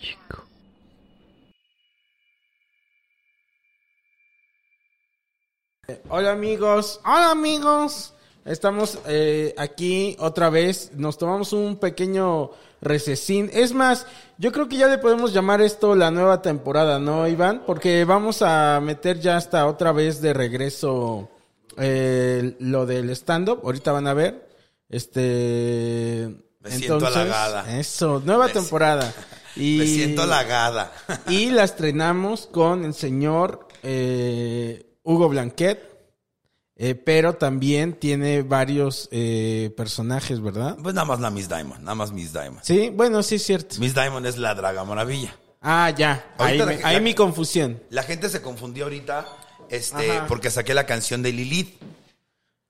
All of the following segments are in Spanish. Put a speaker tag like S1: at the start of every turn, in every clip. S1: chico.
S2: Hola amigos, hola amigos. Estamos eh, aquí otra vez. Nos tomamos un pequeño recesín. Es más, yo creo que ya le podemos llamar esto la nueva temporada, ¿no, Iván? Porque vamos a meter ya hasta otra vez de regreso eh, lo del stand-up. Ahorita van a ver. Este.
S3: Me siento halagada.
S2: Eso, nueva
S3: Me si-
S2: temporada. Y,
S3: Me siento halagada.
S2: y la estrenamos con el señor eh, Hugo Blanquet. eh, pero también tiene varios eh, personajes, ¿verdad?
S3: Pues nada más la Miss Diamond, nada más Miss Diamond.
S2: Sí, bueno, sí es cierto.
S3: Miss Diamond es la Draga Maravilla.
S2: Ah, ya. Ahí,
S3: Ahorita
S2: me-
S3: la-
S2: ahí
S3: la-
S2: mi confusión.
S3: La gente se confundió ahorita este,
S2: Ajá.
S3: porque saqué la canción de Lilith,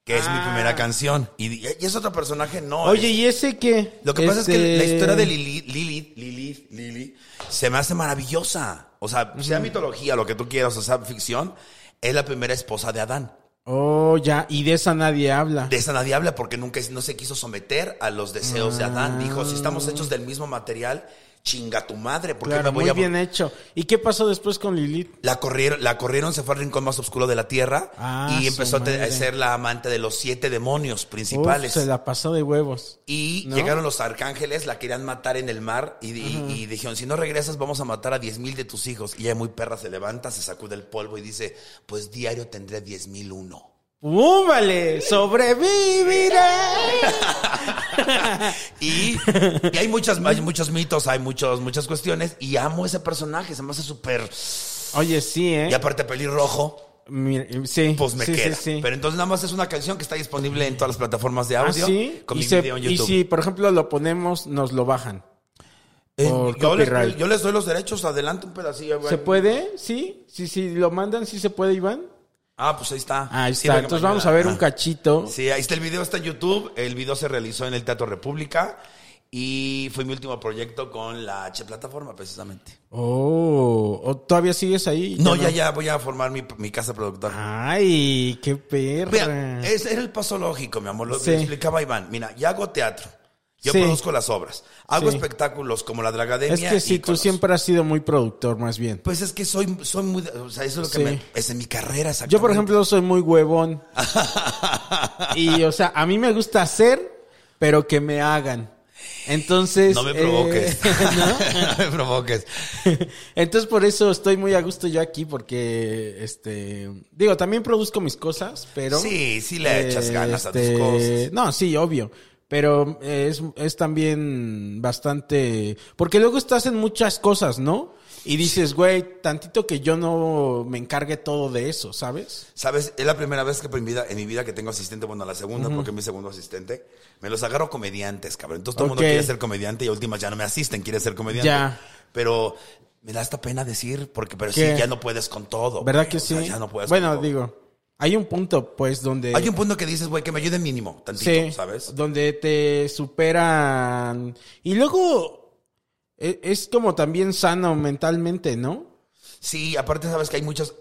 S3: que es mi
S2: Ah.
S3: primera canción. Y, y es otro personaje, no.
S2: Oye,
S3: es-
S2: ¿y ese qué?
S3: lo que pasa es que
S2: Este,
S3: la historia de Lilith, Lilith, Lilith, Lilith, se me hace maravillosa. O sea, sea mitología, lo que tú quieras, o sea, ficción, es la primera esposa de Adán.
S2: Oh, ya. Y de esa nadie habla.
S3: De esa nadie habla porque nunca no se quiso someter a los deseos de
S2: Ah.
S3: Adán. Dijo, si estamos hechos del mismo material, chinga tu madre, porque
S2: Claro,
S3: me voy
S2: muy
S3: a...
S2: bien ¿eh? hecho. ¿Y qué pasó después con Lilith?
S3: La corrieron, la corrieron, se fue al rincón más oscuro de la tierra
S2: Ah,
S3: y empezó
S2: su
S3: a, te-
S2: madre.
S3: a ser la amante de los siete demonios
S2: Uf,
S3: principales.
S2: se la pasó de huevos.
S3: Y
S2: ¿No?
S3: llegaron los arcángeles, la querían matar en el mar y, y- y dijeron, si no regresas vamos a matar a diez mil de tus hijos. Y ella muy perra se levanta, se sacude el polvo y dice, pues diario tendré diez mil uno.
S2: ¡Uh, vale! ¡Sobreviviré!
S3: Y, y hay, muchas, hay muchos mitos, hay muchos, muchas cuestiones y amo ese personaje, se me hace súper...
S2: Oye, sí, ¿eh?
S3: Y aparte pelirrojo.
S2: Mira, eh, sí,
S3: pues me
S2: sí,
S3: queda.
S2: sí, sí.
S3: Pero entonces nada más es una canción que está disponible en todas las plataformas de
S2: Ah,
S3: audio.
S2: sí.
S3: Con
S2: y,
S3: mi
S2: se-
S3: video en
S2: y
S3: YouTube.
S2: si, por ejemplo, lo ponemos, nos lo bajan.
S3: Eh,
S2: por
S3: yo,
S2: copyright.
S3: les, yo les doy los derechos, adelante un pedacillo. güey.
S2: ¿Se puede? ¿Sí? ¿Sí, sí? ¿Lo mandan? ¿Sí se puede, Iván?
S3: Ah, pues ahí está.
S2: Ahí está.
S3: Sí, porque
S2: Entonces
S3: mañana-
S2: vamos a ver un
S3: Ajá.
S2: cachito.
S3: Ah. Sí, ahí está el video, está en YouTube. El video se realizó en el Teatro República. Y fue mi último proyecto con la H plataforma, precisamente.
S2: Oh, ¿o ¿todavía sigues ahí?
S3: No, ya, ya voy a formar mi, mi casa productora.
S2: Ay, qué perra.
S3: Mira, ese era el paso lógico, mi amor. Lo
S2: Sí.
S3: que explicaba Iván. Mira, ya hago teatro. Yo
S2: Sí.
S3: produzco las obras. Hago
S2: Sí.
S3: espectáculos como la Dragademia.
S2: es que
S3: y
S2: sí,
S3: con
S2: tú
S3: los-
S2: siempre has sido muy productor, más bien.
S3: Pues es que soy, soy muy. O sea, eso es lo que
S2: Sí.
S3: me. Es en mi carrera, exactamente.
S2: Yo, por ejemplo, soy muy huevón. y, o sea, a mí me gusta hacer, pero que me hagan. Entonces.
S3: No me
S2: eh,
S3: provoques.
S2: ¿no?
S3: ¿no? me provoques.
S2: Entonces por eso estoy muy a gusto yo aquí porque este digo, también produzco mis cosas, pero este,
S3: Sí, sí le echas ganas a tus cosas.
S2: No, sí, obvio. Pero eh, es, es también bastante... Porque luego estás en muchas cosas, ¿no? Y dices, güey, tantito que yo no me encargue todo de eso, ¿sabes?
S3: ¿Sabes? Es la primera vez que en mi vida, en mi vida que tengo asistente. Bueno, la segunda, porque es mi segundo asistente. Me los agarro comediantes, cabrón. Entonces todo el
S2: Ok.
S3: mundo quiere ser comediante y a últimas ya no me asisten, quiere ser comediante.
S2: Ya.
S3: Pero me da esta pena decir, porque pero
S2: ¿Qué?
S3: sí, ya no puedes con todo.
S2: ¿Verdad
S3: güey.
S2: que
S3: O
S2: sí?
S3: sea, ya no puedes con
S2: bueno,
S3: todo.
S2: digo, hay un punto pues donde...
S3: Hay un punto que dices, güey, que me ayude mínimo, tantito,
S2: Sí,
S3: ¿sabes?
S2: Donde te superan. Y luego e- es como también sano mentalmente, ¿no?
S3: Sí, aparte sabes que hay muchas,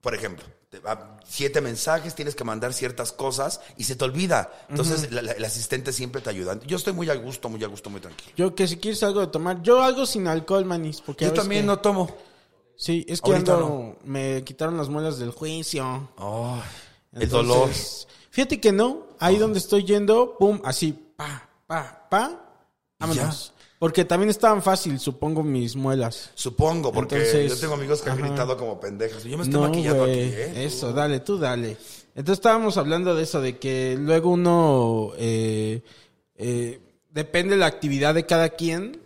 S3: por ejemplo, te va- siete mensajes, tienes que mandar ciertas cosas y se te olvida. Entonces la- la- el asistente siempre te ayuda. Yo estoy muy a gusto, muy a gusto, muy tranquilo.
S2: Yo que si quieres algo de tomar, yo algo sin alcohol, manis, porque ya
S3: Yo
S2: ves
S3: también
S2: que-
S3: no tomo.
S2: Sí, es que
S3: Ahorita
S2: ando me quitaron las muelas del juicio.
S3: Ay, el dolor.
S2: Entonces, Fíjate que no, ahí donde estoy yendo, pum, así, pa, pa, pa, vámonos. Porque también estaban fácil, supongo, mis muelas.
S3: Supongo, porque
S2: Entonces,
S3: yo tengo amigos que han
S2: ajá.
S3: gritado como pendejas. Yo me estoy maquillando
S2: güey.
S3: aquí, ¿eh?
S2: Eso, dale, tú dale. Entonces estábamos hablando de eso, de que luego uno eh, eh, depende de la actividad de cada quien,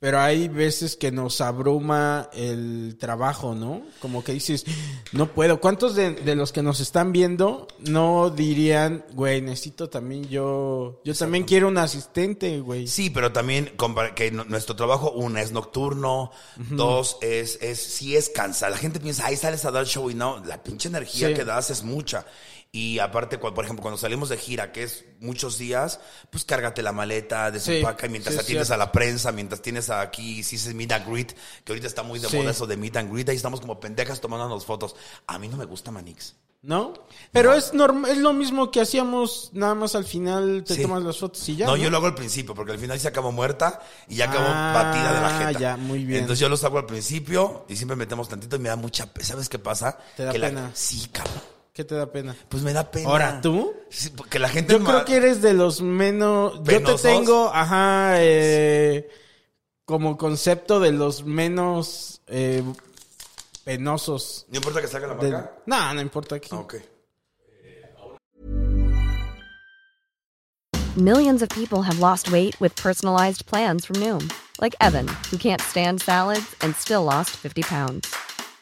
S2: pero hay veces que nos abruma el trabajo, ¿no? Como que dices, no puedo. ¿Cuántos de, de los que nos están viendo no dirían, güey, necesito también yo, yo también quiero un asistente, güey?
S3: Sí, pero también compara- que no- nuestro trabajo, una, es nocturno, dos, es, es, sí es cansado. La gente piensa, ahí sales a dar show y no, la pinche energía
S2: Sí.
S3: que das es mucha. Y aparte, cu- por ejemplo, cuando salimos de gira, que es muchos días, pues cárgate la maleta,
S2: Sí,
S3: desempaca, y mientras
S2: sí, es
S3: atiendes
S2: cierto.
S3: a la prensa, mientras tienes aquí, si dices meet and greet, que ahorita está muy de
S2: Sí.
S3: moda eso de meet and greet, ahí estamos como pendejas tomándonos fotos. A mí no me gusta Manix.
S2: ¿No? Pero es normal, es lo mismo que hacíamos, nada más al final te
S3: Sí.
S2: tomas las fotos y ya.
S3: no, yo lo hago al principio, porque al final se acabó muerta y ya acabó
S2: Ah,
S3: batida de la jeta.
S2: ya, muy bien.
S3: Entonces yo los hago al principio y siempre metemos tantito y me da mucha pe- ¿Sabes qué pasa?
S2: Te da
S3: Que la-
S2: pena.
S3: Sí, cabrón.
S2: ¿Qué te da pena?
S3: Pues me da pena.
S2: Ahora, ¿tú?
S3: Sí, porque la gente
S2: Yo
S3: ma-
S2: creo que eres de los menos.
S3: Penosos.
S2: Yo te tengo, ajá, eh, como concepto de los menos eh, penosos.
S3: No importa que salga la
S2: de-
S3: marca.
S2: No, no importa. que-
S3: Ah, ok.
S1: Millions of people have lost weight with personalized plans from Noom, like Evan, who can't stand salads and still lost 50 pounds.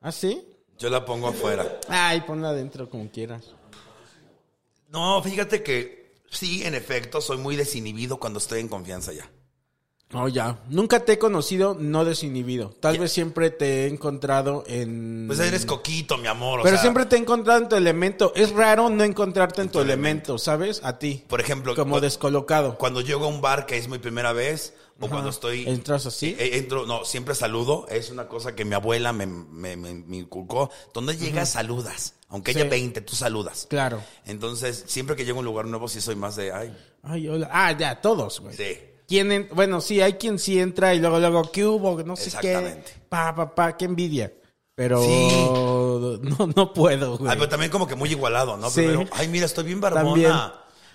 S2: ¿Ah, sí?
S3: Yo la pongo afuera.
S2: Ay, ponla adentro como quieras.
S3: No, fíjate que sí, en efecto, soy muy desinhibido cuando estoy en confianza ya.
S2: Oh, ya. Nunca te he conocido no desinhibido. Tal vez siempre te he encontrado en.
S3: Pues eres coquito, mi amor. o
S2: Mm. Pero
S3: sea,
S2: siempre te he encontrado en tu elemento. Es raro no encontrarte en tu elemento, ¿sabes? A ti.
S3: Por ejemplo,
S2: Como
S3: cu-
S2: descolocado.
S3: cuando llego a un bar que es mi primera vez o cuando estoy...
S2: ¿Entras así?
S3: Eh, Entro, no, siempre saludo. Es una cosa que mi abuela me, me, me- me inculcó. Donde llegas, saludas. Aunque
S2: Sí.
S3: haya 20, tú saludas.
S2: Claro.
S3: Entonces, siempre que llego a un lugar nuevo, sí soy más de... Ay,
S2: Ay, hola. Ah, ya, todos, güey.
S3: sí.
S2: ¿Quién en- Bueno, sí, hay quien sí entra y luego, luego, ¿qué hubo? No sé qué.
S3: Exactamente.
S2: Pa, pa, pa, qué envidia. Pero
S3: Sí.
S2: no, no puedo, güey.
S3: Ay, Ah, pero también como que muy igualado, ¿no?
S2: Sí.
S3: Primero, ay, mira, estoy bien barbona.
S2: También.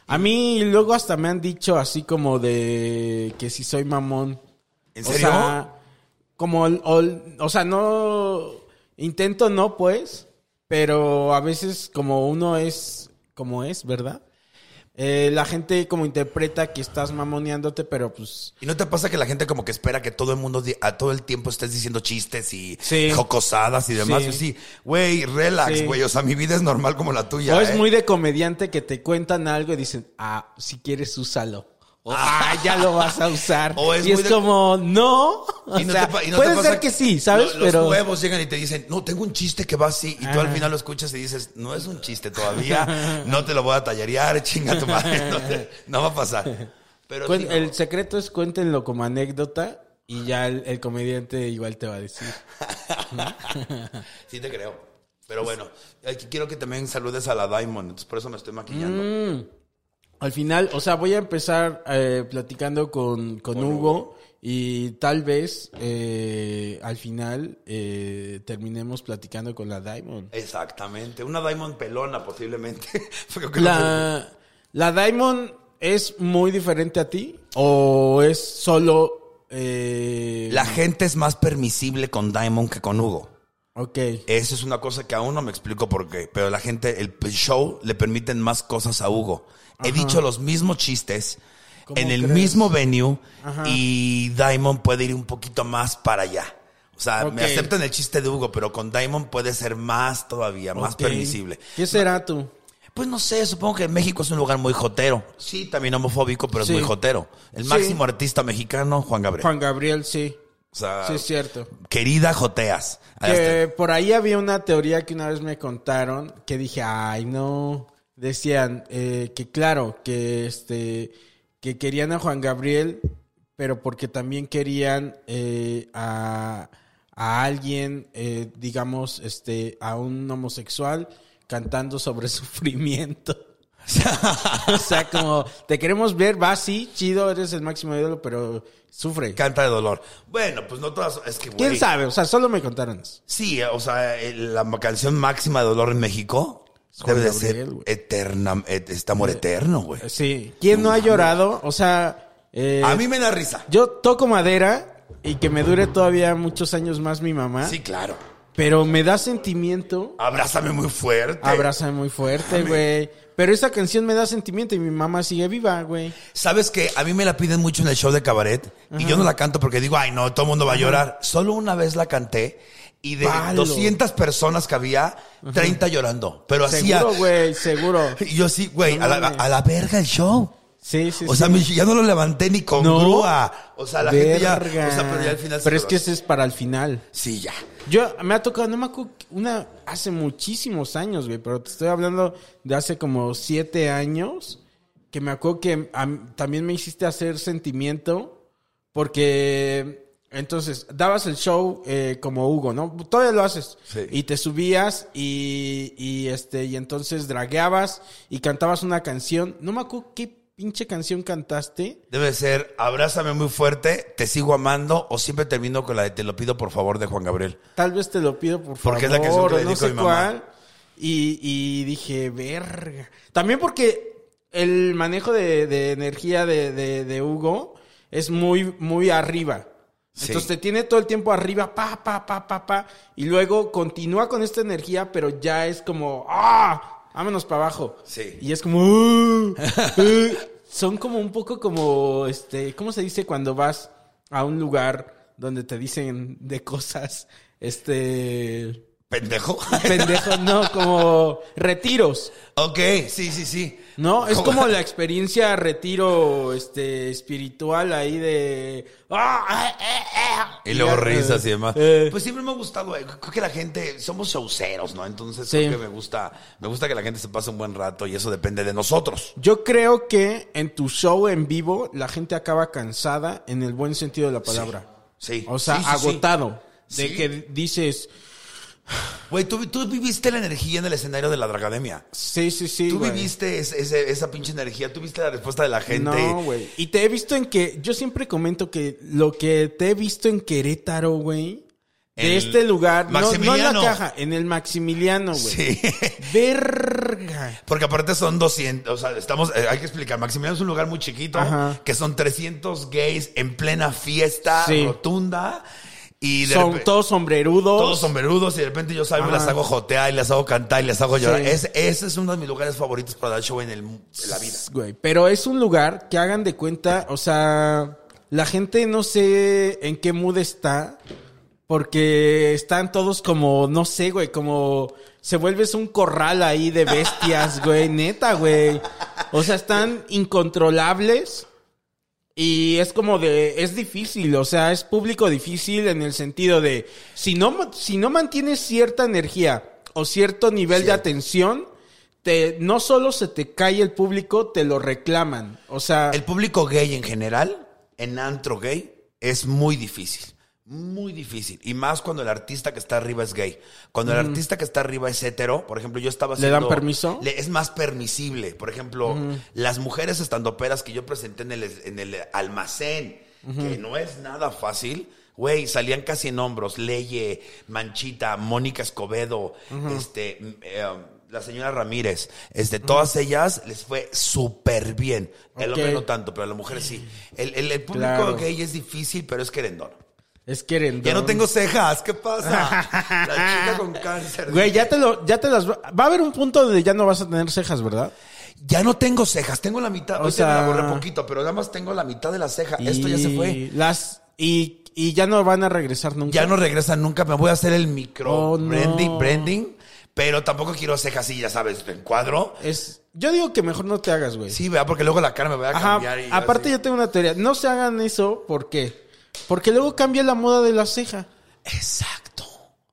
S2: A mí luego hasta me han dicho así como de que si soy mamón.
S3: ¿En
S2: O
S3: serio?
S2: sea, como, el- o el- o sea, no, intento no, pues, pero a veces como uno es como es, ¿verdad? Eh, la gente como interpreta que estás mamoneándote, pero pues...
S3: ¿Y no te pasa que la gente como que espera que todo el mundo di- a todo el tiempo estés diciendo chistes y
S2: Sí.
S3: jocosadas y demás?
S2: Sí.
S3: Yo sí, güey, relax,
S2: Sí.
S3: güey. O sea, mi vida es normal como la tuya.
S2: o es
S3: ¿eh?
S2: muy de comediante que te cuentan algo y dicen, ah, si quieres, úsalo. O, ah, ya lo vas a usar.
S3: O es
S2: y
S3: muy
S2: es
S3: de-
S2: como, no. O
S3: Y no
S2: sea,
S3: te pa- y no te
S2: puede
S3: pasa
S2: ser que sí, ¿sabes?
S3: lo-
S2: pero...
S3: Los huevos llegan y te dicen, no, tengo un chiste que va así. Y tú al
S2: Ah.
S3: final lo escuchas y dices, no es un chiste todavía. no te lo voy a tallerear, chinga tu madre. No, te- no va a pasar. Pero
S2: Cuen-
S3: digo,
S2: Pues el secreto es cuéntenlo como anécdota y ya el, el comediante igual te va a decir.
S3: sí te creo. Pero bueno, eh, quiero que también saludes a la Diamond. Entonces por eso me estoy
S2: Mm.
S3: maquillando.
S2: Al final, o sea, voy a empezar eh, platicando con, con Hugo y tal vez eh, al final eh, terminemos platicando con la Diamond.
S3: Exactamente. Una Diamond pelona, posiblemente. Porque creo que
S2: La, ¿La Diamond es muy diferente a ti o es solo... eh,
S3: La gente es más permisible con Diamond que con Hugo.
S2: Ok.
S3: Eso es una cosa que aún no me explico por qué. Pero la gente, el p- show le permiten más cosas a Hugo. He dicho los mismos chistes
S2: ¿Cómo
S3: en el
S2: crees?
S3: mismo venue y Diamond puede ir un poquito más para allá. O sea, me
S2: Ok.
S3: aceptan el chiste de Hugo, pero con Diamond puede ser más todavía, más
S2: ok.
S3: permisible.
S2: ¿Qué será tú?
S3: Pues no sé, supongo que México es un lugar muy jotero. Sí, también homofóbico, pero
S2: Sí.
S3: es muy jotero. El
S2: Sí.
S3: máximo artista mexicano, Juan Gabriel.
S2: Juan Gabriel, sí.
S3: O sea,
S2: Sí, es cierto.
S3: querida Joteas. este, Ahí Ah, está.
S2: Que por ahí había una teoría que una vez me contaron que dije, ay, no. Decían eh, que claro, que este que querían a Juan Gabriel, pero porque también querían eh, a, a alguien, eh, digamos, este, a un homosexual cantando sobre sufrimiento. o sea, como te queremos ver, va sí, chido, eres el máximo ídolo, pero sufre.
S3: Canta de dolor. Bueno, pues no todas. Es que, güey,
S2: ¿Quién sabe? O sea, solo me contaron eso.
S3: Sí, eh, o sea, eh, la ma- canción máxima de dolor en México
S2: Juan
S3: debe de
S2: Gabriel,
S3: ser
S2: güey. Eh,
S3: eterna, et- es amor eterno, güey.
S2: Sí. ¿Quién no ha llorado? O sea, eh,
S3: A mí me da risa.
S2: yo toco madera y que me dure todavía muchos años más mi mamá,
S3: Sí, claro.
S2: pero me da sentimiento.
S3: Abrázame muy fuerte.
S2: Abraza muy fuerte, güey. Pero esa canción me da sentimiento y mi mamá sigue viva, güey.
S3: ¿Sabes que A mí me la piden mucho en el show de cabaret y yo no la canto porque digo, ay, no, todo el mundo va a llorar. Solo una vez la canté y de
S2: Palo.
S3: 200 personas que había, 30 llorando. Pero hacía.
S2: Seguro, güey, seguro.
S3: Y yo sí, güey,
S2: No
S3: a, la,
S2: mames.
S3: a la verga el show.
S2: Sí, sí,
S3: O sea,
S2: sí.
S3: mi- ya no lo levanté ni con
S2: No.
S3: grúa. O sea, la gente ya.
S2: Verga.
S3: O sea, pero ya al final. se
S2: Pero es
S3: lo-
S2: que ese es para el final.
S3: Sí, ya.
S2: Yo me ha tocado, no me acuerdo, una, hace muchísimos años, güey, pero te estoy hablando de hace como siete años, que me acuerdo que am- también me hiciste hacer sentimiento, porque entonces dabas el show eh, como Hugo, ¿no? Todavía lo haces.
S3: Sí.
S2: Y te subías y, y, este, y entonces dragueabas y cantabas una canción. No me acuerdo qué pinche canción cantaste.
S3: Debe ser abrázame muy fuerte, te sigo amando o siempre termino con la de te lo pido por favor de Juan Gabriel.
S2: Tal vez te lo pido por favor.
S3: Porque es la canción que le
S2: o no
S3: dedico a
S2: sé
S3: mi mamá.
S2: cuál. Y, y dije, verga. También porque el manejo de, de energía de, de- de Hugo es muy, muy arriba.
S3: Sí.
S2: Entonces te tiene todo el tiempo arriba, pa, pa, pa, pa, pa. Y luego continúa con esta energía, pero ya es como, ¡ah! Vámonos para abajo.
S3: Sí.
S2: Y es como, "Uh, uh". Son como un poco como, este, ¿cómo se dice cuando vas a un lugar donde te dicen de cosas, este,
S3: Pendejo.
S2: pendejos, no, como retiros,
S3: ok, sí, sí, sí.
S2: ¿no? Es como la experiencia retiro, este, espiritual ahí de... "Ah, ah, ah, ah".
S3: Y luego
S2: ya,
S3: risas y
S2: eh,
S3: demás.
S2: eh,
S3: Pues siempre me ha gustado, eh, creo que la gente, somos showceros, ¿no? Entonces
S2: Sí.
S3: creo que me gusta, me gusta que la gente se pase un buen rato y eso depende de nosotros.
S2: Yo creo que en tu show en vivo la gente acaba cansada en el buen sentido de la palabra.
S3: Sí.
S2: O sea,
S3: Sí, sí, sí.
S2: agotado. De
S3: Sí.
S2: que dices,
S3: Güey, tú, tú viviste la energía en el escenario de la Dracademia.
S2: sí, sí, sí.
S3: Tú
S2: güey.
S3: viviste ese- ese- esa pinche energía, tú viste la respuesta de la gente.
S2: No, güey. Y te he visto en que. Yo siempre comento que lo que te he visto en Querétaro, güey. De
S3: El
S2: este lugar. No, no en la
S3: Maximiliano.
S2: caja, en el Maximiliano, güey.
S3: Sí.
S2: Verga.
S3: Porque aparte son 200, o sea, estamos, eh, hay que explicar, Maximiliano es un lugar muy chiquito,
S2: Ajá.
S3: que son 300 gays en plena fiesta
S2: Sí.
S3: rotunda y de
S2: Son
S3: repe-
S2: todos sombrerudos.
S3: todos sombrerudos y de repente yo salgo y
S2: Ajá.
S3: las hago jotear y las hago cantar y las hago llorar.
S2: Sí.
S3: Es- ese es uno de mis lugares favoritos para dar show en, el, mu- en la vida.
S2: Güey, pero es un lugar que hagan de cuenta, o sea, la gente no sé en qué mood está, porque están todos como, no sé, güey, como se vuelves un corral ahí de bestias, güey, neta, güey. O sea, están incontrolables y es como de, es difícil, o sea, es público difícil en el sentido de, si no, ma- si no mantienes cierta energía o cierto nivel de atención, te, no solo se te cae el público, te lo reclaman. O sea,
S3: El público gay en general, en antro gay, es muy difícil. Muy difícil. Y más cuando el artista que está arriba es gay. Cuando el artista que está arriba es hetero, por ejemplo, yo estaba
S2: Mm. ¿Le dan
S3: haciendo-
S2: permiso?
S3: le- eh, es más permisible. Por ejemplo, las mujeres estandoperas que yo presenté en el, en el almacén, que no es nada fácil. Güey, salían casi en hombros. Leye, Manchita, Mónica Escobedo, este, mm, eh, la señora Ramírez. Este, todas ellas les fue súper bien. El
S2: Ok.
S3: hombre no tanto, pero la mujer sí. El, el- el público
S2: Claro.
S3: gay es difícil, pero es querendón.
S2: es que eres
S3: Ya no
S2: don.
S3: tengo cejas, ¿qué pasa? La chica con cáncer.
S2: Güey, ya te lo, ya te las va va a haber un punto donde ya no vas a tener cejas, ¿verdad?
S3: Ya no tengo cejas, tengo la mitad.
S2: O
S3: Hoy se me la
S2: sea-
S3: borré poquito, pero nada más tengo la mitad de la ceja. Ah, Esto ya se
S2: Y
S3: fue.
S2: Las y, y ya no van a regresar nunca.
S3: Ya no regresa nunca. Me voy a hacer el micro
S2: Oh, no.
S3: branding, branding, pero tampoco quiero cejas así, ya sabes, en cuadro.
S2: Es, yo digo que mejor no te hagas, güey.
S3: Sí, vea, porque luego la cara me va a
S2: Ajá.
S3: cambiar. y
S2: Aparte
S3: así.
S2: yo tengo una teoría. No se hagan eso, ¿por qué? Porque luego cambia la moda de la ceja.
S3: Exacto.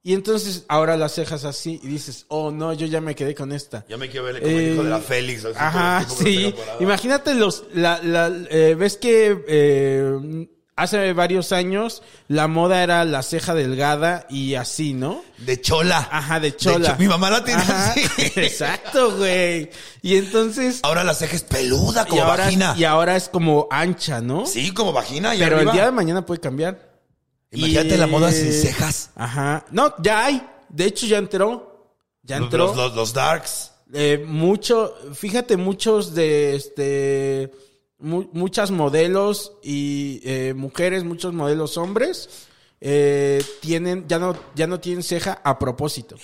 S2: Y entonces ahora las cejas así y dices, oh no, yo ya me quedé con esta.
S3: Yo me quiero ver como el hijo
S2: Eh,
S3: de la Félix. así, con el
S2: Ajá,
S3: tipo con el
S2: sí.
S3: pelo parado.
S2: Imagínate los, la, la, eh, ves que eh, hace varios años la moda era la ceja delgada y así, ¿no?
S3: De chola.
S2: Ajá, de chola.
S3: cho- mi mamá la tiene
S2: Ajá,
S3: así.
S2: Exacto, güey. Y entonces.
S3: Ahora la ceja es peluda como
S2: y, ahora,
S3: Ah, vagina.
S2: y ahora es como ancha, ¿no?
S3: Sí, como vagina. Y
S2: Pero
S3: arriba.
S2: el día de mañana puede cambiar.
S3: Imagínate
S2: Y-
S3: la moda sin cejas.
S2: Ajá. No, ya hay. De hecho, ya entró. Ya
S3: Los,
S2: entró.
S3: los- los- los darks.
S2: Eh, mucho, fíjate, muchos de este. mu- muchas modelos y eh, mujeres, muchos modelos hombres. eh, tienen, ya no, ya no tienen ceja a propósito.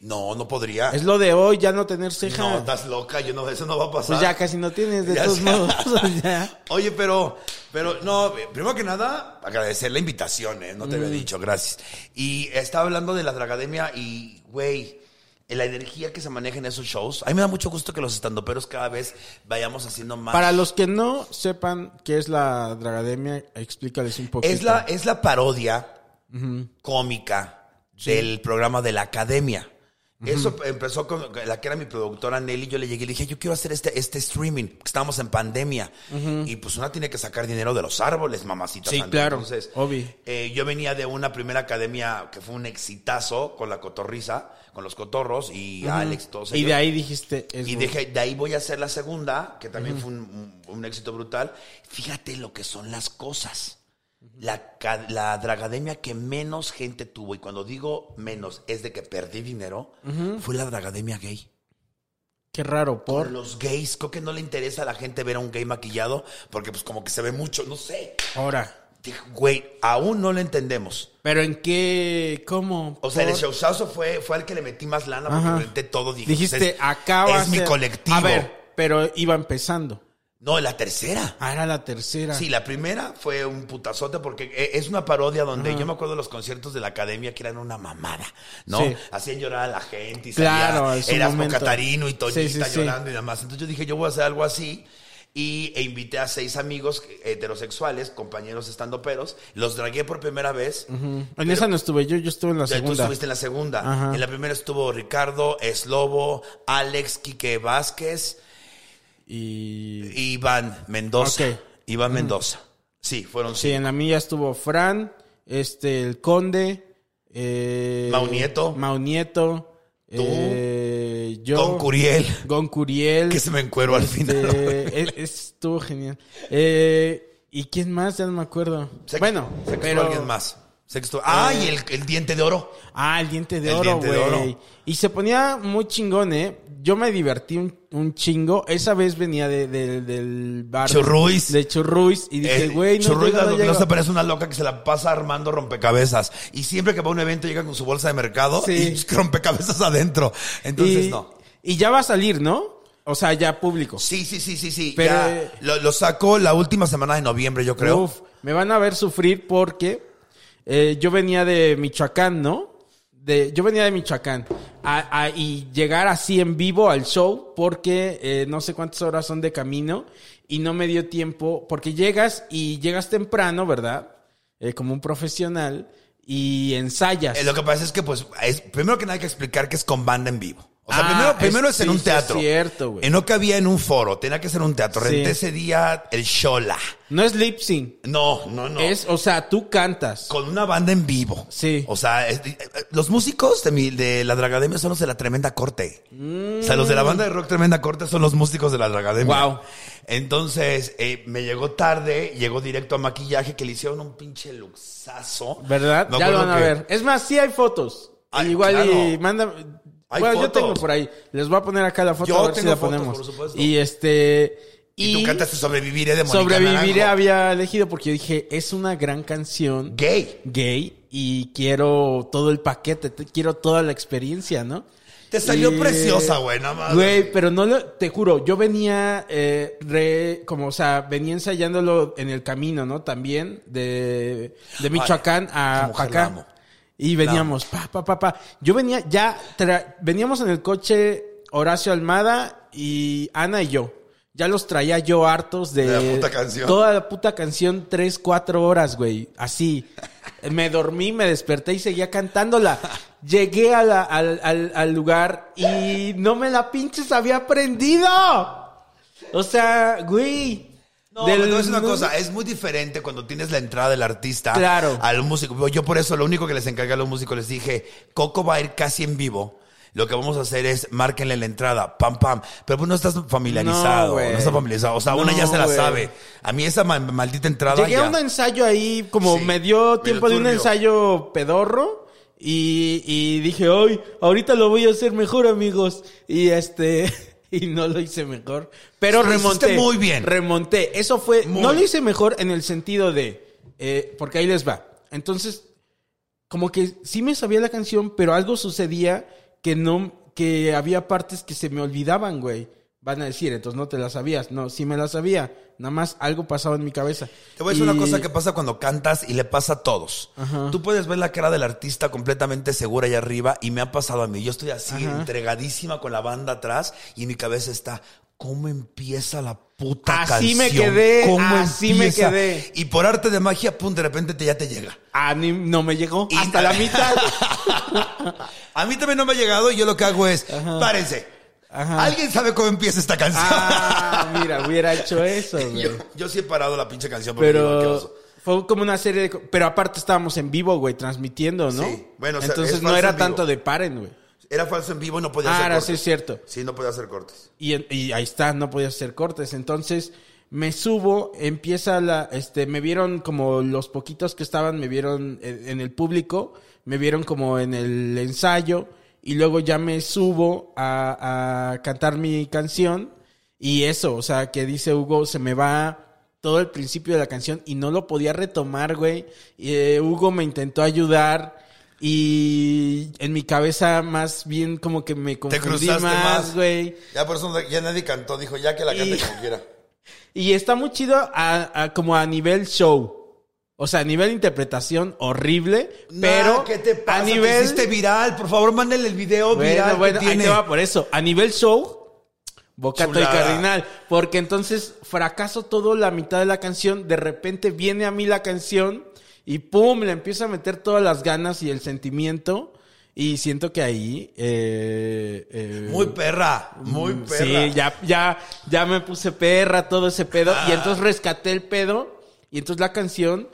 S3: No, no podría.
S2: Es lo de hoy, ya no tener ceja.
S3: No, estás loca. Yo no, eso no va a pasar.
S2: pues ya casi no tienes, de
S3: Ya
S2: todos
S3: sé.
S2: modos. ya.
S3: Oye, pero, pero no, primero que nada, agradecer la invitación, ¿eh? No te había
S2: Mm.
S3: dicho, gracias. Y estaba hablando de la Dragademia y, güey, la energía que se maneja en esos shows. A mí me da mucho gusto que los estandoperos cada vez vayamos haciendo más.
S2: Para los que no sepan qué es la Dragademia, explícales un poquito.
S3: es, la, es la parodia cómica del programa de la academia. Eso empezó con la que era mi productora Nelly. Yo le llegué y le dije, yo quiero hacer este, este streaming. porque Estábamos en pandemia. Y pues una tiene que sacar dinero de los árboles, mamacita.
S2: Sí,
S3: santa.
S2: claro,
S3: Entonces,
S2: obvio.
S3: eh, yo venía de una primera academia que fue un exitazo con la cotorriza, con los cotorros y Alex, todos
S2: Y
S3: ellos.
S2: de ahí dijiste. es
S3: Y
S2: bueno.
S3: dije, de ahí voy a hacer la segunda, que también fue un, un- un éxito brutal. Fíjate lo que son las cosas. La, ca- la dragademia que menos gente tuvo, y cuando digo menos, es de que perdí dinero, fue la dragademia gay.
S2: Qué raro, por.
S3: Por los gays, creo que no le interesa a la gente ver a un gay maquillado, porque pues como que se ve mucho, no sé.
S2: Ahora.
S3: Dije, güey, aún no lo entendemos.
S2: Pero en qué. ¿Cómo?
S3: O sea,
S2: Por-
S3: el showzazo fue, fue al que le metí más lana,
S2: Ajá.
S3: porque renté todo. Dije, pues,
S2: Dijiste,
S3: es-
S2: acaba.
S3: Es mi colectivo.
S2: A ver, pero iba empezando.
S3: No, la tercera.
S2: Ah, era la tercera.
S3: Sí, la primera fue un putazote porque e- es una parodia donde yo me acuerdo de los conciertos de la academia que eran una mamada, ¿no?
S2: Sí.
S3: Hacían llorar a la gente y
S2: Claro,
S3: salía
S2: en su
S3: Erasmo
S2: momento.
S3: Catarino y Toñita
S2: Sí, sí, sí.
S3: llorando y demás. Entonces yo dije, yo voy a hacer algo así. Y e invité a seis amigos heterosexuales, compañeros estandoperos. Los dragué por primera vez.
S2: en esa no estuve yo, yo estuve en la
S3: O sea, Tú
S2: segunda.
S3: estuviste en la segunda.
S2: Ajá.
S3: En la primera estuvo Ricardo, Eslobo, Alex, Quique Vázquez.
S2: Y.
S3: Iván Mendoza.
S2: Ok.
S3: Iván Mendoza. Sí, fueron
S2: Sí,
S3: sí.
S2: en la mía estuvo Fran, este, el Conde. Eh,
S3: Mau Nieto.
S2: Mau Nieto.
S3: Tú.
S2: eh, yo.
S3: Con Curiel.
S2: Gon Curiel.
S3: Que se me encuero al final.
S2: Este, es- es- estuvo genial. Eh, ¿Y quién más? Ya no me acuerdo.
S3: Sé que-
S2: bueno,
S3: sé que estuvo
S2: pero...
S3: alguien más. Sé que estuvo- Ah,
S2: Eh,
S3: y el, el diente de oro.
S2: Ah, el diente de
S3: El
S2: oro,
S3: diente de oro.
S2: güey. Y se ponía muy chingón, ¿eh? Yo me divertí un, un chingo. Esa vez venía de- de- del bar.
S3: Churruis.
S2: De Churruis. Y dije,
S3: El
S2: güey, no
S3: Churruiz
S2: llega, no
S3: Eh, no, no
S2: llega.
S3: se parece una loca que se la pasa armando rompecabezas. Y siempre que va a un evento llega con su bolsa de mercado
S2: Sí.
S3: y rompecabezas adentro. Entonces,
S2: y,
S3: no.
S2: y ya va a salir, ¿no? O sea, ya público.
S3: Sí, sí, sí, sí, sí.
S2: Pero- eh,
S3: ya lo, lo sacó la última semana de noviembre, yo creo.
S2: Uf, me van a ver sufrir porque eh, yo venía de Michoacán, ¿no? De, yo venía de Michoacán. A- a- y llegar así en vivo al show porque eh, no sé cuántas horas son de camino y no me dio tiempo porque llegas y llegas temprano, ¿verdad? Eh, como un profesional y ensayas.
S3: Eh, lo que pasa es que, pues, es, primero que nada hay que explicar que es con banda en vivo. O sea,
S2: Ah,
S3: primero, primero
S2: es-
S3: es, en
S2: sí,
S3: un
S2: sí, es
S3: teatro.
S2: cierto, güey.
S3: Eh, No cabía en un foro, tenía que ser un teatro.
S2: Sí.
S3: Renté ese día el Shola.
S2: No es lip sync.
S3: No, no, no.
S2: Es, o sea, tú cantas.
S3: con una banda en vivo.
S2: Sí.
S3: O sea, es- eh, eh, los músicos de, mi, de la Dragademia son los de la Tremenda Corte. O sea, los
S2: Mm.
S3: de la banda de rock Tremenda Corte son los músicos de la Dragademia.
S2: Wow.
S3: Entonces, eh, me llegó tarde, llegó directo a maquillaje, que le hicieron un pinche luxazo.
S2: ¿Verdad?
S3: Me
S2: ya lo
S3: acuerdo
S2: van a
S3: que-
S2: ver. Es más, sí hay fotos.
S3: Ay,
S2: Igual y
S3: claro.
S2: manda.
S3: Hay
S2: bueno, yo
S3: fotos.
S2: tengo por ahí. Les voy a poner acá la foto
S3: Yo
S2: a ver si
S3: tengo
S2: la
S3: fotos,
S2: ponemos.
S3: por supuesto.
S2: Y este.
S3: Y, tú cantaste Sobreviviré de Mónica
S2: Sobreviviré
S3: Naranjo.
S2: había elegido porque yo dije, es una gran canción
S3: Gay.
S2: gay y quiero todo el paquete, te- quiero toda la experiencia, ¿no?
S3: Te salió
S2: Y-
S3: preciosa, güey, nada más.
S2: Güey, pero no lo, te juro, yo venía eh, re- como, o sea, venía ensayándolo en el camino, ¿no? También de, de Michoacán
S3: esa
S2: a
S3: mujer
S2: pa'
S3: la
S2: acá.
S3: amo.
S2: Y veníamos, pa, pa, pa, pa. Yo venía ya, tra- veníamos en el coche Horacio Almada y Ana y yo. Ya los traía yo hartos de...
S3: De la puta canción.
S2: Toda la puta canción, tres, cuatro horas, güey. Así. Me dormí, me desperté y seguía cantándola. Llegué a la- al, al- al lugar y no me la pinches había aprendido. O sea, güey.
S3: No,
S2: Del-
S3: pero te voy a decir una cosa, es muy diferente cuando tienes la entrada del artista
S2: Claro.
S3: al músico. Yo por eso lo único que les encargué a los músicos les dije, Coco va a ir casi en vivo. Lo que vamos a hacer es márquenle la entrada, pam pam. Pero pues no estás
S2: No,
S3: familiarizado, no,
S2: güey.
S3: estás familiarizado. O sea, una
S2: No,
S3: ya se la
S2: güey.
S3: sabe. A mí esa ma- maldita entrada
S2: Llegué
S3: ya-
S2: a un ensayo ahí, como
S3: Sí,
S2: me dio
S3: medio
S2: tiempo de un
S3: turbio.
S2: ensayo pedorro. Y, y dije, hoy, ahorita lo voy a hacer mejor, amigos. Y este. Y no lo hice mejor. Pero
S3: Sí, lo hiciste
S2: remonté.
S3: muy bien.
S2: Remonté. Eso fue.
S3: Muy.
S2: No lo hice mejor en el sentido de. eh, porque ahí les va. Entonces, como que sí me sabía la canción, pero algo sucedía que no, que había partes que se me olvidaban, güey. Van a decir, entonces no te la sabías. No, sí me la sabía. Nada más algo pasaba en mi cabeza.
S3: Te voy a decir
S2: Y-
S3: una cosa que pasa cuando cantas y le pasa a todos. Tú puedes ver la cara del artista completamente segura allá arriba y me ha pasado a mí. Yo estoy así entregadísima con la banda atrás y en mi cabeza está cómo empieza la puta
S2: Así
S3: canción.
S2: me quedé,
S3: ¿Cómo
S2: así me quedé.
S3: Y por arte de magia, pum, de repente te- ya te llega.
S2: Ah, ni- no me llegó.
S3: Y-
S2: Hasta la mitad.
S3: A mí también no me ha llegado y yo lo que hago es, párense. ¿Alguien sabe cómo empieza esta canción?
S2: ah, mira, hubiera hecho eso, güey.
S3: yo, yo sí he parado la pinche canción porque digo, "Qué oso".
S2: Pero fue como una serie de... co- Pero aparte estábamos en vivo, güey, transmitiendo, ¿no?
S3: Sí. Bueno, o sea,
S2: Entonces
S3: es
S2: no
S3: falso
S2: era
S3: en vivo.
S2: tanto de paren, güey.
S3: Era falso en vivo y no podía
S2: Ah,
S3: hacer
S2: ahora
S3: cortes.
S2: sí es cierto.
S3: Sí, no podía hacer cortes.
S2: Y, en- y ahí está, no podía hacer cortes. Entonces me subo, empieza la. Este, me vieron como los poquitos que estaban, me vieron en, en el público, me vieron como en el ensayo, y luego ya me subo a, a cantar mi canción. Y eso, o sea, que dice Hugo, se me va todo el principio de la canción y no lo podía retomar, güey. Y, eh, Hugo me intentó ayudar. Y en mi cabeza más bien como que me
S3: Te
S2: confundí
S3: cruzaste
S2: más,
S3: más,
S2: güey.
S3: Ya por eso ya nadie cantó, dijo, ya que la cante
S2: Y-
S3: como quiera.
S2: Y está muy chido a- a- como a nivel show. O sea, a nivel interpretación, horrible. pero
S3: Nah, ¿qué te pasa?
S2: a
S3: Te
S2: nivel.
S3: hiciste viral, por favor, mándale el video viral que
S2: bueno, bueno, ahí
S3: tiene.
S2: te va por eso. A nivel show, Bocato y
S3: Chulada.
S2: Cardinal. Porque entonces fracaso todo la mitad de la canción. De repente viene a mí la canción y pum, le empiezo a meter todas las ganas y el sentimiento. Y siento que ahí. eh, eh,
S3: Muy perra, muy
S2: Mm,
S3: perra.
S2: Sí, ya, ya, ya me puse perra, todo ese pedo.
S3: Ah.
S2: Y entonces rescaté el pedo. Y entonces la canción,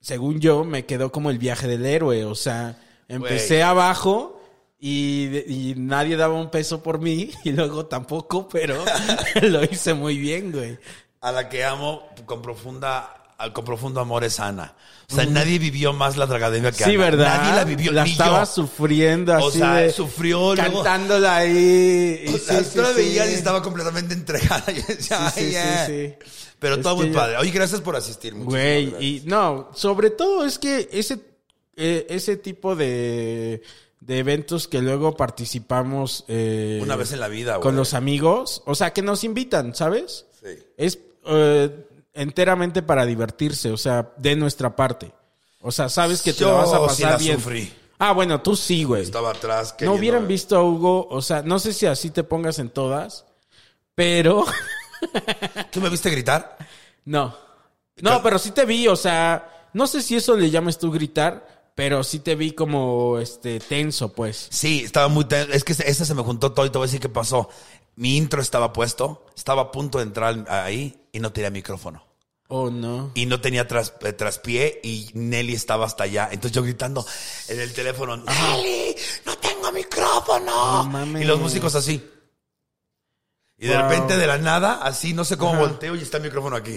S2: según yo, me quedó como el viaje del héroe. O sea, empecé
S3: Güey.
S2: abajo y, de- y nadie daba un peso por mí. Y luego tampoco, pero lo hice muy bien, güey.
S3: A la que amo con profunda, al- con profundo amor es Ana. O sea, nadie vivió más la tragademia que
S2: Mm. Sí,
S3: Ana.
S2: ¿verdad?
S3: Nadie la vivió,
S2: La
S3: ni
S2: estaba
S3: yo.
S2: sufriendo así.
S3: O sea,
S2: de-
S3: sufrió, luego-
S2: Cantándola ahí. y
S3: O sea,
S2: sí,
S3: tú la
S2: sí,
S3: veías
S2: sí.
S3: y estaba eh. completamente entregada. Yo decía,
S2: Sí, sí,
S3: "Ay, ya".
S2: sí, sí.
S3: Pero
S2: Es
S3: todo muy
S2: que ya-
S3: padre. Oye, gracias por asistir. muchísimas
S2: Güey,
S3: gracias.
S2: y no, sobre todo es que ese, eh, ese tipo de, de eventos que luego participamos eh,
S3: Una vez en la vida, güey.
S2: con los amigos, o sea, que nos invitan, ¿sabes?
S3: Sí.
S2: Es eh, enteramente para divertirse, o sea, de nuestra parte. O sea, sabes que te la
S3: Yo
S2: vas a
S3: sí
S2: pasar
S3: la
S2: bien.
S3: sufrí.
S2: Ah, bueno, tú sí, güey.
S3: Estaba atrás.
S2: No
S3: queriendo-
S2: hubieran visto a Hugo, o sea, no sé si así te pongas en todas, pero...
S3: ¿Tú me viste gritar?
S2: No. No, pero sí te vi, o sea, no sé si eso le llames tú gritar, pero sí te vi como este tenso, pues.
S3: Sí, estaba muy... ten- Es que esta se me juntó todo y te voy a decir qué pasó. Mi intro estaba puesto, estaba a punto de entrar ahí y no tenía micrófono.
S2: Oh, no.
S3: Y no tenía tras, eh, traspié y Nelly estaba hasta allá. Entonces yo gritando en el teléfono, Nelly, no tengo micrófono.
S2: No mames.
S3: y los músicos así. Y de
S2: Wow.
S3: repente de la nada, así, no sé cómo volteo y está el micrófono aquí.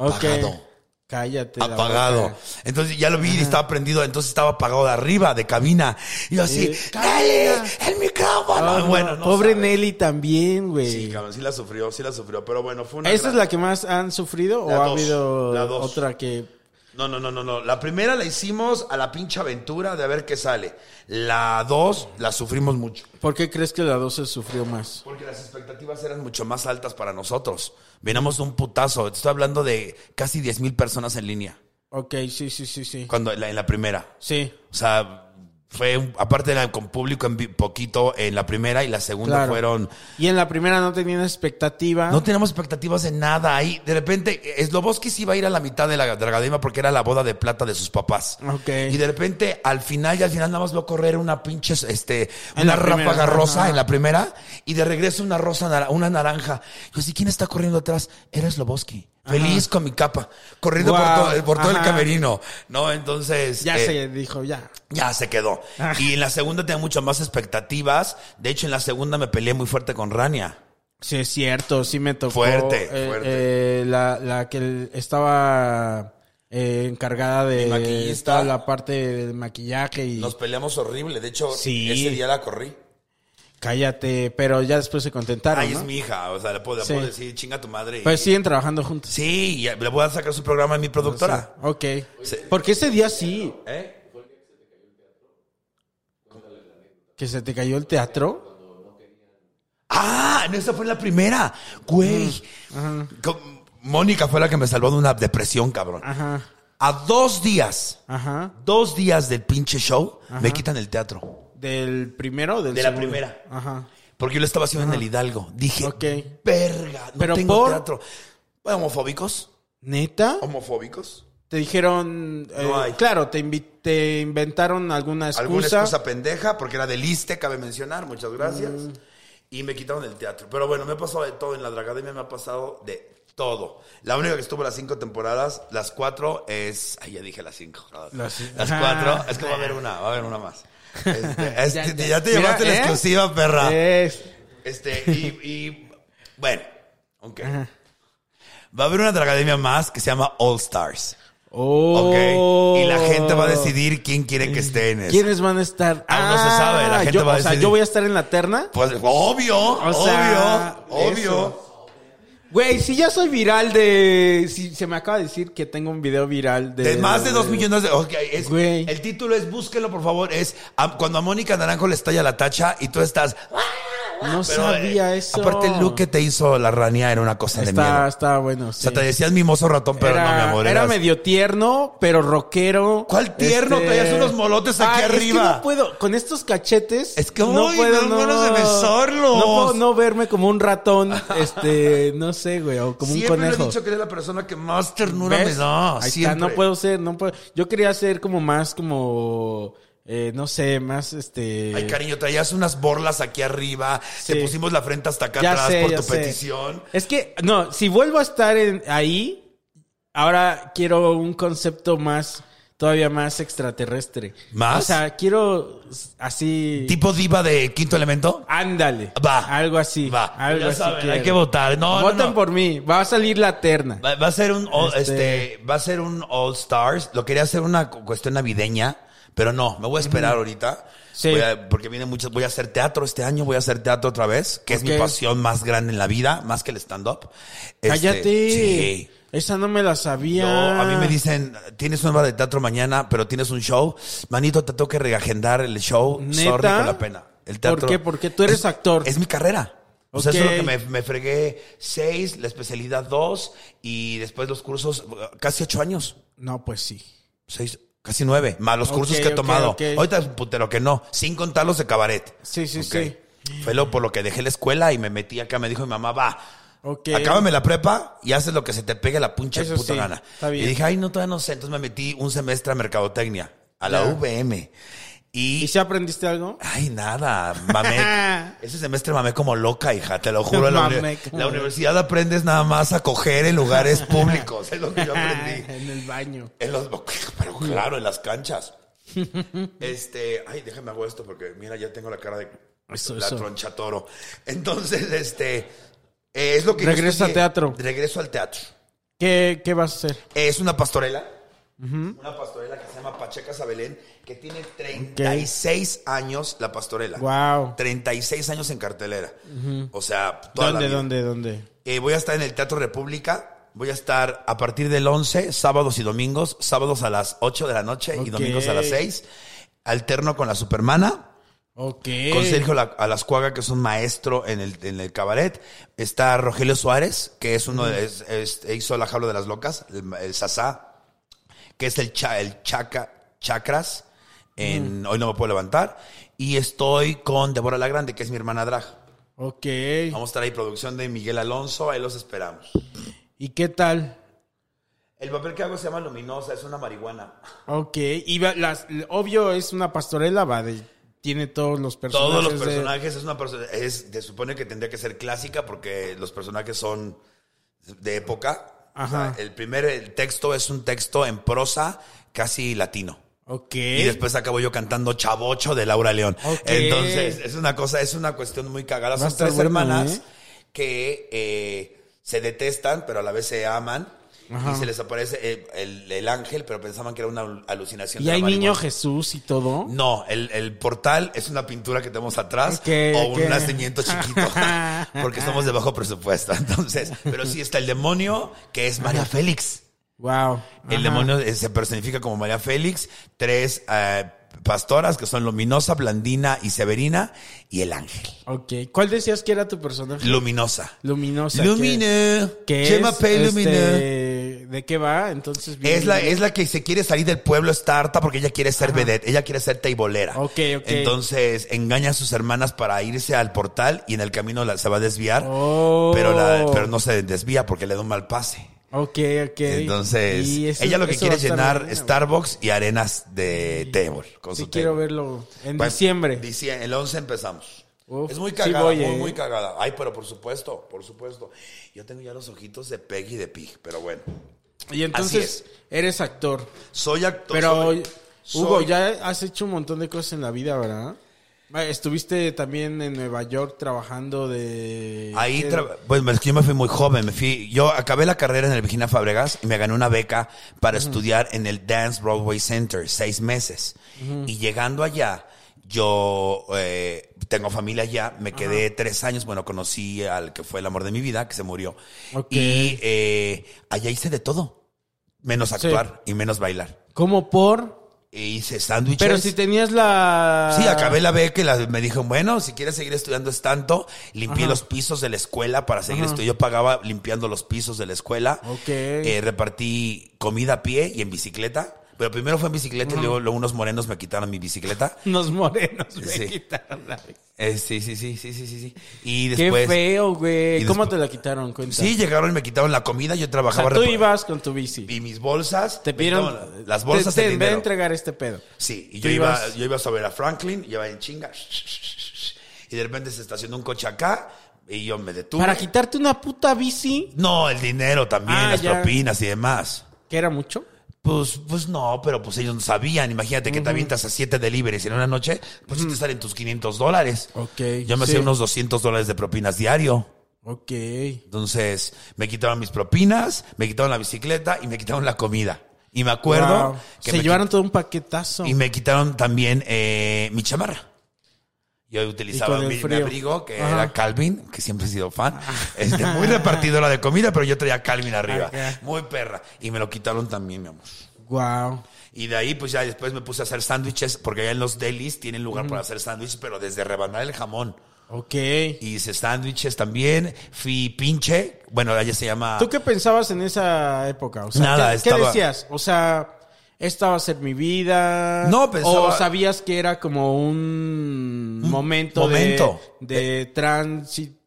S2: Ok.
S3: Apagado.
S2: Cállate. Este, la
S3: apagado.
S2: boca.
S3: Entonces ya lo vi y estaba prendido, entonces estaba apagado de arriba, de cabina. Y yo así,
S2: Eh,
S3: Nelly, el micrófono.
S2: Oh, no.
S3: bueno, Ah, no
S2: Pobre
S3: sabe.
S2: Nelly también, güey.
S3: Sí, cabrón, sí la sufrió, sí la sufrió, pero bueno, fue una.
S2: ¿Esa es
S3: gran-
S2: la que más han sufrido o
S3: La
S2: ha
S3: dos,
S2: habido
S3: la dos.
S2: otra que...
S3: No, no, no, no, no. La primera la hicimos a la pinche aventura de a ver qué sale. La dos la sufrimos mucho.
S2: ¿Por qué crees que la 2 se sufrió más?
S3: Porque las expectativas eran mucho más altas para nosotros. Venamos un putazo. Te Estoy hablando de casi 10 mil personas en línea.
S2: Ok, sí, sí, sí, sí.
S3: Cuando en la- en la primera.
S2: Sí.
S3: O sea, fue un- aparte era con público en vi- poquito en la primera y la segunda
S2: Claro.
S3: fueron.
S2: Y en la primera no tenían expectativa.
S3: No teníamos expectativas en nada ahí. De repente, Sloboski sí iba a ir a la mitad de la dragadema porque era la boda de plata de sus papás.
S2: Ok.
S3: Y de repente, al final, y al final nada más veo correr una pinche, este,
S2: En
S3: una
S2: la primera,
S3: ráfaga rosa
S2: ajá.
S3: en la primera y de regreso una rosa, nara- una naranja. Yo sí, ¿quién está corriendo atrás? Era Sloboski. Feliz con mi capa, corriendo por
S2: Wow,
S3: todo, por todo el
S2: ajá.
S3: camerino, ¿no? Entonces.
S2: Ya
S3: eh,
S2: se dijo, ya.
S3: Ya se quedó.
S2: Ah.
S3: Y en la segunda tenía muchas más expectativas. De hecho, en la segunda me peleé muy fuerte con Rania.
S2: Sí, es cierto, sí me tocó.
S3: Fuerte,
S2: eh,
S3: fuerte.
S2: eh, la, la que estaba eh, encargada de
S3: ¿El maquillista?
S2: toda la parte del maquillaje y
S3: Nos peleamos horrible. De hecho,
S2: Sí.
S3: ese día la corrí.
S2: cállate, pero ya después se contentaron.
S3: Ahí
S2: ¿no?
S3: es mi hija. O sea, le puedo, le
S2: Sí.
S3: puedo decir, chinga tu madre. y-
S2: Pues siguen trabajando juntos.
S3: Sí, y le voy a sacar su programa a mi productora.
S2: Ok.
S3: Sí.
S2: Porque ese día sí,
S3: ¿Eh?
S2: que se te cayó el teatro.
S3: Ah, no, esa fue la primera. Güey.
S2: Mm,
S3: Con- Mónica fue la que me salvó de una depresión, cabrón.
S2: Ajá, Ah.
S3: A dos días,
S2: ajá.
S3: dos días del pinche show, me quitan el teatro.
S2: ¿Del primero o del
S3: De la
S2: segundo?
S3: primera.
S2: Ajá.
S3: Porque yo lo estaba haciendo en el Hidalgo. Dije,
S2: Ok.
S3: verga, no
S2: Pero
S3: tengo
S2: por-
S3: teatro. Bueno, homofóbicos.
S2: ¿Neta?
S3: Homofóbicos.
S2: Te dijeron... eh,
S3: Oh. No hay.
S2: Claro, te, invi- te inventaron alguna excusa.
S3: Alguna excusa pendeja, porque era del ISTE, cabe mencionar, muchas gracias.
S2: Mm.
S3: Y me quitaron el teatro. Pero bueno, me ha pasado de todo. En la Dragademia me ha pasado de todo. La única que estuvo las cinco temporadas, las cuatro es. Ay, ya dije las cinco.
S2: Las
S3: Las,
S2: cinco.
S3: cuatro. Es que va a haber una, va a haber una más. Este, este, ya,
S2: Ya, ya.
S3: te
S2: Mira,
S3: llevaste la
S2: ¿eh?
S3: exclusiva, perra.
S2: Es-
S3: Este, y, y, bueno, ok. Va a haber una dragademia más que se llama All Stars.
S2: Oh.
S3: Ok. Y la gente va a decidir quién quiere que esté en eso.
S2: ¿Quiénes van a estar? Ah,
S3: Aún no se sabe, la gente
S2: yo-
S3: va a
S2: O sea,
S3: decidir.
S2: ¿yo voy a estar en la terna?
S3: Pues obvio,
S2: O sea,
S3: obvio, obvio.
S2: eso. Güey, si ya soy viral de... Si se me acaba de decir que tengo un video viral de...
S3: De más de dos millones de. ok, es-
S2: Güey.
S3: el título es búsquelo, por favor. Es a- cuando a Mónica Naranjo le estalla la tacha y tú estás.
S2: No
S3: Pero,
S2: Ah, sabía
S3: eh,
S2: eso.
S3: Aparte, el look que te hizo la ranía era una cosa de miedo.
S2: Está, está bueno,
S3: O
S2: sí.
S3: sea, te decías mimoso ratón, pero
S2: era,
S3: no, mi amor.
S2: era
S3: eras-
S2: medio tierno, pero rockero. Este,
S3: ¿Cuál tierno? Traías unos molotes aquí
S2: Ay, es que
S3: arriba.
S2: no puedo, con estos cachetes.
S3: Es que, uy, dan ganas de besarlos.
S2: No puedo no verme como un ratón, este, no sé, güey, o como
S3: Siempre
S2: un
S3: le
S2: conejo.
S3: he dicho que eres la persona que más ternura
S2: ¿Ves?
S3: me da.
S2: Ahí está,
S3: siempre.
S2: no puedo ser, no puedo. Yo quería ser como más, como, eh, no sé, más este.
S3: Ay, cariño, traías unas borlas aquí arriba. Te
S2: Sí.
S3: pusimos la frente hasta acá
S2: Ya
S3: atrás
S2: sé,
S3: por
S2: ya
S3: tu
S2: sé.
S3: petición.
S2: Es que, no, si vuelvo a estar en, ahí, ahora quiero un concepto más, todavía más extraterrestre.
S3: ¿Más?
S2: O sea, quiero s- así.
S3: ¿Tipo diva de quinto elemento?
S2: Ándale.
S3: Va.
S2: Algo así.
S3: Va.
S2: Algo
S3: Ya
S2: así.
S3: saben, hay
S2: quiero.
S3: que votar. No, no,
S2: Voten
S3: no.
S2: por mí. Va a salir la terna.
S3: Va, va a ser un all,
S2: Este-
S3: este, va a ser un All Stars. Lo quería hacer una cu- cuestión navideña, pero no, me voy a esperar ahorita.
S2: Sí.
S3: Voy a- porque viene muchas, voy a hacer teatro este año, voy a hacer teatro otra vez, que es mi
S2: Ok.
S3: pasión más grande en la vida, más que el stand up. Este,
S2: Cállate.
S3: Sí.
S2: Esa no me la sabía.
S3: No, a mí me dicen, tienes una obra de teatro mañana, pero tienes un show. Manito, te tengo que reagendar el show.
S2: ¿Neta?
S3: Sorry con la pena. El teatro-
S2: ¿Por qué? Porque tú eres
S3: Es-
S2: actor.
S3: Es mi carrera. O sea, eso es lo
S2: Ok.
S3: que me, me fregué seis, la especialidad dos y después los cursos, casi ocho años.
S2: No, pues sí.
S3: Seis, casi nueve, más los
S2: Ok,
S3: cursos que he
S2: ok,
S3: tomado.
S2: ok.
S3: Ahorita es un putero que no, sin contar los de cabaret.
S2: Sí, sí,
S3: Ok.
S2: sí.
S3: Fue lo por lo que dejé la escuela y me metí acá. Me dijo mi mamá, va,
S2: Ok.
S3: acábame la prepa y haces lo que se te pegue la puncha
S2: Eso
S3: puta
S2: sí,
S3: gana.
S2: está bien.
S3: Y dije, ay, no, todavía no sé. Entonces me metí un semestre a mercadotecnia, a la
S2: Ya.
S3: UVM. Y,
S2: ¿Y si aprendiste algo?
S3: ay, nada, mamé. Ese semestre mamé como loca, hija, te lo juro. La, uni-
S2: Mamé como
S3: la
S2: loca.
S3: universidad aprendes nada más a coger en lugares públicos. es lo que yo aprendí.
S2: Ah, en el baño.
S3: En los, pero claro, en las canchas. Este, ay, déjame hago esto porque mira, ya tengo la cara de
S2: Eso,
S3: la
S2: eso.
S3: troncha toro. Entonces, este, eh, es lo que yo
S2: Regresa al
S3: estudié.
S2: teatro.
S3: Regreso al teatro.
S2: ¿Qué, ¿Qué vas a hacer?
S3: Es una pastorela. Una pastorela que se llama Pacheca Sabelén, que tiene 36 años la pastorela.
S2: Wow.
S3: 36 años en cartelera. O sea, toda la
S2: ¿Dónde,
S3: vida.
S2: dónde, dónde?
S3: Eh, voy a estar en el Teatro República. Voy a estar a partir del 11, sábados y domingos. Sábados a las 8 de la noche y
S2: Ok.
S3: domingos a las 6. Alterno con la Supermana,
S2: Ok.
S3: con Sergio La- Alascuaga, que es un maestro en el, en el cabaret. Está Rogelio Suárez, que es uno de, es- es- hizo La Jaula de las Locas, el, el Sasá, que es el, cha- el chaca, Chacras. En, Hoy no me puedo levantar. Y estoy con Débora La Grande, que es mi hermana drag.
S2: Ok.
S3: Vamos a estar ahí, producción de Miguel Alonso. Ahí los esperamos.
S2: ¿Y qué tal?
S3: El papel que hago se llama Luminosa, es una marihuana.
S2: Ok. Y va- las, obvio es una pastorela, va de- Tiene todos los personajes.
S3: Todos los
S2: de-
S3: personajes es una persona. Es, se supone que tendría que ser clásica porque los personajes son de época.
S2: Ajá.
S3: O sea, el primer el texto es un texto en prosa casi latino.
S2: Ok.
S3: Y después acabo yo cantando Chavocho de Laura León.
S2: Ok.
S3: Entonces, es una cosa, es una cuestión muy cagada.
S2: Va a
S3: Son
S2: estar
S3: tres
S2: bueno,
S3: hermanas
S2: ¿eh?
S3: que eh, se detestan, pero a la vez se aman.
S2: Ajá.
S3: Y se les aparece eh, el, el ángel, pero pensaban que era una al- alucinación.
S2: Y
S3: de la
S2: hay niño
S3: marihuana.
S2: Jesús y todo.
S3: No, el, el portal es una pintura que tenemos atrás
S2: Ok,
S3: o
S2: ok.
S3: un nacimiento chiquito, porque estamos de bajo presupuesto. Entonces, pero sí está el demonio, que es María Félix.
S2: Wow.
S3: El
S2: Ajá.
S3: demonio eh, se personifica como María Félix, tres eh, pastoras que son Luminosa, Blandina y Severina, y el ángel.
S2: Ok. ¿Cuál decías que era tu personaje?
S3: Luminosa.
S2: Luminosa.
S3: Lumina.
S2: Que, que
S3: Chema
S2: es,
S3: P.
S2: este,
S3: Lumina.
S2: ¿De qué va? Entonces. bien-
S3: Es la, es la que se quiere salir del pueblo, está harta porque ella quiere ser vedette, ella quiere ser teibolera.
S2: Ok, ok.
S3: Entonces engaña a sus hermanas para irse al portal y en el camino la- se va a desviar,
S2: Oh.
S3: pero, la- pero no se desvía porque le da un mal pase.
S2: Ok, ok.
S3: Entonces,
S2: Y eso-
S3: ella lo que
S2: eso
S3: quiere
S2: va
S3: es
S2: a estar
S3: llenar
S2: bueno.
S3: Starbucks y arenas de table con
S2: Sí,
S3: su
S2: quiero
S3: table.
S2: verlo en
S3: Bueno,
S2: diciembre.
S3: dicie- el 11 empezamos.
S2: Uf,
S3: es muy
S2: sí
S3: cagada,
S2: voy,
S3: muy,
S2: eh.
S3: muy cagada. Ay, pero por supuesto, por supuesto. Yo tengo ya los ojitos de Peggy de Pig, pero bueno.
S2: Y entonces,
S3: es.
S2: eres actor.
S3: Soy actor.
S2: Pero,
S3: soy-
S2: Hugo,
S3: soy-
S2: ya has hecho un montón de cosas en la vida, ¿verdad? Ah, Estuviste también en Nueva York trabajando de...
S3: Ahí,
S2: ¿qué?
S3: tra- pues es que yo me fui muy joven, me fui, yo acabé la carrera en el Virginia Fabregas y me gané una beca para estudiar en el Dance Broadway Center, seis meses. Y llegando allá, yo eh, tengo familia allá, me quedé tres años, bueno, conocí al que fue el amor de mi vida, que se murió.
S2: Ok.
S3: Y eh, allá hice de todo, menos actuar y menos bailar.
S2: ¿Cómo por?
S3: E hice sándwiches.
S2: Pero si tenías la...
S3: Sí, acabé la beca y la- me dijo, bueno, si quieres seguir estudiando es tanto. Limpié los pisos de la escuela para seguir estudiando. Yo pagaba limpiando los pisos de la escuela.
S2: Ok.
S3: Eh, repartí comida a pie y en bicicleta. Pero primero fue en bicicleta y luego, luego unos morenos me quitaron mi bicicleta.
S2: Unos morenos me
S3: Sí.
S2: quitaron la...
S3: Eh, sí, sí, sí, sí, sí, sí, sí. Y
S2: Qué
S3: después...
S2: feo, güey.
S3: y
S2: ¿Cómo
S3: despu-
S2: te la quitaron? Cuenta.
S3: Sí, llegaron y me quitaron la comida. Yo
S2: o sea,
S3: trabajaba...
S2: tú
S3: repar-
S2: ibas con tu bici.
S3: Y mis bolsas.
S2: Te
S3: me
S2: pidieron...
S3: quitaron Las bolsas
S2: te,
S3: de
S2: te voy a
S3: dinero.
S2: entregar este pedo.
S3: Sí, y
S2: Tú
S3: yo iba,
S2: ibas-
S3: yo iba sobre a Franklin, yo iba en chinga. Y de repente se estacionó un coche acá y yo me detuve.
S2: Para quitarte una puta bici,
S3: No, el dinero también,
S2: Ah,
S3: las
S2: ya.
S3: propinas y demás.
S2: que era mucho.
S3: Pues, pues no, pero pues ellos no sabían. Imagínate que te avientas a siete deliveries en una noche, pues sí te salen tus 500 dólares.
S2: Ok,
S3: Yo me
S2: sí.
S3: hacía unos 200 dólares de propinas diario.
S2: Ok.
S3: Entonces, me quitaron mis propinas, me quitaron la bicicleta y me quitaron la comida. Y me acuerdo
S2: Wow.
S3: que
S2: Se
S3: me
S2: llevaron todo un paquetazo.
S3: Y me quitaron también eh, mi chamarra. Yo utilizaba
S2: con el
S3: mi, mi
S2: frío.
S3: abrigo, que
S2: Ajá. Ah.
S3: era Calvin, que siempre he sido fan. Este, muy repartidora de comida, pero yo traía Calvin arriba.
S2: Ok.
S3: Muy perra. Y me lo quitaron también, mi amor.
S2: Wow.
S3: Y de ahí, pues ya después me puse a hacer sándwiches, porque allá en los delis tienen lugar para hacer sándwiches, pero desde rebanar el jamón.
S2: Ok.
S3: Y hice sándwiches también. Fui pinche. Bueno, allá se llama.
S2: ¿Tú qué pensabas en esa época? O sea,
S3: Nada,
S2: ¿qué, qué
S3: estaba-
S2: decías? O sea, esta va a ser mi vida.
S3: No, pensaba-
S2: O sabías que era como un momento,
S3: momento.
S2: de, de tránsito.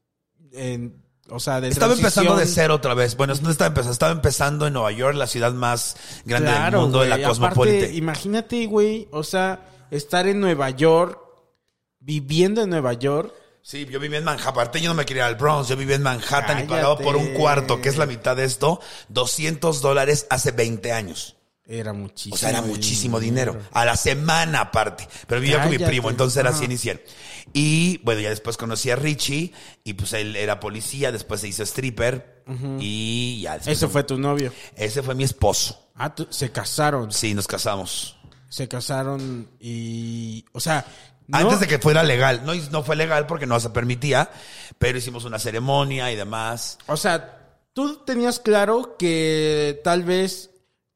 S2: en- O sea, de
S3: Estaba
S2: transición.
S3: empezando de cero otra vez. Bueno, no estaba empezando, estaba empezando en Nueva York, la ciudad más grande
S2: Claro,
S3: del mundo,
S2: güey.
S3: la
S2: Aparte,
S3: cosmopolite.
S2: imagínate, güey. O sea, estar en Nueva York, viviendo en Nueva York.
S3: Sí, yo vivía en Manhattan. Aparte, yo no me quería ir al Bronx. Yo vivía en Manhattan y
S2: Cállate.
S3: pagaba por un cuarto, que es la mitad de esto, 200 dólares hace 20 años.
S2: Era muchísimo.
S3: O sea, era
S2: güey.
S3: muchísimo dinero. A la semana aparte. Pero vivía con mi
S2: Cállate.
S3: primo, entonces era
S2: Ajá.
S3: 100 y 100. Y bueno, ya después conocí a Richie y pues él era policía, después se hizo stripper y ya. después-
S2: Ese fue tu novio.
S3: Ese fue mi esposo.
S2: Ah, tú- se casaron.
S3: Sí, nos casamos.
S2: se casaron y, o sea, no-
S3: Antes de que fuera legal. No, no fue legal porque no se permitía, pero hicimos una ceremonia y demás.
S2: o sea, tú tenías claro que tal vez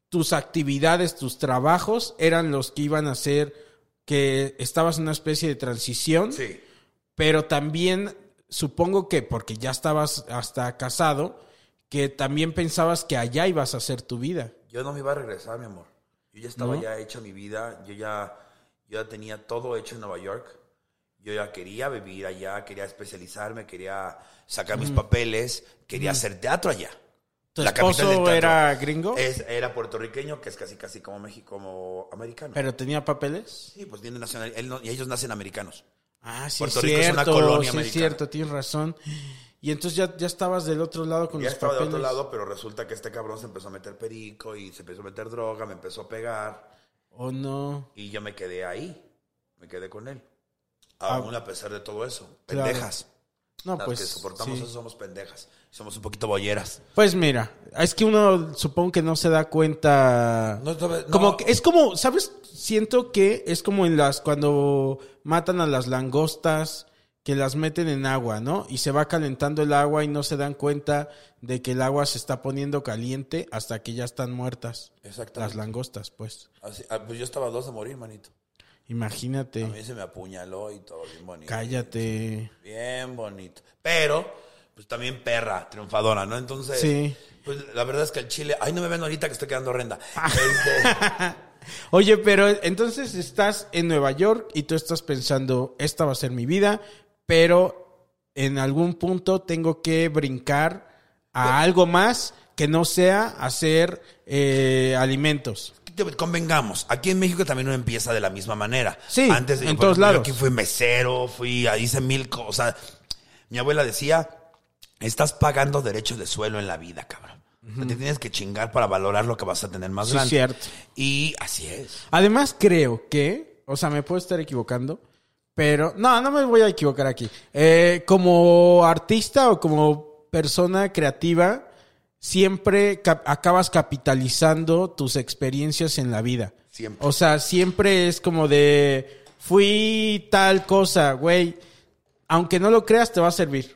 S2: tus actividades, tus trabajos eran los que iban a hacer que estabas en una especie de transición,
S3: Sí.
S2: pero también supongo que porque ya estabas hasta casado, que también pensabas que allá ibas a hacer tu vida.
S3: Yo no me iba a regresar, mi amor. Yo ya estaba
S2: ¿No?
S3: ya hecha mi vida. Yo ya, yo ya tenía todo hecho en Nueva York. Yo ya quería vivir allá, quería especializarme, quería sacar mis papeles, quería hacer teatro allá.
S2: ¿Tu
S3: La capital del
S2: esposo
S3: teatro.
S2: era gringo?
S3: Es- era puertorriqueño, que es casi casi como México, como americano.
S2: ¿Pero tenía papeles?
S3: sí, pues tiene nacional, él no- y ellos nacen americanos.
S2: Ah, sí,
S3: Puerto
S2: es
S3: Rico es una
S2: cierto,
S3: colonia
S2: sí, es
S3: americana.
S2: cierto, tienes razón. Y entonces ya, ya estabas del otro lado con
S3: Ya
S2: los
S3: estaba
S2: papeles.
S3: de otro lado, pero resulta que este cabrón se empezó a meter perico y se empezó a meter droga, me empezó a pegar
S2: Oh, no.
S3: y yo me quedé ahí. Me quedé con él. Aún a pesar de todo eso.
S2: Claro.
S3: Pendejas.
S2: No,
S3: Las
S2: pues.
S3: que soportamos
S2: sí.
S3: eso somos pendejas. Somos un poquito bolleras.
S2: Pues mira, es que uno supongo que no se da cuenta.
S3: No, no, no.
S2: Como que- es como, ¿sabes? Siento que es como en las cuando matan a las langostas que las meten en agua, ¿no? Y se va calentando el agua y no se dan cuenta de que el agua se está poniendo caliente hasta que ya están muertas. eh, Las
S3: Exactamente.
S2: langostas, pues.
S3: Así- ah, pues yo estaba a dos de morir, manito. A mí
S2: Imagínate.
S3: se me apuñaló y todo bien bonito.
S2: Cállate.
S3: Bien bonito. Pero, pues también perra, triunfadora, ¿no? Entonces,
S2: Sí.
S3: pues la verdad es que el chile. Ay, no me ven ahorita que estoy quedando horrenda. Este,
S2: Oye, pero entonces estás en Nueva York y tú estás pensando, esta va a ser mi vida, pero en algún punto tengo que brincar a algo más que no sea hacer eh, alimentos.
S3: te- convengamos, aquí en México también uno empieza de la misma manera.
S2: Sí,
S3: de-
S2: en
S3: por
S2: todos
S3: ejemplo,
S2: lados.
S3: Yo aquí fui mesero, fui, ah, hice mil cosas. Mi abuela decía, estás pagando derechos de suelo en la vida, cabrón. O sea, Te tienes que chingar para valorar lo que vas a tener más
S2: Sí,
S3: grande.
S2: cierto.
S3: Y así es.
S2: Además, creo que, o sea, me puedo estar equivocando, pero no, no me voy a equivocar aquí. Eh, como artista o como persona creativa, siempre cap- acabas capitalizando tus experiencias en la vida.
S3: Siempre.
S2: O sea, siempre es como de, fui tal cosa, güey. Aunque no lo creas, te va a servir.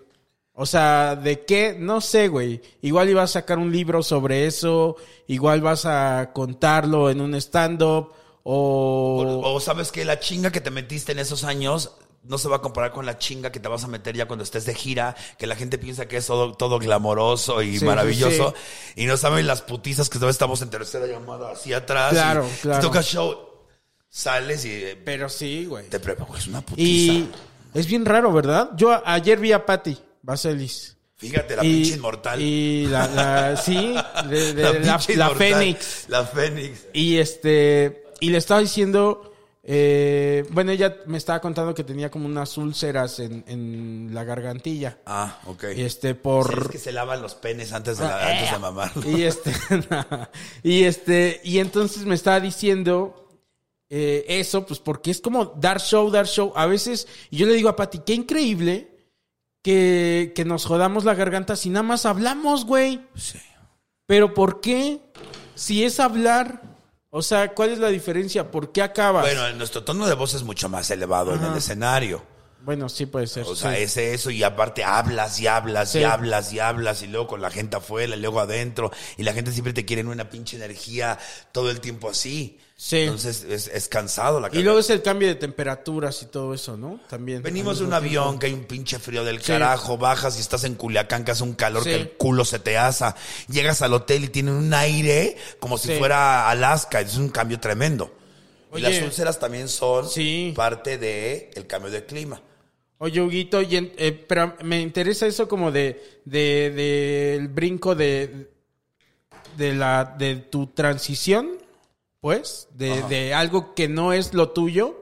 S2: O sea, ¿de qué? No sé, güey. Igual ibas a sacar un libro sobre eso, igual vas a contarlo en un stand-up, o...
S3: O, o sabes que la chinga que te metiste en esos años no se va a comparar con la chinga que te vas a meter ya cuando estés de gira, que la gente piensa que es todo, todo glamoroso y
S2: Sí,
S3: maravilloso y no saben las putizas que todavía estamos en tercera llamada hacia atrás.
S2: Claro,
S3: y
S2: claro.
S3: Te toca show, sales y eh,
S2: Pero sí, güey.
S3: te preparas. Es una putiza.
S2: Y es bien raro, ¿verdad? Yo a- ayer vi a Patty Baselis.
S3: Fíjate, la
S2: Y-
S3: pinche inmortal.
S2: Y la, la- sí, de- de- la-
S3: pinche
S2: la
S3: inmortal.
S2: Fénix.
S3: La Fénix.
S2: Y este. Y le estaba diciendo. eh, bueno, ella me estaba contando que tenía como unas úlceras en, en la gargantilla.
S3: Ah, ok.
S2: Este,
S3: Sí, es
S2: por. Ah,
S3: que se lavan los penes antes de, la- antes de mamar.
S2: Y este. y este. Y entonces me estaba diciendo. eh, eso, pues porque es como dar show, dar show. A veces, y yo le digo a Pati, qué increíble que, que nos jodamos la garganta si nada más hablamos, güey.
S3: Sí.
S2: Pero ¿por qué? Si es hablar, o sea, ¿cuál es la diferencia? ¿Por qué acabas?
S3: Bueno, nuestro tono de voz es mucho más elevado en el escenario.
S2: Bueno, sí puede ser.
S3: O sea,
S2: sí.
S3: es eso y aparte hablas y hablas
S2: Sí.
S3: y hablas y hablas y luego con la gente afuera y luego adentro y la gente siempre te quiere en una pinche energía todo el tiempo así.
S2: Sí.
S3: Entonces es, es cansado la
S2: Y luego es el cambio de temperaturas y todo eso, ¿no? También.
S3: Venimos de
S2: Al
S3: un
S2: mismo tiempo.
S3: avión que hay un pinche frío del
S2: Sí.
S3: carajo, bajas y estás en Culiacán que hace un calor
S2: Sí.
S3: que el culo se te asa. Llegas al hotel y tienen un aire como si
S2: Sí.
S3: fuera Alaska, es un cambio tremendo. y
S2: Oye.
S3: las úlceras también son
S2: Sí.
S3: parte de el cambio de clima.
S2: Oye, Huguito, y en- eh, pero me interesa eso como de, de, del brinco de, de la, de tu transición, pues, de, de algo que no es lo tuyo.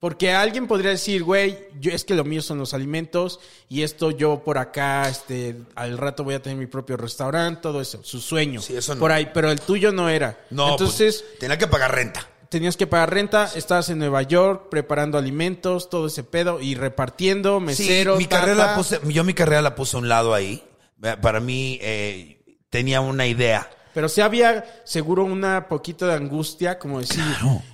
S2: Porque alguien podría decir, güey, yo es que lo mío son los alimentos y esto yo por acá, este, al rato voy a tener mi propio restaurante, todo eso, su sueño.
S3: Sí, eso no.
S2: Por ahí, pero el tuyo no era.
S3: No,
S2: Entonces,
S3: pues, tenía que pagar renta.
S2: tenías que pagar renta, estabas en Nueva York preparando alimentos, todo ese pedo y repartiendo, mesero,
S3: mi
S2: tata.
S3: carrera la puse- yo mi carrera la puse a un lado ahí. Para mí eh, tenía una idea.
S2: Pero sí había seguro una poquito de angustia, como decir,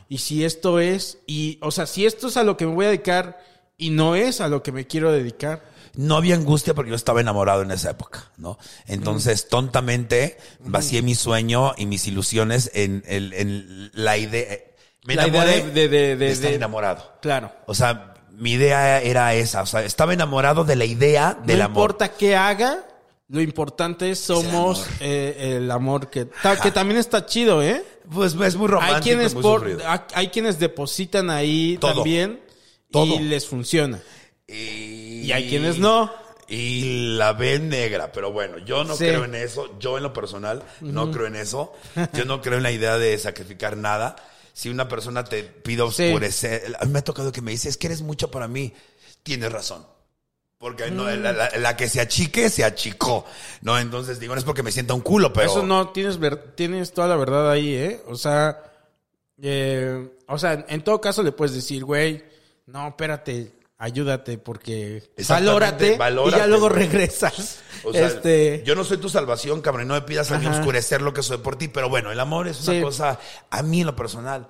S2: y si esto es, y, o sea, si esto es a lo que me voy a dedicar y no es a lo que me quiero dedicar.
S3: No había angustia porque yo estaba enamorado en esa época, ¿no? Entonces, tontamente vacié mi sueño y mis ilusiones en, el- en la idea. Me
S2: La idea
S3: enamoré
S2: de- de- de- de-
S3: estar
S2: de-
S3: enamorado.
S2: Claro.
S3: O sea, mi idea era esa. O sea, estaba enamorado de la idea del
S2: no
S3: amor.
S2: importa qué haga, lo importante es somos
S3: amor.
S2: eh, el amor, que, ta- que también está chido, ¿eh?
S3: Pues es muy romántico.
S2: Hay quienes,
S3: muy
S2: por-
S3: sufrido.
S2: hay- hay quienes depositan ahí
S3: Todo.
S2: también
S3: Todo.
S2: y les funciona.
S3: Y,
S2: Y hay quienes no.
S3: Y la ven negra, pero bueno, yo no
S2: Sí.
S3: creo en eso. Yo en lo personal no creo en eso. Yo no creo en la idea de sacrificar nada. Si una persona te pide
S2: Sí.
S3: oscurecer, a mí me ha tocado que me dice, es que eres mucho para mí. Tienes razón. Porque no,
S2: Mm.
S3: la, la- la que se achique, se achicó. No, entonces digo, no es porque me sienta un culo, pero.
S2: Eso no, tienes, ver- tienes toda la verdad ahí, ¿eh? O sea, eh, o sea, en todo caso le puedes decir, güey, no, espérate, ayúdate porque
S3: Exactamente,
S2: valórate, y ya
S3: valórate,
S2: luego
S3: güey.
S2: regresas.
S3: O sea,
S2: este,
S3: Yo no soy tu salvación, cabrón. y No me pidas a mí
S2: Ajá.
S3: oscurecer lo que soy por ti. Pero bueno, el amor es una
S2: Sí.
S3: cosa. A mí, en lo personal,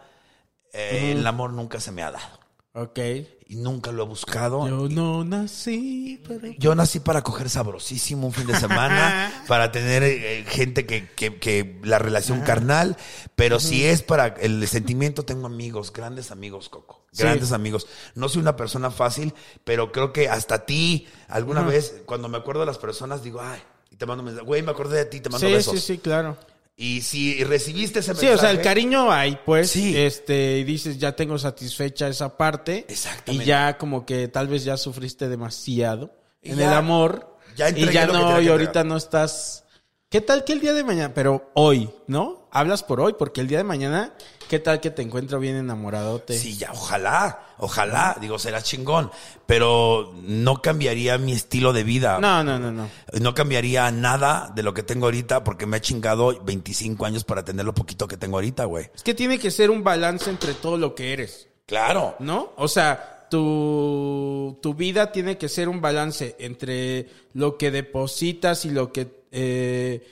S3: eh, el amor nunca se me ha dado.
S2: Ok.
S3: Y nunca lo he buscado. Yo,
S2: Yo no nací para...
S3: nací para coger sabrosísimo un fin de semana, para tener eh, gente que, que- que la relación carnal. Pero si es para el sentimiento, tengo amigos, grandes amigos, Coco.
S2: Sí.
S3: Grandes amigos. No soy una persona fácil, pero creo que hasta ti, alguna vez, cuando me acuerdo de las personas, digo, ay. Y te mando un mensaje, güey, me acordé de ti, te mando
S2: Sí,
S3: besos.
S2: sí, sí, claro.
S3: Y si recibiste ese
S2: Sí,
S3: mensaje.
S2: o sea, el cariño hay, pues,
S3: Sí.
S2: este, y dices, ya tengo satisfecha esa parte.
S3: Exactamente.
S2: Y ya como que tal vez ya sufriste demasiado
S3: Y
S2: en
S3: ya-
S2: el amor.
S3: ya
S2: y
S3: entregué
S2: ya
S3: lo que
S2: no,
S3: tenía
S2: y
S3: que
S2: ahorita
S3: entregar.
S2: no estás... ¿Qué tal que el día de mañana? Pero hoy, ¿no? Hablas por hoy, porque el día de mañana, ¿qué tal que te encuentro bien enamoradote?
S3: Sí, ya, ojalá, ojalá. Digo, será chingón. Pero no cambiaría mi estilo de vida.
S2: No, no, no, no.
S3: No cambiaría nada de lo que tengo ahorita porque me he chingado 25 años para tener lo poquito que tengo ahorita, güey.
S2: Es que tiene que ser un balance entre todo lo que eres.
S3: Claro.
S2: ¿no? O sea, tu, tu vida tiene que ser un balance entre lo que depositas y lo que, eh,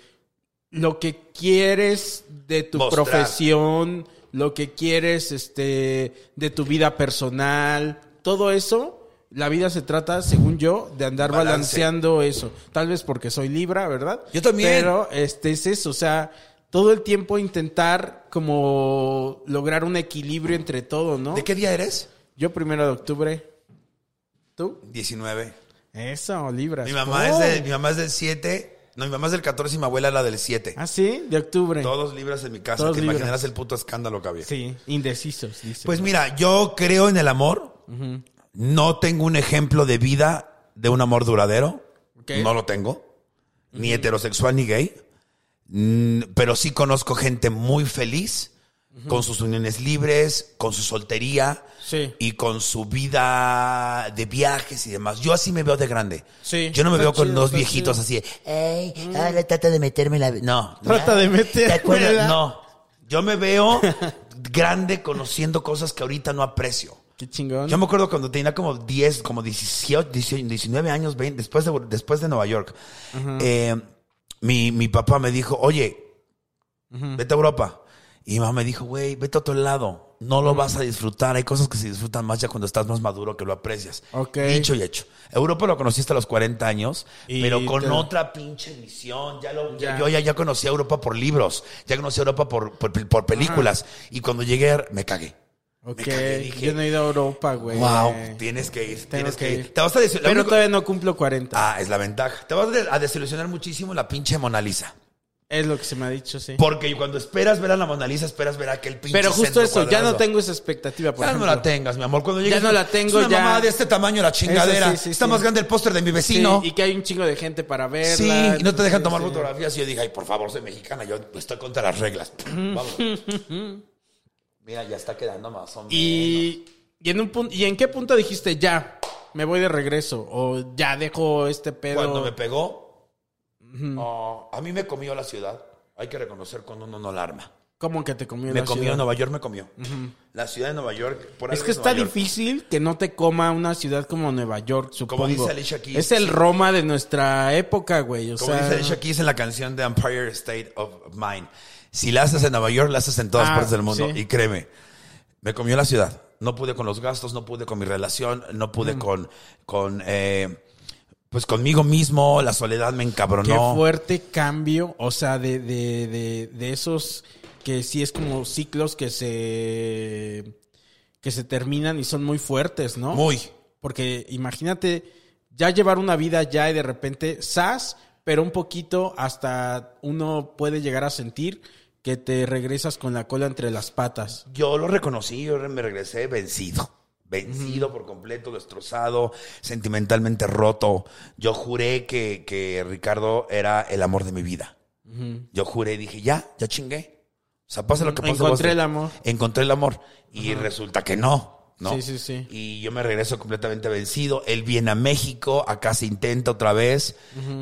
S2: lo que quieres de tu
S3: Mostrar.
S2: profesión, lo que quieres este, de tu vida personal, todo eso. La vida se trata, según yo, de andar
S3: Balance.
S2: balanceando eso. Tal vez porque soy Libra, ¿verdad?
S3: Yo también.
S2: Pero este es eso, o sea, todo el tiempo intentar como lograr un equilibrio entre todo, ¿no?
S3: ¿De qué día eres?
S2: Yo primero de octubre. ¿Tú?
S3: 19.
S2: Eso, Libras.
S3: Mi mamá,
S2: Oh.
S3: es del, mi mamá es del 7. No, mi mamá es del 14 y mi abuela la del 7.
S2: ¿Ah, sí? De octubre.
S3: Todos libras en mi casa.
S2: Todos
S3: Te
S2: libras.
S3: imaginarás el puto escándalo que había.
S2: Sí, indecisos, dice.
S3: Pues mira, yo creo en el amor. No tengo un ejemplo de vida de un amor duradero.
S2: Ok.
S3: No lo tengo. Ni heterosexual ni gay. Mm, Pero sí conozco gente muy feliz con sus uniones libres, con su soltería
S2: Sí.
S3: y con su vida de viajes y demás. Yo así me veo de grande.
S2: Sí.
S3: Yo no me
S2: Está
S3: veo con
S2: chido,
S3: dos
S2: está
S3: viejitos
S2: chido.
S3: así. de, Ey, ahora trata de meterme la... No.
S2: Trata de meterme
S3: ¿Te acuerdas?
S2: la-
S3: No. Yo me veo grande conociendo cosas que ahorita no aprecio.
S2: Qué chingón.
S3: Yo me acuerdo cuando tenía como 10, como 18, 18, 19 años, 20, después de, después de Nueva York. eh, mi, mi papá me dijo, oye, vete a Europa. Y mi mamá me dijo, güey, vete a otro lado. No lo vas a disfrutar. Hay cosas que se disfrutan más ya cuando estás más maduro que lo aprecias.
S2: Ok.
S3: Dicho y hecho. Europa lo conocí hasta los 40 años,
S2: Y
S3: pero con
S2: te-
S3: otra pinche visión. Ya lo, ya-
S2: Ya.
S3: Yo ya, ya conocí a Europa por libros, ya conocí a Europa por, por, por películas. Y cuando llegué, me cagué.
S2: Ok,
S3: cagué, dije,
S2: yo no he ido a Europa, güey.
S3: Wow, Pues, tienes que ir,
S2: Tengo
S3: tienes que,
S2: que
S3: ir.
S2: ir.
S3: Te vas a desilusionar.
S2: Pero todavía no cumplo 40.
S3: Ah, es la ventaja. Te vas a desilusionar muchísimo la pinche Mona Lisa.
S2: Es lo que se me ha dicho, sí.
S3: Porque cuando esperas ver a la Mona Lisa, esperas ver a aquel pinche
S2: Pero justo
S3: centro
S2: eso, ya
S3: cuadrado.
S2: no tengo esa expectativa, por
S3: Ya no
S2: ejemplo.
S3: la tengas, mi amor. Cuando llegues,
S2: no la tengo,
S3: Es una
S2: ya.
S3: mamada de este tamaño la chingadera.
S2: Eso sí, sí,
S3: Está
S2: sí.
S3: más grande el póster de mi
S2: Sí,
S3: vecino.
S2: y que hay un chingo de gente para verla.
S3: Sí, y no te dejan tomar
S2: sí.
S3: fotografías. Y yo dije, ay, por favor, soy mexicana, yo estoy contra las reglas. Vamos. Mira, ya está quedando más o menos.
S2: Y, y en un pun- ¿Y en qué punto dijiste ya? Me voy de regreso. O ya dejo este pedo.
S3: Cuando me pegó, oh, a mí me comió la ciudad. Hay que reconocer cuando uno no la arma.
S2: ¿Cómo que te comió
S3: Me
S2: la
S3: comió
S2: ciudad?
S3: Nueva York, me comió. La ciudad de Nueva York. por
S2: Es
S3: algo
S2: que
S3: Nueva
S2: está
S3: York.
S2: difícil que no te coma una ciudad como Nueva York, supongo.
S3: dice Alicia Keys.
S2: Es el Roma de nuestra época, güey. O
S3: Como
S2: sea,
S3: dice Alicia Keys en la canción de Empire State of Mind. Si la haces en Nueva York, la haces en todas
S2: Ah,
S3: partes del mundo.
S2: sí.
S3: Y créeme, me comió la ciudad. No pude con los gastos, no pude con mi relación, no
S2: Mm.
S3: pude con, con eh, pues conmigo mismo. La soledad me
S2: qué
S3: encabronó.
S2: fuerte cambio. O sea, de, de, de, de esos que sí es como ciclos que se que se terminan y son muy fuertes, ¿no?
S3: Muy.
S2: Porque imagínate ya llevar una vida ya y de repente, sas, pero un poquito hasta uno puede llegar a sentir que te regresas con la cola entre las patas.
S3: Yo lo reconocí, yo re- me regresé vencido. Vencido por completo, destrozado, sentimentalmente roto. Yo juré que, que Ricardo era el amor de mi vida. Yo juré, dije, ya, ya chingué. O sea, pasa lo que pase.
S2: Encontré
S3: voy a
S2: el
S3: hacer-
S2: amor.
S3: Encontré el amor. Y resulta que no. ¿no?
S2: Sí, sí, sí.
S3: Y yo me regreso completamente vencido. Él viene a México, acá se intenta otra vez,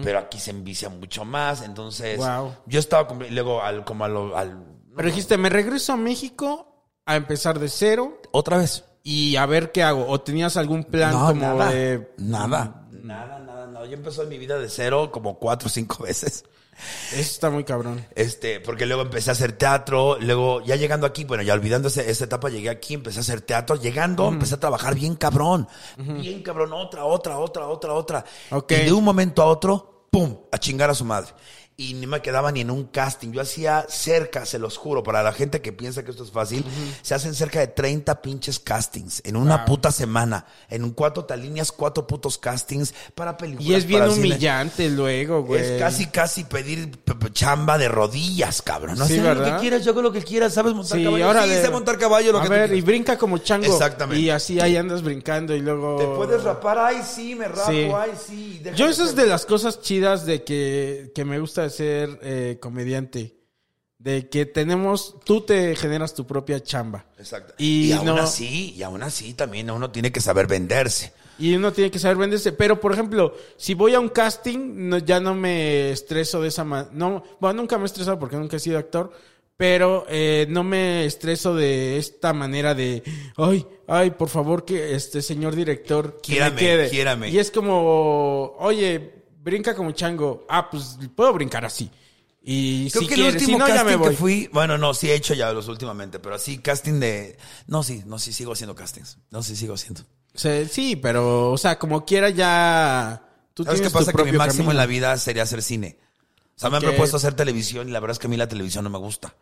S3: pero aquí se envicia mucho más. Entonces,
S2: Guau.
S3: yo estaba comple- y luego al, como a lo- al-
S2: Pero dijiste, me regreso a México a empezar de cero
S3: otra vez.
S2: y a ver qué hago. ¿O tenías algún plan como
S3: nada,
S2: de...
S3: nada. Nada, nada, nada. Yo empecé mi vida de cero como cuatro o cinco veces.
S2: Eso está muy cabrón.
S3: Este, porque luego empecé a hacer teatro, luego ya llegando aquí, bueno, ya olvidando ese- esa etapa, llegué aquí, empecé a hacer teatro, llegando, empecé a trabajar bien cabrón, bien cabrón, otra, otra, otra, otra, otra.
S2: Ok.
S3: Y de un momento a otro, ¡pum!, a chingar a su madre. Y ni me quedaba ni en un casting. Yo hacía cerca, se los juro, para la gente que piensa que esto es fácil, se hacen cerca de 30 pinches castings en una puta semana, en un cuatro talíneas, cuatro putos castings para películas.
S2: Y es bien
S3: para cine.
S2: humillante luego, güey.
S3: Es casi, casi pedir p- p- chamba de rodillas, cabrón. No
S2: Sí,
S3: sé lo
S2: ¿verdad?
S3: que quieras, yo hago lo que quieras. ¿Sabes montar
S2: Sí,
S3: caballo?
S2: ahora
S3: sí, sé montar caballo, lo
S2: a
S3: que tú
S2: ver, y
S3: quieras.
S2: brinca como chango.
S3: Exactamente.
S2: Y así ahí andas brincando y luego...
S3: Te puedes rapar, ay, sí, me rapo,
S2: Sí.
S3: ay, sí. déjame
S2: Yo eso es
S3: hacer-
S2: de las cosas chidas de que, que me gusta de ser eh, comediante. De que tenemos... Tú te generas tu propia chamba.
S3: Exacto. Y,
S2: Y
S3: aún
S2: no-
S3: así, y aún así también uno tiene que saber venderse.
S2: Y uno tiene que saber venderse. Pero, por ejemplo, si voy a un casting, no- ya no me estreso de esa manera. No, bueno, nunca me he estresado porque nunca he sido actor. Pero eh, no me estreso de esta manera de, ay, ay, por favor, que este señor director que
S3: Quiérame,
S2: me quede.
S3: quiérame.
S2: Y es como, oye, brinca como chango. Ah, pues puedo brincar así. Y
S3: Creo
S2: si
S3: que el
S2: quieres,
S3: último
S2: si no, ya
S3: casting
S2: me voy.
S3: que fui, bueno, no, sí he hecho ya los últimamente, pero así casting de, no, sí, no, sí sigo haciendo castings, no, sí sigo haciendo.
S2: O sea, sí, pero, o sea, como quiera ya. Tú
S3: ¿Sabes qué
S2: tienes tu
S3: pasa? Que mi
S2: propio
S3: máximo en
S2: camino.
S3: la vida sería hacer cine. O sea, me
S2: Ok.
S3: han propuesto hacer televisión y la verdad es que a mí la televisión no me gusta.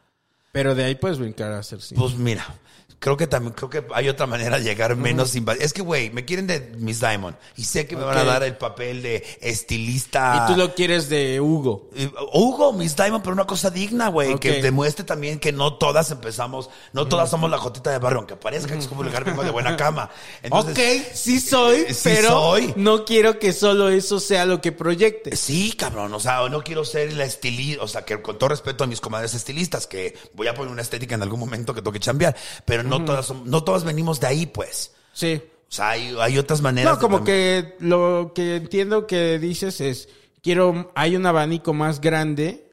S2: Pero de ahí puedes brincar a hacer sí.
S3: Pues mira, creo que también creo que hay otra manera de llegar menos invas- Es que güey, me quieren de Miss Diamond y sé que me van a
S2: Ok.
S3: dar el papel de estilista.
S2: Y tú lo quieres de Hugo.
S3: Eh, Hugo, Miss Diamond, pero una cosa digna, güey, que
S2: Ok.
S3: demuestre también que no todas empezamos, no todas somos la jotita de barrio, aunque parezca que es como lugar vengo de buena cama. Entonces,
S2: ok, sí soy,
S3: eh, sí
S2: pero
S3: soy.
S2: no quiero que solo eso sea lo que proyectes.
S3: Sí, cabrón, o sea, no quiero ser la estilista, o sea, que con todo respeto a mis comadres estilistas, que voy a poner una estética en algún momento que toque chambear, pero no todas, som- no todas venimos de ahí, pues.
S2: Sí.
S3: O sea, hay, hay otras maneras.
S2: No,
S3: de
S2: como
S3: también-
S2: que lo que entiendo que dices es, quiero, hay un abanico más grande,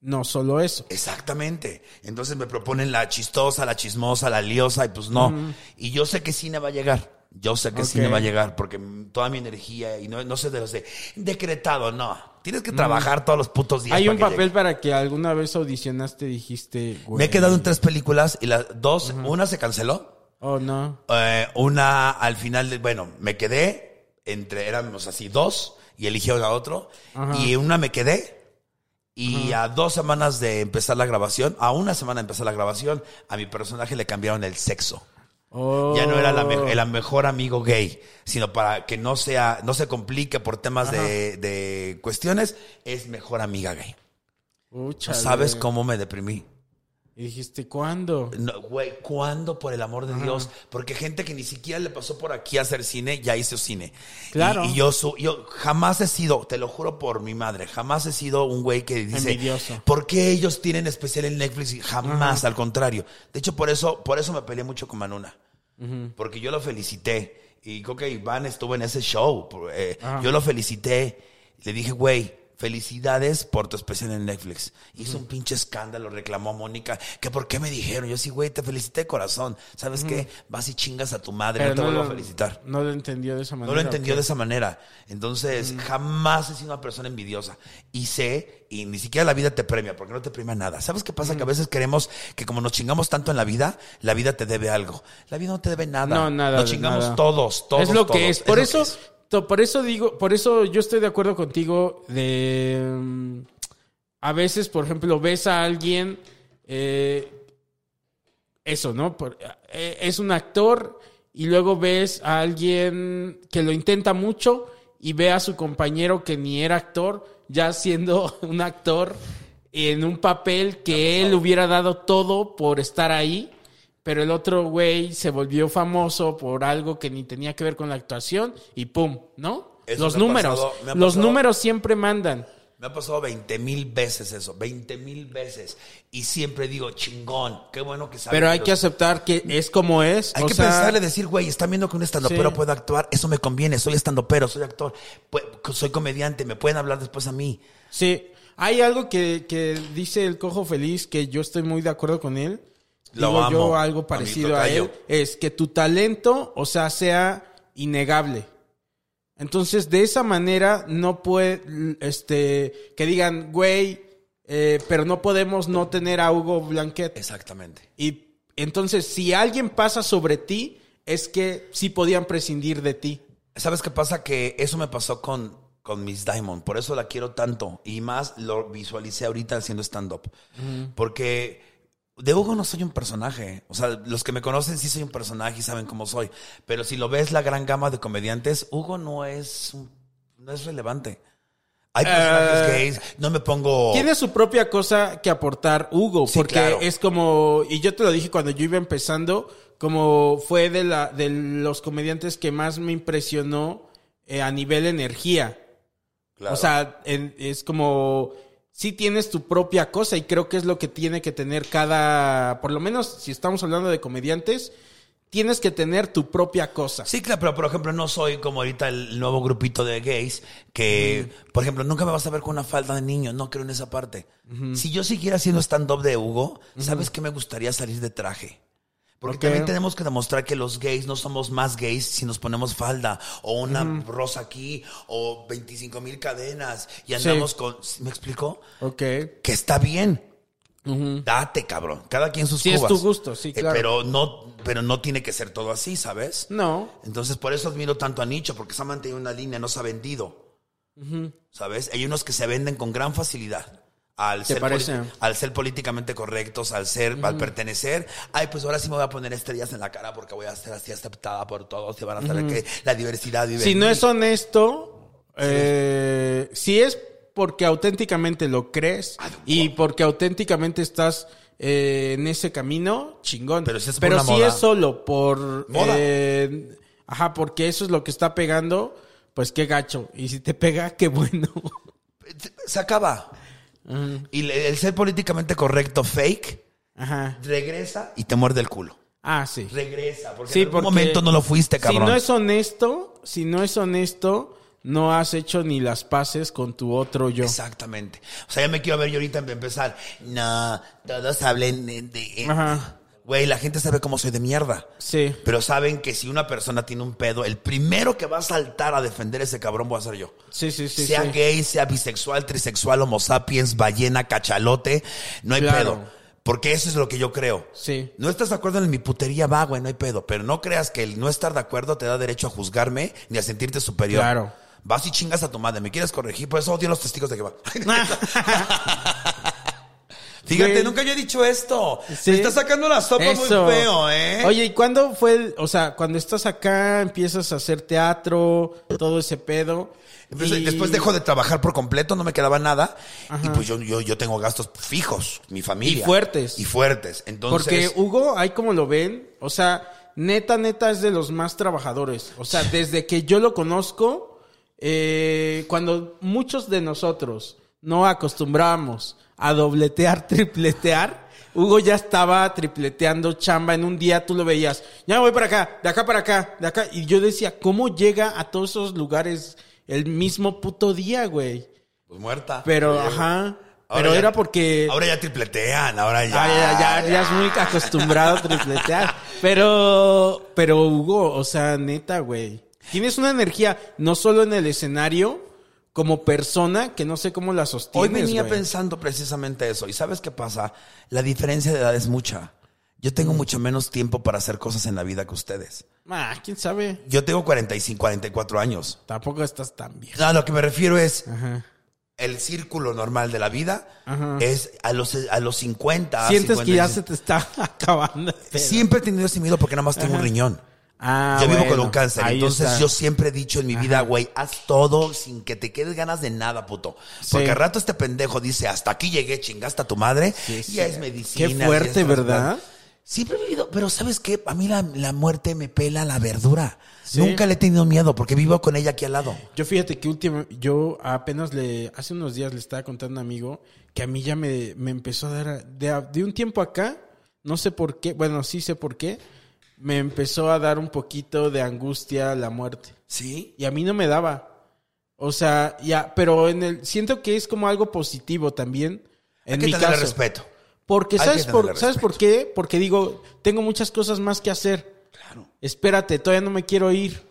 S2: no solo eso.
S3: Exactamente. Entonces me proponen la chistosa, la chismosa, la liosa, y pues no. Y yo sé que cine va a llegar. Yo sé que
S2: Ok.
S3: cine va a llegar, porque mm, toda mi energía, y no, no sé de los de decretado, no. Tienes que trabajar todos los putos días.
S2: Hay
S3: para
S2: un
S3: que
S2: papel
S3: llegue.
S2: para que alguna vez audicionaste, dijiste, güey.
S3: Me he quedado en tres películas y las dos, una se canceló.
S2: Oh, no.
S3: Eh, una al final, de, bueno, me quedé entre, éramos así dos y eligieron a otro. Y una me quedé. Y a dos semanas de empezar la grabación, a una semana de empezar la grabación, a mi personaje le cambiaron el sexo.
S2: Oh.
S3: Ya no era la, me- el mejor amigo gay, sino para que no sea, no se complique por temas de, de cuestiones, es mejor amiga gay.
S2: Úchale.
S3: No sabes cómo me deprimí.
S2: Oh, Y dijiste, ¿cuándo?
S3: No, güey, ¿cuándo por el amor de Dios? Porque gente que ni siquiera le pasó por aquí a hacer cine, ya hizo cine.
S2: Claro.
S3: Y, y yo, su- yo jamás he sido, te lo juro por mi madre, jamás he sido un güey que dice,
S2: Envidioso.
S3: ¿por qué ellos tienen especial en Netflix? Y jamás, al contrario. De hecho, por eso, por eso me peleé mucho con Manuna. Porque yo lo felicité. Y creo que Iván estuvo en ese show. por- eh, yo lo felicité. Le dije, güey, felicidades por tu especial en Netflix. Hizo un pinche escándalo, reclamó a Mónica. que por qué me dijeron? Yo sí, güey, te felicité de corazón. ¿Sabes qué? Vas y chingas a tu madre. no
S2: Pero
S3: te vuelvo
S2: lo-
S3: a felicitar.
S2: No lo entendió de esa manera.
S3: No lo entendió
S2: ¿o
S3: de
S2: qué?
S3: esa manera. Entonces,
S2: Mm.
S3: jamás he sido una persona envidiosa. Y sé, y ni siquiera la vida te premia, porque no te premia nada. ¿Sabes qué pasa? Que
S2: Mm.
S3: a veces queremos que como nos chingamos tanto en la vida, la vida te debe algo. La vida no te debe nada.
S2: No, nada.
S3: Nos chingamos
S2: nada.
S3: todos, todos.
S2: Es lo
S3: todos.
S2: que es. Por
S3: lo
S2: eso,
S3: que es.
S2: to- por eso digo, por eso yo estoy de acuerdo contigo de mm, a veces, por ejemplo, ves a alguien eh, eso, ¿no? Por- eh, es un actor y luego ves a alguien que lo intenta mucho y ve a su compañero que ni era actor, ya siendo un actor en un papel que él hubiera dado todo por estar ahí, pero el otro güey se volvió famoso por algo que ni tenía que ver con la actuación y pum, ¿no?
S3: Eso
S2: los
S3: me ha
S2: números,
S3: pasado, me ha
S2: los
S3: pasado.
S2: números siempre mandan.
S3: Me Me ha pasado 20 mil veces eso, 20 mil veces. Y siempre digo, chingón, qué bueno que sabes.
S2: Pero hay que aceptar que es como es.
S3: Hay
S2: o
S3: que
S2: sea,
S3: pensarle, decir, güey, están viendo que un estandopero
S2: Sí.
S3: puede actuar, eso me conviene, soy estandopero, soy actor, pu- soy comediante, me pueden hablar después a mí.
S2: Sí. Hay algo que, que dice el cojo feliz que yo estoy muy de acuerdo con él.
S3: Lo
S2: Digo
S3: amo,
S2: yo
S3: a
S2: algo
S3: mi
S2: parecido a
S3: tocayo.
S2: él. Es que tu talento, o sea, sea innegable. Entonces, de esa manera, no puede, este, que digan, güey, eh, pero no podemos no tener a Hugo Blanquet.
S3: Exactamente.
S2: Y entonces, si alguien pasa sobre ti, es que sí podían prescindir de ti.
S3: ¿Sabes qué pasa? Que eso me pasó con, con Miss Diamond. Por eso la quiero tanto. Y más lo visualicé ahorita haciendo stand-up. Porque de Hugo no soy un personaje. O sea, los que me conocen sí soy un personaje y saben cómo soy. Pero si lo ves la gran gama de comediantes, Hugo no es, un- no es relevante. Hay personajes gays. No me pongo...
S2: Tiene su propia cosa que aportar Hugo,
S3: Sí,
S2: porque
S3: claro.
S2: es como, y yo te lo dije cuando yo iba empezando, como fue de, la, de los comediantes que más me impresionó eh, a nivel energía.
S3: Claro.
S2: O sea, en- es como, sí tienes tu propia cosa y creo que es lo que tiene que tener cada, por lo menos si estamos hablando de comediantes, tienes que tener tu propia cosa.
S3: Sí, claro, pero por ejemplo, no soy como ahorita el nuevo grupito de gays que, por ejemplo, nunca me vas a ver con una falda de niño, no creo en esa parte. Si yo siguiera haciendo stand-up de Hugo, ¿sabes qué me gustaría salir de traje? Porque
S2: Ok.
S3: también tenemos que demostrar que los gays no somos más gays si nos ponemos falda o una rosa aquí o 25 mil cadenas y
S2: Sí.
S3: andamos con... ¿sí ¿Me explico?
S2: Ok.
S3: Que está bien. Date, cabrón. Cada quien sus
S2: Sí, es
S3: cubas.
S2: tu gusto, sí,
S3: Eh,
S2: claro.
S3: pero, no, pero no tiene que ser todo así, ¿sabes?
S2: No.
S3: Entonces, por eso admiro tanto a Nicho, porque se ha mantenido una línea, no se ha vendido. ¿Sabes? Hay unos que se venden con gran facilidad. Al ser,
S2: parece?
S3: politi- al ser políticamente correctos, al ser, al pertenecer, ay, pues ahora sí me voy a poner estrellas en la cara porque voy a ser así aceptada por todos y van a saber que la diversidad vive.
S2: Si
S3: en
S2: no
S3: mí.
S2: es honesto, eh, si es porque auténticamente lo crees
S3: Ah,
S2: y porque auténticamente estás eh, en ese camino, chingón.
S3: Pero si es por
S2: Pero
S3: una
S2: si
S3: moda.
S2: es solo por...
S3: Moda.
S2: eh, ajá, porque eso es lo que está pegando, pues qué gacho. Y si te pega, qué bueno.
S3: se acaba. Y le- el ser políticamente correcto, fake,
S2: Ajá.
S3: regresa y te muerde el culo.
S2: Ah, sí.
S3: Regresa, porque
S2: Sí,
S3: en algún
S2: porque
S3: momento no lo fuiste, cabrón.
S2: Si no es honesto, si no es honesto, no has hecho ni las paces con tu otro yo.
S3: Exactamente. O sea, ya me quiero ver yo ahorita empezar. No, todos hablen de... de-
S2: Ajá.
S3: Güey, la gente sabe cómo soy de mierda.
S2: Sí.
S3: Pero saben que si una persona tiene un pedo, el primero que va a saltar a defender a ese cabrón voy a ser yo.
S2: Sí, sí, sí.
S3: sea
S2: sí.
S3: gay, sea bisexual, trisexual, homo sapiens, ballena, cachalote, no hay
S2: Claro.
S3: pedo. Porque eso es lo que yo creo.
S2: Sí.
S3: No estás de acuerdo en mi putería, va, güey, no hay pedo. Pero no creas que el no estar de acuerdo te da derecho a juzgarme ni a sentirte superior.
S2: Claro.
S3: Vas y chingas a tu madre, me quieres corregir, por eso odio a los testigos de Jehová. Fíjate,
S2: Güey.
S3: nunca yo he dicho esto.
S2: Sí.
S3: Me está sacando la sopa
S2: Eso.
S3: muy feo, ¿eh?
S2: Oye, ¿y cuándo fue el, o sea, cuando estás acá, empiezas a hacer teatro, todo ese pedo?
S3: Entonces,
S2: y-
S3: Pues, eh, Después dejo de trabajar por completo, no me quedaba nada. Y pues yo, yo, yo tengo gastos fijos, mi familia.
S2: Y fuertes.
S3: Y fuertes. Entonces, pues,
S2: Porque Hugo, ahí como lo ven, o sea, neta, neta es de los más trabajadores. O sea, desde que yo lo conozco, eh, cuando muchos de nosotros no acostumbramos a dobletear, tripletear, Hugo ya estaba tripleteando chamba. En un día tú lo veías, ya me voy para acá, de acá para acá, de acá. Y yo decía, ¿cómo llega a todos esos lugares el mismo puto día, güey?
S3: pues muerta.
S2: Pero,
S3: Ahora
S2: ajá.
S3: ya-
S2: Pero era porque...
S3: Ahora ya tripletean, ahora ya.
S2: Ah, ya, ya, ya es muy acostumbrado a tripletear. Pero, pero Hugo, o sea, neta, güey. Tienes una energía, no solo en el escenario, como persona, que no sé cómo la
S3: Hoy
S2: sostienes.
S3: venía
S2: güey.
S3: pensando precisamente eso. ¿Y sabes qué pasa? La diferencia de edad es mucha. Yo tengo mucho menos tiempo para hacer cosas en la vida que ustedes.
S2: Ah, quién sabe.
S3: Yo tengo 45, 44 años.
S2: Tampoco estás tan viejo.
S3: A lo que me refiero es
S2: Ajá.
S3: el círculo normal de la vida.
S2: Ajá.
S3: Es a los, a los 50.
S2: Sientes que
S3: 55.
S2: ya se te está acabando. el pedo.
S3: Siempre he tenido ese miedo porque nada más tengo un riñón.
S2: Ah,
S3: yo vivo
S2: bueno,
S3: con un cáncer.
S2: ahí
S3: Entonces
S2: está.
S3: yo siempre he dicho en mi vida, güey, haz todo sin que te quedes ganas de nada, puto. Porque
S2: Sí.
S3: al rato este pendejo dice, hasta aquí llegué, chingaste a tu madre. y
S2: sí.
S3: es medicina.
S2: Qué fuerte, ¿verdad?
S4: Siempre he vivido, pero ¿sabes qué? A mí la, la muerte me pela la verdura. Nunca le he tenido miedo porque vivo con ella aquí al lado.
S2: Yo fíjate que último, yo apenas le, hace unos días le estaba contando a un amigo que a mí ya me, me empezó a dar, de, a- de un tiempo acá, no sé por qué, bueno, sí sé por qué, me empezó a dar un poquito de angustia la muerte.
S3: ¿Sí?
S2: Y a mí no me daba. O sea, ya, pero en el, siento que es como algo positivo también. En
S3: Hay que
S2: mi
S3: tenerle
S2: caso.
S3: respeto.
S2: Porque
S3: Hay que
S2: ¿sabes por,
S3: tenerle
S2: ¿sabes por qué? Porque digo, tengo muchas cosas más que hacer.
S3: Claro.
S2: Espérate, todavía no me quiero ir.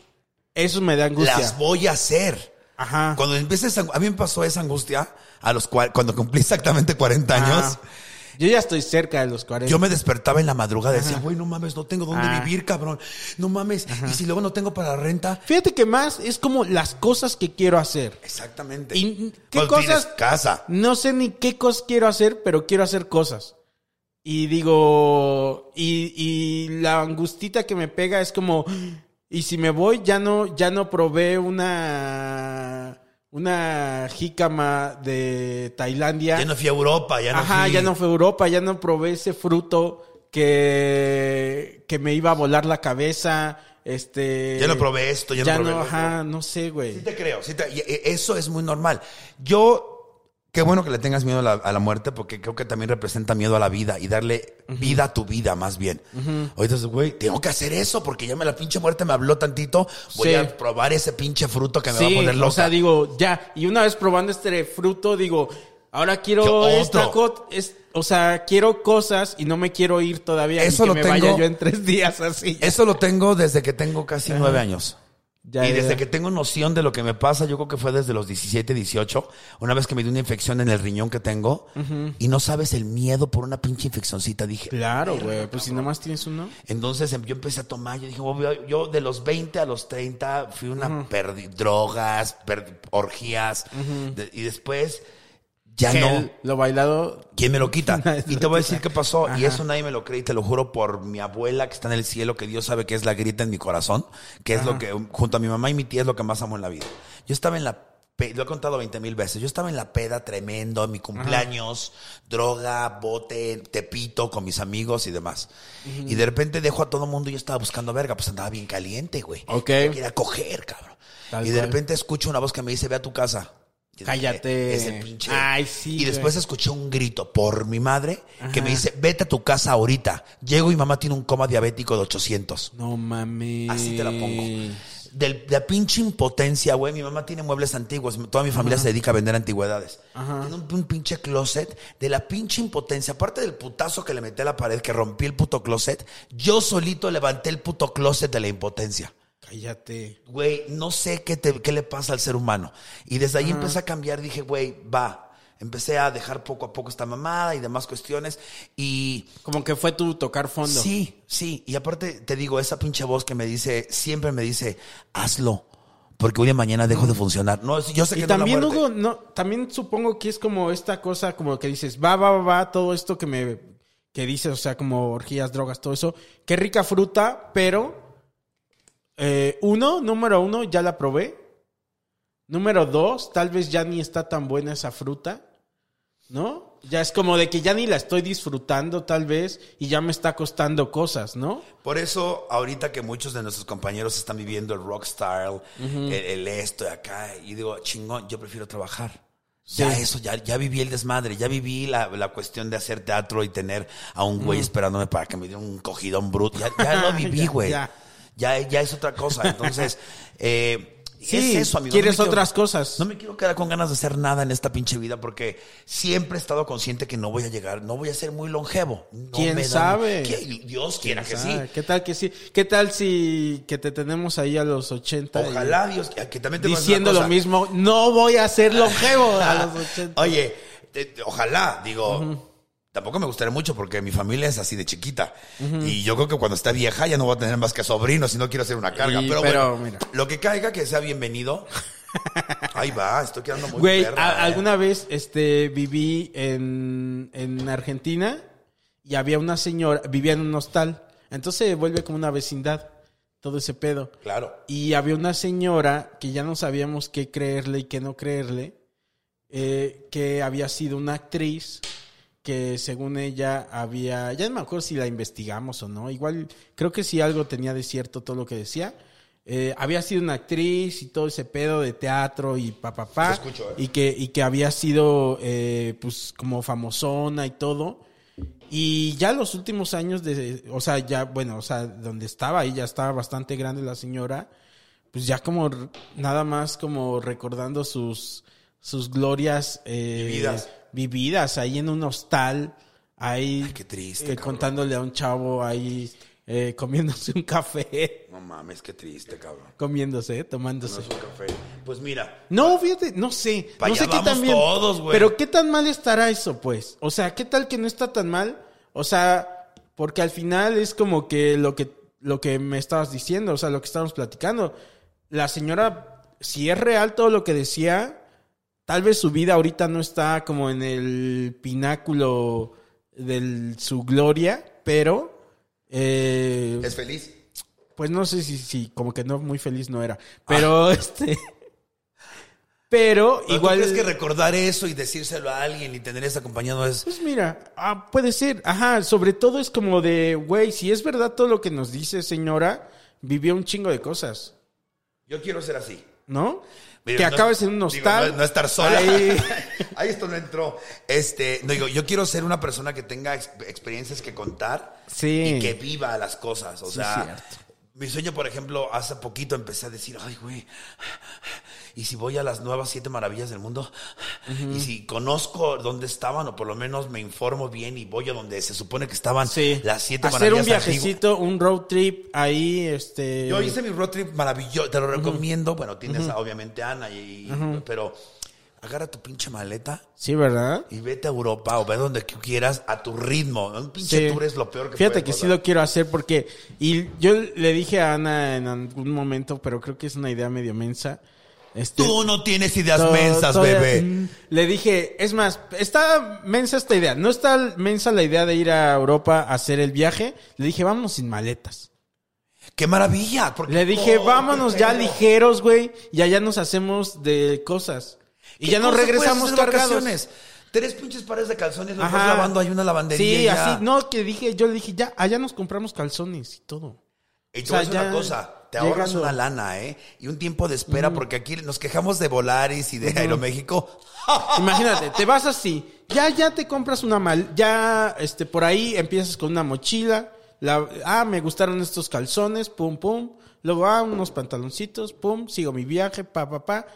S2: Eso me da angustia. Ah.
S3: Las voy a hacer.
S2: Ajá.
S3: Cuando empieces, a mí me pasó esa angustia a los cua- cuando cumplí exactamente 40 años.
S2: Ajá. Yo ya estoy cerca de los 40.
S3: Yo me despertaba en la madrugada y decía, güey, no mames, no tengo dónde
S2: Ah.
S3: vivir, cabrón. No mames. Y si luego no tengo para la renta.
S2: Fíjate que más es como las cosas que quiero hacer.
S3: Exactamente.
S2: ¿Y qué
S3: Pues tienes
S2: cosas?
S3: Casa.
S2: No sé ni qué cosas quiero hacer, pero quiero hacer cosas. Y digo, y, y la angustita que me pega es como, y si me voy, ya no, ya no probé una, una jícama de Tailandia.
S3: Ya no fui a Europa, ya no
S2: Ajá,
S3: fui.
S2: ya no fue Europa, ya no probé ese fruto que, que me iba a volar la cabeza. Este.
S3: Ya no probé esto, ya no probé lo otro.
S2: ajá, no sé, güey.
S3: Sí te creo. sí te- y- y eso es muy normal. Yo, qué bueno que le tengas miedo a la, a la muerte porque creo que también representa miedo a la vida y darle vida a tu vida más bien. Ahorita dices, güey, tengo que hacer eso porque ya me la pinche muerte me habló tantito. Voy
S2: Sí.
S3: a probar ese pinche fruto que me va a
S2: Sí,
S3: poner loca.
S2: o sea, digo, ya. Y una vez probando este fruto, digo, ahora
S3: Yo
S2: quiero
S3: otro.
S2: esta co- es- o sea, quiero cosas y no me quiero ir todavía.
S3: Eso
S2: y que
S3: lo
S2: me
S3: tengo-
S2: vaya yo en tres días así.
S3: eso lo tengo desde que tengo casi nueve años.
S2: Ya,
S3: y
S2: ya,
S3: desde
S2: ya.
S3: que tengo noción de lo que me pasa, yo creo que fue desde los 17, 18, una vez que me dio una infección en el riñón que tengo, y no sabes el miedo por una pinche infeccioncita, dije.
S2: Claro, güey. Pues si nomás tienes uno.
S3: Entonces em- yo empecé a tomar, yo dije, obvio, yo de los 20 a los 30 fui una perdi- drogas, perdi- orgías, de- y después ya no.
S2: Gel, Lo bailado.
S3: ¿Quién me lo quita?
S2: Nadie
S3: y
S2: lo
S3: te voy a decir qué pasó. Y eso nadie me lo cree. Y te lo juro por mi abuela que está en el cielo, que Dios sabe que es la grita en mi corazón, que es lo que, junto a mi mamá y mi tía, es lo que más amo en la vida. Yo estaba en la, pe- lo he contado 20 mil veces, yo estaba en la peda tremendo, en mi cumpleaños, droga, bote, tepito con mis amigos y demás. Y de repente dejo a todo mundo y yo estaba buscando verga, pues andaba bien caliente, güey.
S2: Ok.
S3: Yo Quería coger, cabrón.
S2: Tal
S3: y de
S2: cual.
S3: repente escucho una voz que me dice, ve a tu casa. Y dije,
S2: Cállate.
S3: "Es el pinche".
S2: Ay, sí,
S3: Y después
S2: güey.
S3: escuché un grito por mi madre que me dice, vete a tu casa ahorita. Llego y mamá tiene un coma diabético de 800.
S2: No mames.
S3: Así te la pongo. Del- de la pinche impotencia, güey. Mi mamá tiene muebles antiguos. Toda mi familia se dedica a vender antigüedades. Tiene un, un pinche closet. De la pinche impotencia, aparte del putazo que le metí a la pared, que rompí el puto closet, yo solito levanté el puto closet de la impotencia.
S2: Cállate.
S3: Güey, no sé qué, te- qué le pasa al ser humano. Y desde ahí empecé a cambiar, dije, güey, va. Empecé a dejar poco a poco esta mamada y demás cuestiones. Y
S2: Como que fue tu tocar fondo.
S3: sí, sí. Y aparte te digo, esa pinche voz que me dice, siempre me dice, hazlo. Porque hoy de mañana dejo de funcionar. No, yo sé que
S2: Mm. Y
S3: no
S2: también,
S3: la muerte.
S2: Hugo, no, también supongo que es como esta cosa, como que dices, va, va, va, va, todo esto que me que dices, o sea, como orgías, drogas, todo eso. Qué rica fruta, pero eh, uno, número uno, ya la probé. Número dos, tal vez ya ni está tan buena esa fruta, ¿no? Ya es como de que ya ni la estoy disfrutando, tal vez, y ya me está costando cosas, ¿no?
S3: Por eso, ahorita que muchos de nuestros compañeros están viviendo el rock style, el, el esto de acá, y digo, chingón, yo prefiero trabajar. Ya eso, ya, ya viví el desmadre, ya viví la, la cuestión de hacer teatro y tener a un güey esperándome para que me diera un cogidón bruto. Ya, ya lo viví,
S2: Ya,
S3: güey. ya,
S2: ya.
S3: ya. es otra cosa. Entonces, eh,
S2: Sí,
S3: es eso, amigo.
S2: quieres
S3: me quiero-
S2: otras cosas.
S3: No me quiero quedar con ganas de hacer nada en esta pinche vida porque siempre he estado consciente que no voy a llegar, no voy a ser muy longevo. No
S2: ¿Quién
S3: me da-
S2: sabe?
S3: ¿Quién- Dios quiera que sí.
S2: Ah, ¿Qué tal que sí? ¿Qué tal si que te tenemos ahí a los 80? y-
S3: Ojalá Dios, que que también te voy a decir
S2: diciendo
S3: una
S2: lo
S3: cosa. Ah,
S2: mismo, no voy a ser longevo a los 80.
S3: Oye, te- te- ojalá, digo, tampoco me gustaría mucho porque mi familia es así de chiquita. Y yo creo que cuando esté vieja ya no voy a tener más que sobrinos y no quiero hacer una carga.
S2: Y-
S3: pero
S2: pero,
S3: bueno,
S2: mira.
S3: lo que caiga, que sea bienvenido. Ahí va, estoy quedando muy
S2: Güey,
S3: perra,
S2: a-
S3: eh.
S2: alguna vez este, viví en, en Argentina y había una señora, vivía en un hostal. Entonces se vuelve como una vecindad, todo ese pedo.
S3: Claro.
S2: Y había una señora que ya no sabíamos qué creerle y qué no creerle, eh, que había sido una actriz que según ella había, ya no me acuerdo si la investigamos o no, igual creo que sí algo tenía de cierto todo lo que decía. Eh, había sido una actriz y todo ese pedo de teatro y papá pa, pa,
S3: Te escucho, eh.
S2: y que y que había sido eh, pues como famosona y todo y ya los últimos años de o sea ya bueno o sea donde estaba ahí ya estaba bastante grande la señora pues ya como r- nada más como recordando sus sus glorias eh,
S3: Vividas.
S2: vividas ahí en un hostal ahí
S3: Ay, qué triste,
S2: eh,
S3: cabrón.
S2: contándole a un chavo ahí eh, comiéndose un café
S3: No mames, qué triste, cabrón.
S2: comiéndose eh, tomándose
S3: No es un café. Pues mira,
S2: no, fíjate, no sé.
S3: Pa'
S2: no
S3: allá
S2: sé qué tan
S3: vamos
S2: bien.
S3: todos, güey.
S2: Pero qué tan mal estará eso, pues. O sea, qué tal que no está tan mal. O sea, porque al final es como que lo que, lo que me estabas diciendo, o sea, lo que estábamos platicando. La señora, si es real todo lo que decía, tal vez su vida ahorita no está como en el pináculo de su gloria, pero. eh,
S3: es feliz.
S2: pues no sé si, si como que no muy feliz no era.
S3: Ah.
S2: Pero este. Pero
S3: Pero
S2: igual.
S3: ¿tú crees que recordar eso y decírselo a alguien y tener ese acompañado es.
S2: Pues mira, ah, puede ser. Ajá, sobre todo es como de, güey, si es verdad todo lo que nos dice señora, vivió un chingo de cosas,
S3: Yo quiero ser así.
S2: ¿no?
S3: Digo,
S2: que
S3: no-
S2: acabes en un
S3: digo,
S2: hostal.
S3: no, no estar sola.
S2: Ahí-
S3: Ahí. esto no entró. Este, no digo, yo quiero ser una persona que tenga ex- experiencias que contar
S2: Sí.
S3: y que viva las cosas. O
S2: Sí,
S3: sea,
S2: cierto.
S3: mi sueño, por ejemplo, hace poquito empecé a decir, ay, güey. Y si voy a las nuevas siete maravillas del mundo, y si conozco dónde estaban, o por lo menos me informo bien y voy a donde se supone que estaban
S2: sí.
S3: las siete
S2: Hacer un
S3: maravillas antiguas.
S2: viajecito, un road trip ahí, este.
S3: Yo hice mi road trip maravilloso, te lo recomiendo. Bueno, tienes a, obviamente a Ana, y, pero agarra tu pinche maleta
S2: Sí, ¿verdad?
S3: y vete a Europa o ve donde tú quieras a tu ritmo. Un pinche
S2: Sí.
S3: tour es lo peor que
S2: Fíjate
S3: puedes
S2: que sí
S3: pasar.
S2: lo quiero hacer porque. Y yo le dije a Ana en algún momento, pero creo que es una idea medio mensa. Este,
S3: Tú no tienes ideas
S2: to-
S3: mensas,
S2: todavía-
S3: bebé.
S2: Mm, Le dije, es más, está mensa esta idea. No está mensa la idea de ir a Europa a hacer el viaje. Le dije, vamos sin maletas.
S3: ¡Qué maravilla! porque-
S2: Le dije,
S3: ¡Oh,
S2: vámonos
S3: qué
S2: ya
S3: pedo!
S2: ligeros, güey. Y allá nos hacemos de cosas. Y
S3: ¿Qué
S2: ya nos
S3: cosas puedes
S2: regresamos
S3: hacer de
S2: cargados.
S3: vacaciones? Tres pinches pares de calzones, los vas
S2: Ajá.
S3: lavando, hay una lavandería.
S2: Sí,
S3: y ya.
S2: así. No, que dije, yo le dije, ya, allá nos compramos calzones y todo.
S3: Y tú
S2: O sea,
S3: sabes una
S2: ya
S3: cosa, te ahorras
S2: llegando.
S3: una lana, ¿eh? Y un tiempo de espera, porque aquí nos quejamos de Volaris y de Aeroméxico.
S2: Imagínate, te vas así, ya, ya te compras una mal, ya, este, por ahí empiezas con una mochila, la- ah, me gustaron estos calzones, pum, pum, luego, ah, unos pantaloncitos, pum, sigo mi viaje, pa, pa, pa,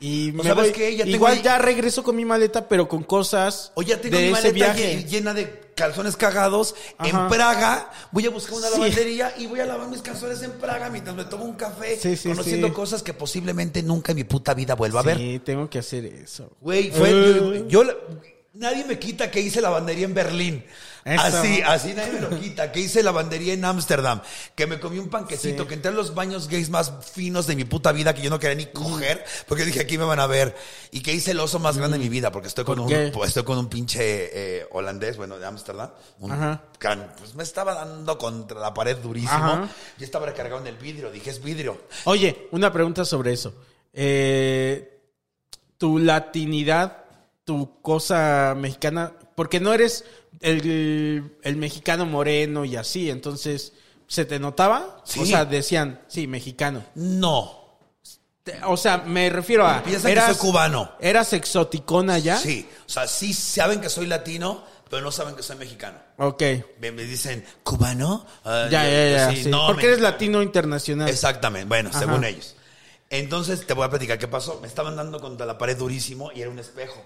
S2: y me
S3: ¿sabes
S2: voy.
S3: qué? Ya tengo
S2: Igual
S3: ahí-
S2: ya regreso con mi maleta, pero con cosas
S3: O ya tengo
S2: de
S3: mi
S2: ese
S3: maleta
S2: viaje.
S3: lle- llena de calzones cagados
S2: Ajá.
S3: en Praga. Voy a buscar una
S2: Sí.
S3: lavandería y voy a lavar mis calzones en Praga mientras me tomo un café,
S2: Sí, sí,
S3: conociendo
S2: sí.
S3: cosas que posiblemente nunca en mi puta vida vuelva a ver.
S2: Sí, tengo que hacer eso.
S3: Güey, fue-
S2: Eh.
S3: yo, yo- nadie me quita que hice lavandería en Berlín.
S2: Eso.
S3: Así, así nadie me lo quita. Que hice lavandería en Ámsterdam. Que me comí un panquecito.
S2: Sí.
S3: Que entré a los baños gays más finos de mi puta vida. Que yo no quería ni coger. Porque dije, aquí me van a ver. Y que hice el oso más grande de mi vida. Porque estoy con,
S2: Mm. ¿Por
S3: un,
S2: qué?
S3: pues, estoy con un pinche eh, holandés, bueno, de Ámsterdam. Un
S2: Ajá.
S3: can- pues me estaba dando contra la pared durísimo.
S2: Ajá.
S3: Yo estaba recargado en el vidrio. Dije, es vidrio.
S2: Oye, una pregunta sobre eso. Eh, tu latinidad, tu cosa mexicana, porque no eres el, el mexicano moreno y así, entonces, ¿se te notaba?
S3: Sí.
S2: O sea, decían, sí, mexicano.
S3: No.
S2: Te- O sea, me refiero a...
S3: Piensa que soy cubano.
S2: ¿Eras exoticona ya?
S3: Sí, o sea, sí saben que soy latino, pero no saben que soy mexicano.
S2: Ok.
S3: Me, me dicen, ¿cubano? Ah,
S2: Ya,
S3: yo-
S2: ya, ya.
S3: sí,
S2: sí.
S3: no,
S2: porque
S3: me-
S2: eres latino internacional.
S3: Exactamente, bueno,
S2: Ajá.
S3: según ellos. Entonces te voy a platicar qué pasó. Me estaban dando contra la pared durísimo y era un espejo.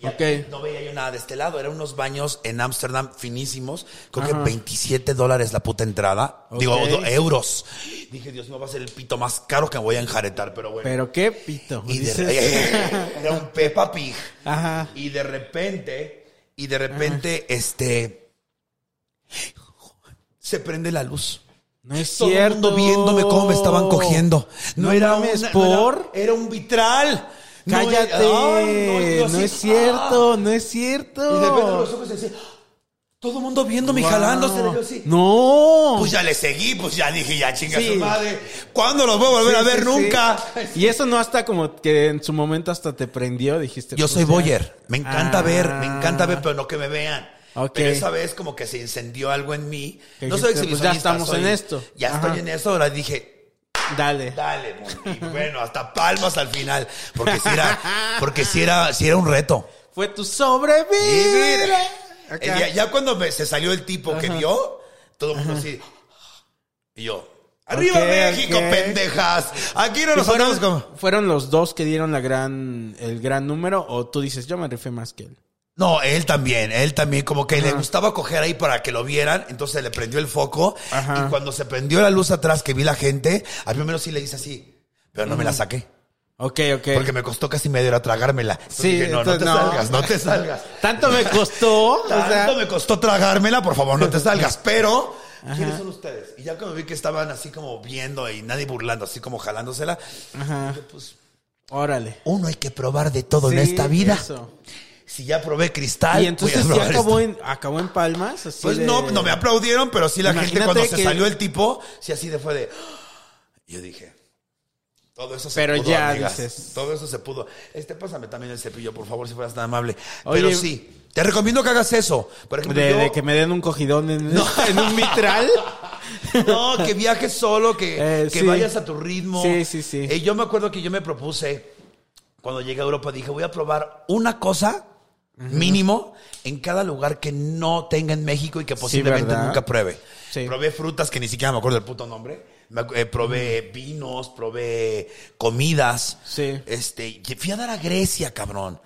S3: Y
S2: Ok.
S3: No veía yo nada de este lado. Eran unos baños en Ámsterdam finísimos. Creo
S2: Ajá.
S3: que 27 dólares la puta entrada. Digo,
S2: Ok.
S3: do- euros. Dije, Dios mío, va a ser el pito más caro que me voy a enjaretar, pero bueno.
S2: Pero qué pito.
S3: Y de-
S2: dices.
S3: era un Peppa Pig.
S2: Ajá.
S3: Y de repente, y de repente, este. Se prende la luz.
S2: No es
S3: Todo el
S2: cierto.
S3: mundo viéndome cómo me estaban cogiendo. No, era un.
S2: mames, por.
S3: era, un vitral. No era-
S2: Cállate.
S3: Ay,
S2: no,
S3: yo así,
S2: es cierto,
S3: ah.
S2: no es
S3: Y de repente abro
S2: cierto.
S3: los ojos y decía.
S4: Todo el mundo viéndome y jalándose. Yo así.
S2: No.
S3: Pues ya le seguí, pues ya dije, ya chinga su
S2: Sí.
S3: madre. ¿Cuándo los voy a volver
S2: Sí,
S3: a ver?
S2: sí, sí.
S3: Nunca.
S2: Y eso no hasta como que en su momento hasta te prendió, dijiste.
S4: Yo
S2: pues,
S4: soy
S2: ya.
S4: Boyer.
S3: Me encanta
S2: Ah.
S3: ver, me encanta ver, pero no que me vean.
S2: Ok.
S3: Pero esa vez como que se incendió algo en mí.
S2: Que
S3: no soy
S2: dijiste, pues,
S3: exhibicionista.
S2: ya estamos
S3: soy-
S2: en esto.
S3: Ya
S2: Ajá.
S3: estoy en eso. Ahora dije,
S2: Dale.
S3: dale, mon. Y bueno, hasta palmas al final. Porque si era,
S4: Porque si era, si era un reto.
S2: Fue tu sobrevivir.
S3: El día- eh, ya cuando me- se salió el tipo que vio, todo el mundo así. Y yo, ¡Arriba
S2: Ok,
S3: México,
S2: ok.
S3: pendejas! Aquí no
S2: ¿Y
S3: nos
S2: fueron,
S3: ponemos como.
S2: fueron los dos que dieron la gran, el gran número o tú dices, yo me rifé más que él?
S4: No, él
S3: También, él también, como que le gustaba coger ahí para que lo vieran, entonces le prendió el foco.
S2: Ajá.
S3: Y cuando se prendió la luz atrás que vi la gente, al primero sí le hice así, pero no me la saqué.
S2: Ok, Mm. ok.
S3: Porque me costó casi media hora tragármela. Entonces
S2: Sí,
S3: dije, no, no te
S2: entonces, no.
S3: salgas, no te salgas.
S2: Tanto me costó. o sea,
S3: Tanto me costó tragármela, por favor, no te salgas. Pero, ¿quiénes son ustedes? Y ya cuando vi que estaban así como viendo y nadie burlando, así como jalándosela,
S2: Ajá.
S3: dije, pues
S2: Órale.
S4: Uno hay que probar de todo en
S2: Sí,
S4: esta vida.
S2: eso.
S3: si ya probé cristal,
S2: Y
S3: voy a
S2: entonces sí
S3: probar
S2: acabó
S3: esto.
S2: en, acabó en palmas. Así
S3: este. Pues
S2: de-
S3: no, no me aplaudieron, pero sí la gente
S2: Imagínate
S3: cuando se
S2: que-
S3: salió el tipo, sí así de fue de. Yo dije. Todo eso se
S2: Pero
S3: pudo.
S2: ya
S3: amigas,
S2: dices.
S3: Todo eso se pudo. Este, pásame también el cepillo, por favor, si fueras tan amable.
S2: Oye,
S3: pero sí, te recomiendo que hagas eso. Por ejemplo,
S2: De,
S3: yo-
S2: de que me den un cogidón en, en un mitral.
S3: No, que viajes solo, que,
S2: Eh,
S3: que
S2: sí.
S3: vayas a tu ritmo.
S2: Sí, sí, sí.
S3: Eh, yo me acuerdo que yo me propuse, cuando llegué a Europa, dije, voy a probar una cosa mínimo en cada lugar que no tenga en México y que posiblemente
S2: ¿verdad?
S3: nunca pruebe.
S2: Sí.
S3: Probé frutas que ni siquiera me acuerdo del puto nombre. Me acu- eh, probé vinos, probé comidas.
S2: Sí.
S3: Este, y fui a dar a Grecia, cabrón.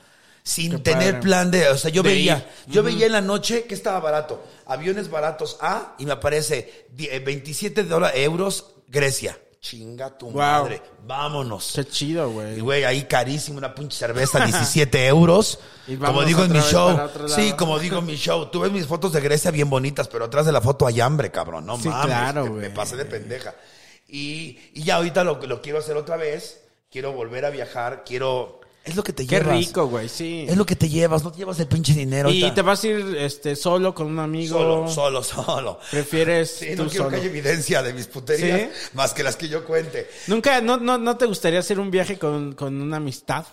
S3: Sin
S2: Qué
S3: tener
S2: padre.
S3: plan de, o sea, yo
S2: De
S3: veía, yo veía en la noche que estaba barato. Aviones baratos A y me aparece di- eh, 27 dólares, euros Grecia. Chinga tu madre. Vámonos.
S2: Qué chido,
S3: Y
S2: güey.
S3: güey, ahí carísimo, una pinche cerveza, 17 euros.
S2: Y
S3: como
S2: vámonos
S3: digo en
S2: otra
S3: mi
S2: vez
S3: show.
S2: para otro lado.
S3: Sí, como digo en mi show. Tú ves mis fotos de Grecia bien bonitas, pero atrás de la foto hay hambre, cabrón. No
S2: Sí,
S3: mames.
S2: claro,
S3: te- me
S2: güey.
S3: pasé de pendeja. Y, y ya ahorita lo, lo quiero hacer otra vez. Quiero volver a viajar. Quiero.
S4: Es lo que te
S2: Qué
S4: llevas.
S2: rico, güey, sí.
S4: Es lo que te llevas. No te llevas el pinche dinero.
S2: Y
S4: ahorita.
S2: te vas a ir este, solo con un amigo.
S3: Solo, solo, solo.
S2: Prefieres
S3: Sí,
S2: tú
S3: no quiero
S2: solo.
S3: que haya evidencia de mis puterías
S2: ¿Sí?
S3: más que las que yo cuente.
S2: Nunca, no, no, ¿no te gustaría hacer un viaje con, con una amistad?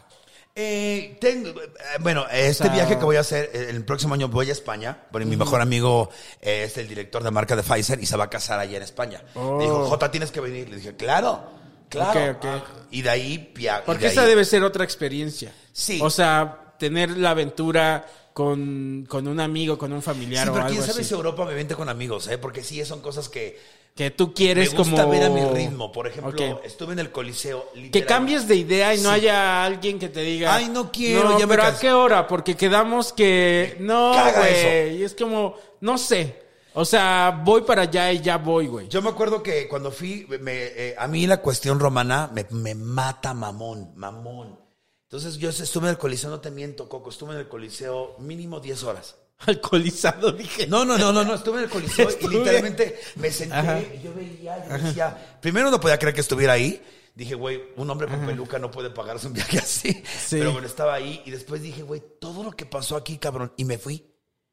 S3: Eh, tengo- eh, bueno, este
S2: sea-
S3: viaje que voy a hacer eh, el próximo año voy a España, porque mi mejor amigo eh, es el director de marca de Pfizer y se va a casar allá en España. Me Dijo, Jota, tienes que venir. Le dije, claro, claro.
S2: Oh. Ok, ok.
S3: Ah, y de ahí, pia- y
S2: Porque
S3: de
S2: esa
S3: ahí-
S2: debe ser otra experiencia.
S3: Sí.
S2: O sea, tener la aventura con, con un amigo, con un familiar
S3: Sí,
S2: o
S3: pero
S2: algo
S3: quién sabe
S2: así.
S3: si Europa me vente con amigos, ¿eh? Porque sí, son cosas que
S2: Que tú quieres
S3: me gusta
S2: como...
S3: ver a mi ritmo. Por ejemplo,
S2: Ok.
S3: estuve en el Coliseo.
S2: Que
S3: literal-
S2: cambies de idea y no haya alguien que te diga...
S3: Ay, no quiero, ya me
S2: pero ¿a
S3: cansé".
S2: qué hora? Porque quedamos que... No,
S3: caga
S2: güey. Y es como... No sé. O sea, voy para allá y ya voy, güey.
S3: Yo me acuerdo que cuando fui, me- eh, a mí la cuestión romana me, me mata mamón, mamón. Entonces yo estuve en el Coliseo, no te miento, Coco, estuve en el Coliseo mínimo 10 horas.
S2: Alcoholizado, dije.
S3: No, no, no, no, no, estuve en el Coliseo y
S2: Estuve.
S3: literalmente me senté y yo veía, yo decía, primero no podía creer que estuviera ahí. Dije, güey, un hombre con peluca no puede pagarse un viaje así.
S2: Sí.
S3: Pero bueno, estaba ahí y después dije, güey, todo lo que pasó aquí, cabrón, y me fui.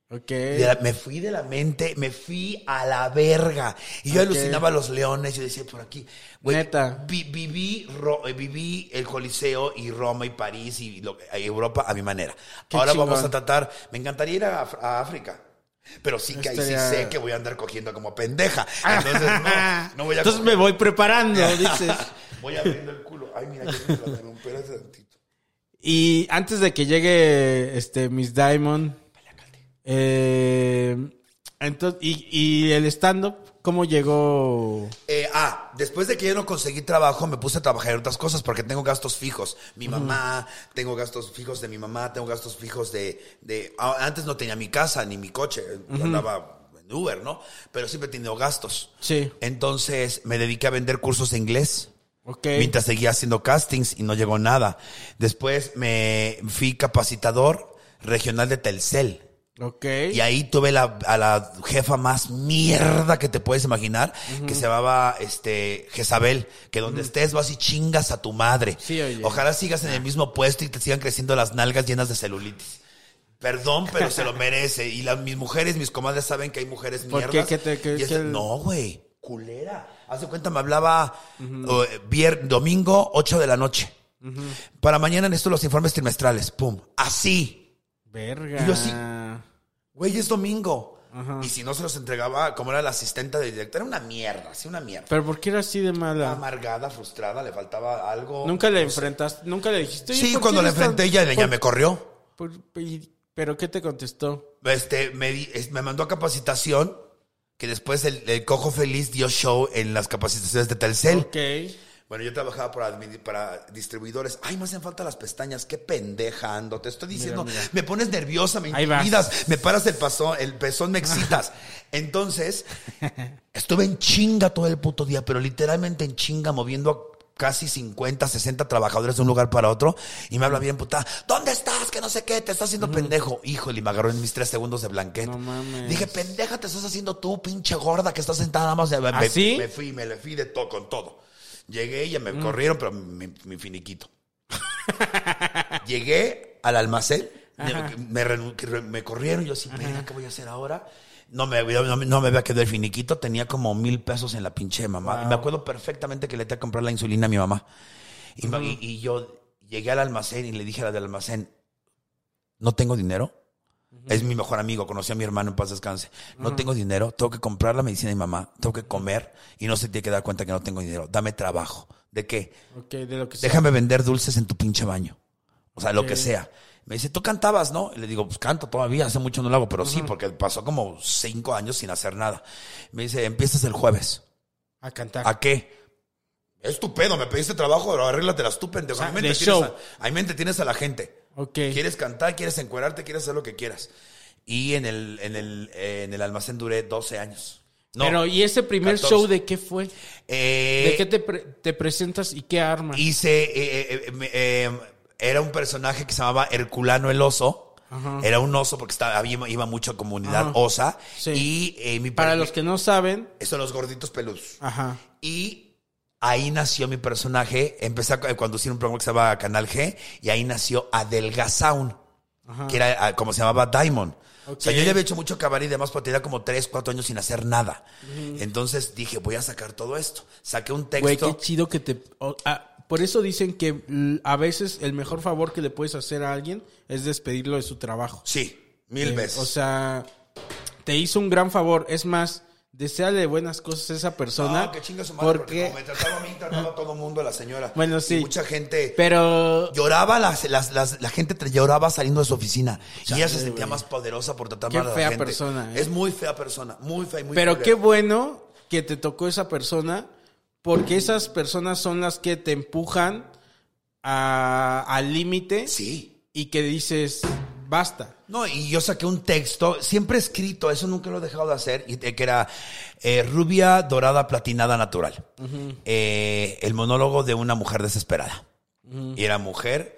S2: Ok.
S3: De la- me fui de la mente, me fui a la verga. Y yo
S2: Ok.
S3: alucinaba a los leones y decía por aquí. güey,
S2: Neta.
S3: vi- viví, Ro- eh, viví el Coliseo y Roma y París y lo- eh, Europa a mi manera.
S2: Qué
S3: Ahora
S2: chingón.
S3: vamos a tratar. Me encantaría ir a, Af- a África. Pero sí que ahí sí
S2: Estaría-
S3: sé que voy a andar cogiendo como pendeja. Entonces no, no voy a
S2: Ah, Entonces me
S3: coger.
S2: voy preparando, dices.
S3: Voy abriendo el culo. Ay, mira, que me lo rompieron hace tantito.
S2: Y antes de que llegue este Miss Diamond, eh, entonces, y, y el stand-up, ¿cómo llegó?
S3: Eh, ah, después de que yo no conseguí trabajo, me puse a trabajar en otras cosas porque tengo gastos fijos. Mi mamá, tengo gastos fijos de mi mamá, tengo gastos fijos de... de ah, antes no tenía mi casa ni mi coche, andaba en Uber, ¿no? Pero siempre he tenido gastos.
S2: Sí.
S3: Entonces me dediqué a vender cursos de inglés.
S2: Ok.
S3: Mientras seguía haciendo castings y no llegó nada. Después me fui capacitador regional de Telcel.
S2: Ok.
S3: Y ahí tuve la- a la jefa más mierda que te puedes imaginar, que se llamaba este, Jezabel, que donde estés vas y chingas a tu madre.
S2: Sí, oye.
S3: Ojalá sigas en el mismo puesto y te sigan creciendo las nalgas llenas de celulitis. Perdón, pero se lo merece. Y las, mis mujeres, mis comadres saben que hay mujeres
S2: ¿Por qué?
S3: mierdas.
S2: ¿Qué te- qué-
S3: Y es-
S2: qué-
S3: No, güey. Culera. Hace cuenta, me hablaba eh, vier- domingo, 8 de la noche. Para mañana necesito los informes trimestrales. Pum. Así.
S2: Verga.
S3: Y yo sí. Güey, es domingo. Y si no se los entregaba, como era la asistente de director, era una mierda, así una mierda.
S2: Pero ¿por qué era así de mala?
S3: Amargada, frustrada, le faltaba algo.
S2: Nunca le enfrentaste, nunca le dijiste. "Oye,
S3: Sí,
S2: ¿por qué
S3: cuando la
S2: eres tan-
S3: enfrenté, ella, ella
S2: por-
S3: me corrió.
S2: por- y- ¿Pero qué te contestó?
S3: Este, me, di- es- me mandó a capacitación, que después el, el Cojo Feliz dio show en las capacitaciones de Telcel.
S2: Ok.
S3: Bueno, yo trabajaba para, admi- para distribuidores. Ay, me hacen falta las pestañas. Qué pendeja ando. Te estoy diciendo, me pones nerviosa, me
S2: Ahí vas.
S3: intimidas, me paras el, paso, el pezón, me excitas. Entonces, estuve en chinga todo el puto día, pero literalmente en chinga moviendo a casi 50, 60 trabajadores de un lugar para otro. Y me habla bien puta, ¿dónde estás? Que no sé qué, te estás haciendo pendejo. Híjole, y me agarró en mis tres segundos de blanquet.
S2: No mames.
S3: Dije, pendeja, te estás haciendo tú, pinche gorda, que estás sentada nada más. de- me-
S2: ¿Así?
S3: Me fui, me le fui de todo, con todo. Llegué y ya me corrieron, pero mi, mi finiquito. Llegué al almacén, me, renu- que re- me corrieron, yo así, "Verga, ¿qué voy a hacer ahora? No me, había- no, me- no me había quedado el finiquito, tenía como mil pesos en la pinche mamá. Y me acuerdo perfectamente que le tenía que comprar la insulina a mi mamá. Y, ma- y- y yo llegué al almacén y le dije a la del almacén, no tengo dinero. Es mi mejor amigo, conocí a mi hermano en paz descanse. No tengo dinero, tengo que comprar la medicina de mi mamá, tengo que comer y no se tiene que dar cuenta que no tengo dinero. Dame trabajo. ¿De qué?
S2: Ok, de lo que sea.
S3: Déjame vender dulces en tu pinche baño. O sea, lo que sea. Me dice, tú cantabas, ¿no? Y le digo, pues canto todavía, hace mucho no lo hago, pero sí, porque pasó como cinco años sin hacer nada. Me dice, empiezas el jueves.
S2: A cantar.
S3: ¿A qué? Es tu pedo, me pediste trabajo, pero arréglatelas tú, pendejo.
S2: O sea,
S3: a, mí me
S2: de
S3: entretienes
S2: show.
S3: a, a mí me entretienes a la gente.
S2: ok.
S3: Quieres cantar, quieres encuerarte, quieres hacer lo que quieras. Y en el, en el, eh, en el almacén duré 12 años. No,
S2: Pero, ¿y ese primer
S3: 14.
S2: show de qué fue?
S3: eh,
S2: ¿De qué te, pre- te presentas y qué armas?
S3: Hice. eh, eh, eh, me- eh, era un personaje que se llamaba Herculano el Oso. Era un oso porque estaba, había, iba mucho a comunidad
S2: Ajá.
S3: osa.
S2: Sí.
S3: Y eh, mi
S2: Para los que no saben,
S3: Son los gorditos peludos.
S2: ajá.
S3: Y ahí nació mi personaje. Empecé a conducir un programa que se llama Canal G. Y ahí nació Adelgazaun. Que era ah, como se llamaba Diamond. O sea,
S2: Ok.
S3: yo ya había hecho mucho cabaret y demás, pero tenía como 3, 4 años sin hacer nada. Entonces dije, voy a sacar todo esto. Saqué un
S2: Güey,
S3: texto.
S2: qué chido que te... o- ah, por eso dicen que mm, a veces el mejor favor que le puedes hacer a alguien es despedirlo de su trabajo.
S3: sí, mil
S2: Eh,
S3: veces.
S2: O sea, te hizo un gran favor. Es más, deseale buenas cosas a esa persona.
S3: No, que chinga su madre, porque,
S2: Porque,
S3: como me trataba a mí, trataba a todo el mundo, a la señora.
S2: Bueno,
S3: Y
S2: sí.
S3: mucha gente
S2: pero...
S3: lloraba, las, las- las- la gente tra- lloraba saliendo de su oficina. y ella se sentía más poderosa por tratar
S2: Qué
S3: mal a la
S2: fea
S3: gente.
S2: persona, ¿eh?
S3: Es muy fea persona, muy fea y muy
S2: Pero
S3: culera.
S2: qué bueno que te tocó esa persona, porque esas personas son las que te empujan a- al límite
S3: Sí.
S2: y que dices, basta.
S3: No, y yo saqué un texto, siempre escrito, eso nunca lo he dejado de hacer, y- eh, que era eh, rubia, dorada, platinada, natural. Eh, el monólogo de una mujer desesperada. Y era mujer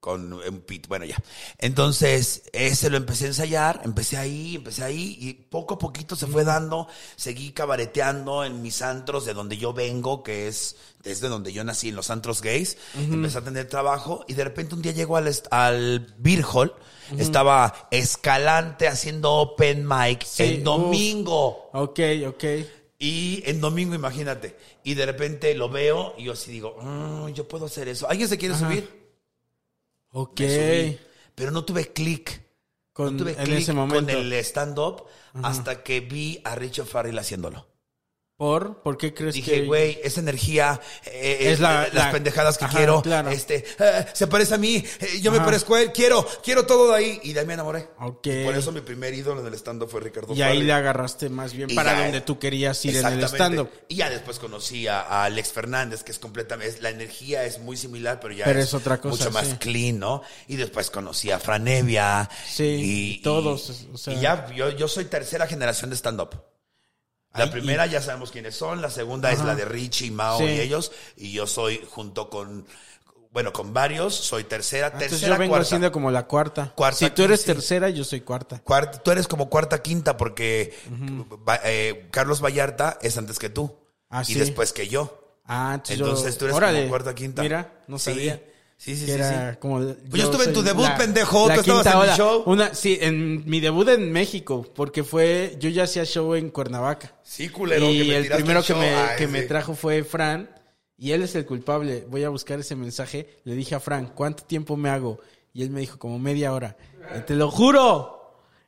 S3: con un pit, bueno, ya. Entonces, ese lo empecé a ensayar, empecé ahí, empecé ahí, y poco a poquito se fue dando, seguí cabareteando en mis antros de donde yo vengo, que es desde donde yo nací, en los antros gays. Empecé a tener trabajo, y de repente un día llego al, est- al Beer Hall, estaba Escalante haciendo open mic
S2: Sí,
S3: el
S2: uf.
S3: domingo.
S2: Ok, ok.
S3: Y en domingo, imagínate. Y de repente lo veo y yo así digo, "Mm, yo puedo hacer eso. ¿Alguien se quiere subir?
S2: Ok.
S3: Me subí. Pero no tuve clic.
S2: Con,
S3: No tuve
S2: en ese
S3: clic
S2: momento.
S3: con el stand-up hasta que vi a Richard Farrell haciéndolo.
S2: ¿Por? ¿Por qué crees que...?
S3: Dije, güey, esa energía, eh,
S2: Es
S3: es
S2: la-
S3: las
S2: la-
S3: pendejadas que
S2: Ajá,
S3: quiero,
S2: claro.
S3: este, eh, se parece a mí, eh, yo me
S2: Ajá.
S3: parezco a él, quiero, quiero todo de ahí. Y de ahí me enamoré.
S2: Ok.
S3: Y por eso mi primer ídolo en el stand-up fue Ricardo
S2: Y ahí
S3: Farrell.
S2: le agarraste más bien
S3: Y
S2: para
S3: ya-
S2: donde tú querías ir en el
S3: Exactamente.
S2: stand-up.
S3: Y ya después conocí a, a Alex Fernández, que es completamente, es- la energía es muy similar, pero ya
S2: Pero es otra cosa,
S3: mucho más
S2: sí.
S3: clean, ¿no? Y después conocí a Fran Evia.
S2: Sí, y todos, o sea.
S3: y ya, yo, yo soy tercera generación de stand-up. La
S2: Ay,
S3: primera ya sabemos quiénes son, la segunda es la de Richie, Mao
S2: Sí.
S3: y ellos, y yo soy junto con, bueno, con varios, soy tercera,
S2: Ah, Entonces
S3: tercera,
S2: yo vengo
S3: cuarta.
S2: siendo como la cuarta.
S3: Cuarta,
S2: si tú eres
S3: sí.
S2: tercera, yo soy cuarta.
S3: Cuarta- tú eres como cuarta, quinta, porque va- eh, Carlos Vallarta es antes que tú.
S2: Ah,
S3: y
S2: sí.
S3: después que yo.
S2: Ah, entonces, yo-
S3: Entonces tú eres
S2: órale,
S3: como cuarta, quinta.
S2: Mira, no
S3: Sí,
S2: sabía.
S3: Sí, sí, sí,
S2: que era
S3: sí.
S2: como.
S3: yo estuve en tu
S2: soy
S3: debut, pendejo, tú estabas
S2: quinta
S3: en mi
S2: ola.
S3: show.
S2: Una, sí, en mi debut en México, porque fue. Yo ya hacía show en Cuernavaca.
S3: Sí, culero, que
S2: Y
S3: me
S2: el
S3: tiraste
S2: primero
S3: el
S2: que,
S3: show.
S2: me,
S3: Ay,
S2: que
S3: sí.
S2: me trajo fue Fran. Y él es el culpable. Voy a buscar ese mensaje. Le dije a Fran, ¿cuánto tiempo me hago? Y él me dijo, como media hora. Eh, ¡Te lo juro!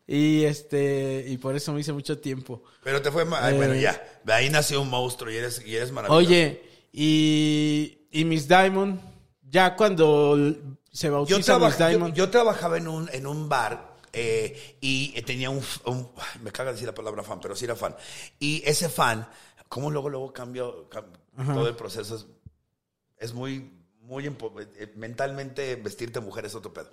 S2: Y este y por eso me hice mucho tiempo.
S3: Pero te fue mal. Ay,
S2: Eh,
S3: bueno, ya. De ahí nació un monstruo y eres, y eres maravilloso.
S2: Oye, y, y Miss Diamond, ya cuando l- se bautiza
S3: yo, traba-
S2: Miss
S3: yo,
S2: Diamond.
S3: yo trabajaba en un, en un bar eh, y eh, tenía un, f- un- ay, Me caga decir la palabra fan, pero sí era fan. Y ese fan, como luego, luego cambio, cam- todo el proceso? Es, es muy, muy. empo- eh, Mentalmente vestirte mujer es otro pedo.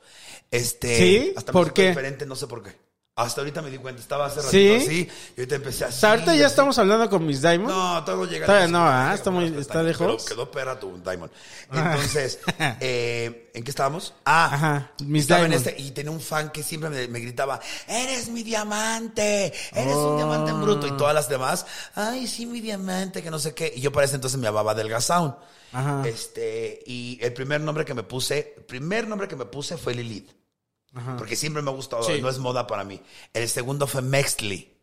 S3: Este,
S2: ¿Sí?
S3: Hasta me
S2: ¿Por
S3: siento
S2: qué?
S3: diferente, no sé por qué. Hasta ahorita me di cuenta, estaba hace ratito
S2: ¿Sí?
S3: así. Y ahorita empecé así.
S2: O sea, ahorita ya
S3: así.
S2: estamos hablando con Miss Diamond.
S3: No, todo llega.
S2: Todavía
S3: lejos,
S2: no,
S3: todo
S2: ¿ah?
S3: llega
S2: Está
S3: con
S2: muy-
S3: las
S2: está
S3: pestañas,
S2: lejos. Ah.
S3: Pero quedó perra tu Diamond. Entonces, eh, ¿en qué estábamos? Ah,
S2: Ajá, Miss
S3: estaba en
S2: Diamond.
S3: este y tenía un fan que siempre me, me gritaba, eres mi diamante, eres
S2: Oh.
S3: un diamante en bruto. Y todas las demás, ay, sí, mi diamante, que no sé qué. Y yo para ese entonces me llamaba Delga Sound.
S2: Ajá.
S3: Este, y el primer nombre que me puse, el primer nombre que me puse fue Lilith. Porque siempre me ha gustado,
S2: Sí.
S3: no es moda para mí. El segundo fue Mextli.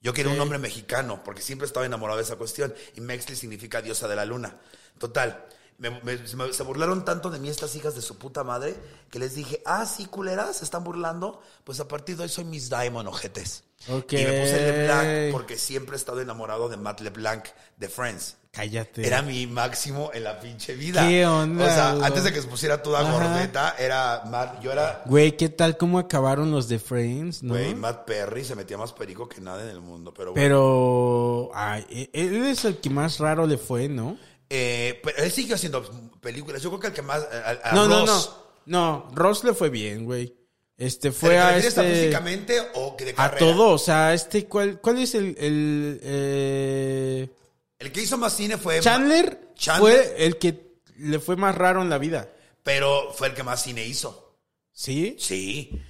S3: Yo quería un nombre mexicano, porque siempre estaba enamorado de esa cuestión. Y Mextli significa diosa de la luna. Total. me- me- se me- se burlaron tanto de mí estas hijas de su puta madre que les dije, ah, sí, culeras, se están burlando. Pues a partir de hoy soy Miss Diamond, ojetes.
S2: Ok.
S3: Y me puse LeBlanc porque siempre he estado enamorado de Matt LeBlanc de Friends.
S2: Cállate.
S3: Era mi máximo en la pinche vida.
S2: ¿Qué onda,
S3: O sea,
S2: güey?
S3: antes de que se pusiera toda
S2: Ajá.
S3: gordeta, era Matt, yo era
S2: Güey, ¿qué tal cómo acabaron los de Friends? ¿no?
S3: Güey, Matt Perry se metía más perico que nada en el mundo, pero bueno.
S2: Pero ay, e- él es el que más raro le fue, ¿no?
S3: Eh, pero él siguió haciendo películas. Yo creo que el que más. A, a
S2: no, no,
S3: Ross.
S2: no. No, Ross le fue bien, güey. Este
S3: ¿Te
S2: fue a
S3: refieres a
S2: este
S3: físicamente o que de
S2: a
S3: carrera?
S2: todo, o sea, este cuál cuál es el el eh,
S3: El que hizo más cine fue.
S2: Chandler,
S3: Chandler.
S2: fue el que le fue más raro en la vida.
S3: Pero fue el que más cine hizo.
S2: ¿Sí?
S3: Sí. Dime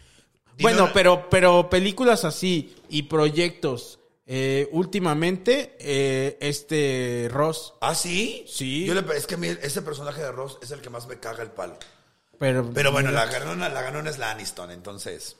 S2: Bueno,
S3: una-
S2: pero pero películas así y proyectos eh, últimamente eh, este Ross,
S3: ¿Ah, sí?
S2: Sí.
S3: Yo le, es que a mí ese personaje de Ross es el que más me caga el palo.
S2: pero
S3: Pero bueno, la ganona, la ganona es la Aniston, entonces.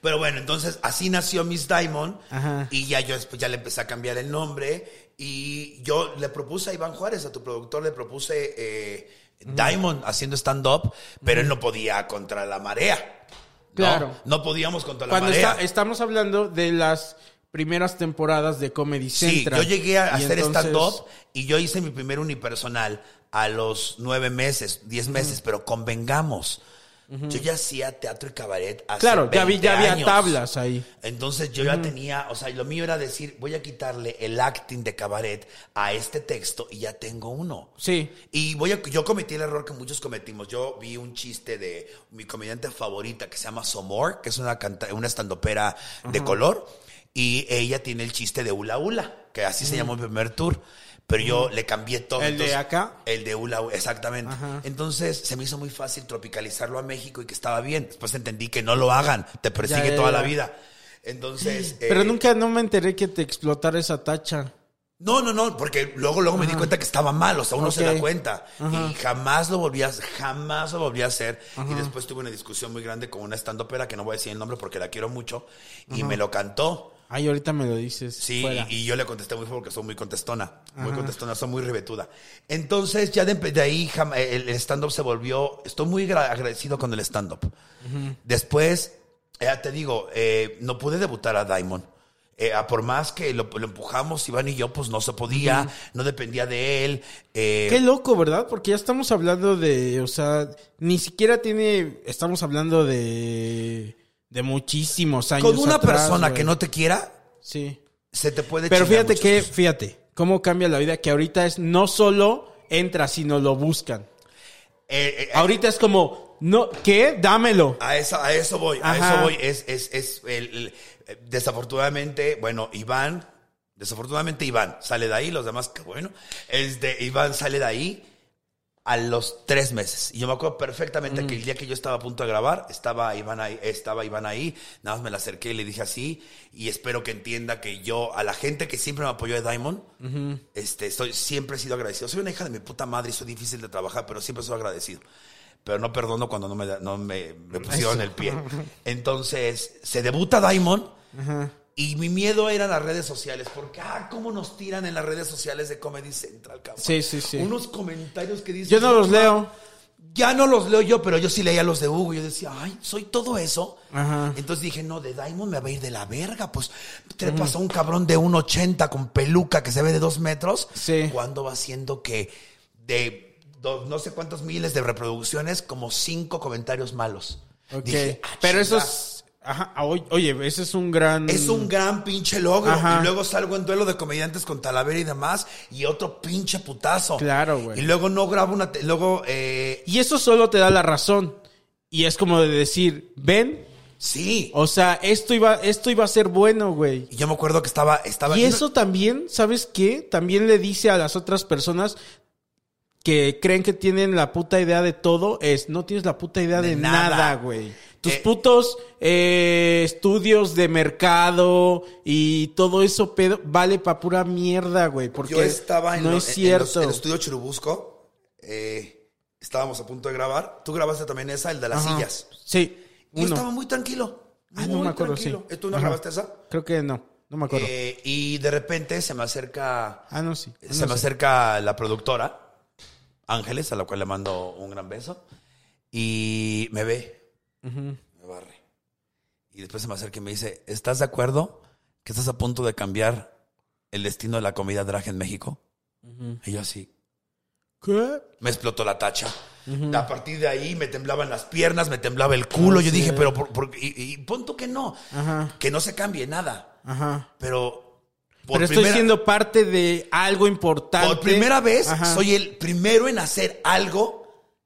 S3: Pero bueno, entonces así nació Miss Diamond
S2: Ajá.
S3: y ya yo después ya le empecé a cambiar el nombre y yo le propuse a Iván Juárez, a tu productor, le propuse eh,
S2: Mm.
S3: Diamond haciendo stand-up, pero él no podía contra la marea. ¿no?
S2: Claro.
S3: No, podíamos contra la
S2: cuando
S3: marea.
S2: está- estamos hablando de las primeras temporadas de Comedy
S3: Sí,
S2: Central.
S3: yo llegué a
S2: Y
S3: hacer
S2: entonces-
S3: stand-up y yo hice mi primer unipersonal a los nueve meses, diez meses, pero convengamos. Yo ya hacía teatro y cabaret hace
S2: Claro, ya vi
S3: 20
S2: ya había
S3: años.
S2: tablas ahí.
S3: Entonces yo ya tenía, o sea, lo mío era decir, voy a quitarle el acting de cabaret a este texto y ya tengo uno.
S2: Sí.
S3: Y voy a, yo cometí el error que muchos cometimos. Yo vi un chiste de mi comediante favorita que se llama Somor, que es una, canta, una estandopera de color, y ella tiene el chiste de Ula Ula, que así se llamó el primer tour. Pero yo le cambié todo.
S2: Mm. ¿El de acá?
S3: El de Ula, Ula, exactamente. Entonces se me hizo muy fácil tropicalizarlo a México y que estaba bien. Después entendí que no lo hagan, te persigue
S2: ya,
S3: toda la
S2: ya.
S3: vida. Entonces. eh,
S2: Pero nunca no me enteré que te explotara esa tacha.
S3: no, no, no, porque luego, luego me di cuenta que estaba mal, o sea, uno se
S2: Ok.
S3: da cuenta. Y jamás lo volví a, jamás lo volví a hacer. Y después tuve una discusión muy grande con una estandopera, que no voy a decir el nombre porque la quiero mucho, y me lo cantó.
S2: Ay, ahorita me lo dices.
S3: Sí,
S2: fuera.
S3: y yo le contesté muy fuerte porque soy muy contestona, muy contestona, soy muy ribetuda. Entonces, ya de, de ahí jam- eh, el el stand-up se volvió, estoy muy gra- agradecido con el stand-up. Después, ya te digo, eh, no pude debutar a Diamond. Eh, a por más que lo, lo empujamos, Iván y yo, pues no se podía, no dependía de él. eh,
S2: Qué loco, ¿verdad? Porque ya estamos hablando de, o sea, ni siquiera tiene, estamos hablando de de muchísimos años.
S3: con una
S2: atrás,
S3: persona
S2: güey.
S3: que no te quiera,
S2: Sí.
S3: se te puede
S2: Pero
S3: chingar
S2: fíjate
S3: muchas
S2: que,
S3: cosas.
S2: fíjate, cómo cambia la vida, que ahorita es no solo entra, sino lo buscan.
S3: Eh, eh,
S2: Ahorita es como, no, ¿qué? Dámelo.
S3: A eso, a eso voy, a
S2: Ajá.
S3: eso voy. Es, es, es el, el- desafortunadamente, bueno, Iván, desafortunadamente Iván sale de ahí, los demás, que bueno. Este, Iván sale de ahí a los tres meses. Y yo me acuerdo perfectamente
S2: Mm.
S3: que el día que yo estaba a punto de grabar, estaba Iván ahí, estaba Iván ahí, nada más me la acerqué y le dije así, y espero que entienda que yo, a la gente que siempre me apoyó de Diamond, este, estoy, siempre he sido agradecido. Soy una hija de mi puta madre y soy difícil de trabajar, pero siempre soy agradecido. Pero no perdono cuando no me, da- no me, me pusieron el pie. Entonces, se debuta Diamond. Y mi miedo eran las redes sociales, porque, ah, cómo nos tiran en las redes sociales de Comedy Central, cabrón.
S2: Sí, sí, sí.
S3: Unos comentarios que dicen.
S2: Yo no los leo.
S3: Ya no los leo yo, pero yo sí leía los de Hugo. Yo decía, ay, soy todo eso.
S2: Ajá.
S3: Entonces dije, no, de Diamond me va a ir de la verga. Pues
S2: Mm.
S3: trepas a un cabrón de 1,80 con peluca que se ve de dos metros.
S2: Sí.
S3: Cuando va haciendo que de do- no sé cuántos miles de reproducciones, como cinco comentarios malos.
S2: Ok.
S3: Dije, ah,
S2: Pero eso
S3: chinga.
S2: es. Ajá. ah, oy- Oye, ese es un gran.
S3: Es un gran pinche logro.
S2: Ajá.
S3: Y luego salgo en duelo de comediantes con Talavera y demás. Y otro pinche putazo.
S2: Claro, güey.
S3: Y luego no grabo una. te- Luego, eh,
S2: Y eso solo te da la razón. Y es como de decir, ven,
S3: sí.
S2: o sea, esto iba, esto iba a ser bueno, güey.
S3: Y yo me acuerdo que estaba. estaba
S2: Y eso también, ¿sabes qué? También le dice a las otras personas que creen que tienen la puta idea de todo, es no tienes la puta idea de,
S3: De
S2: nada.
S3: nada.
S2: güey. Tus
S3: Eh.
S2: putos eh, estudios de mercado y todo eso pedo vale pa' pura mierda, güey. Porque
S3: Yo estaba en,
S2: no
S3: lo-
S2: es
S3: en- en los-
S2: cierto.
S3: en el estudio Churubusco. eh, estábamos a punto de grabar. Tú grabaste también esa, el de las
S2: Ajá.
S3: sillas.
S2: Sí,
S3: Yo
S2: uno.
S3: estaba muy tranquilo.
S2: Ah,
S3: muy
S2: no me acuerdo, sí.
S3: tranquilo. ¿Tú no
S2: Ajá.
S3: grabaste esa?
S2: Creo que no, no me acuerdo.
S3: Eh, y de repente se me acerca.
S2: ah, no, sí. Ah,
S3: se
S2: no,
S3: me
S2: sí.
S3: acerca la productora, Ángeles, a la cual le mando un gran beso, y me ve, me barre. Y después se me acerca y me dice, ¿estás de acuerdo que estás a punto de cambiar el destino de la comida drag en México? Y yo así,
S2: ¿Qué?
S3: me explotó la tacha. A partir de ahí me temblaban las piernas, me temblaba el culo. yo dije, pero por, por- y, y pon tú que no,
S2: Ajá,
S3: que no se cambie nada.
S2: ajá.
S3: Pero, por
S2: Pero estoy
S3: primera-
S2: siendo parte de algo importante.
S3: Por primera vez
S2: Ajá.
S3: soy el primero en hacer algo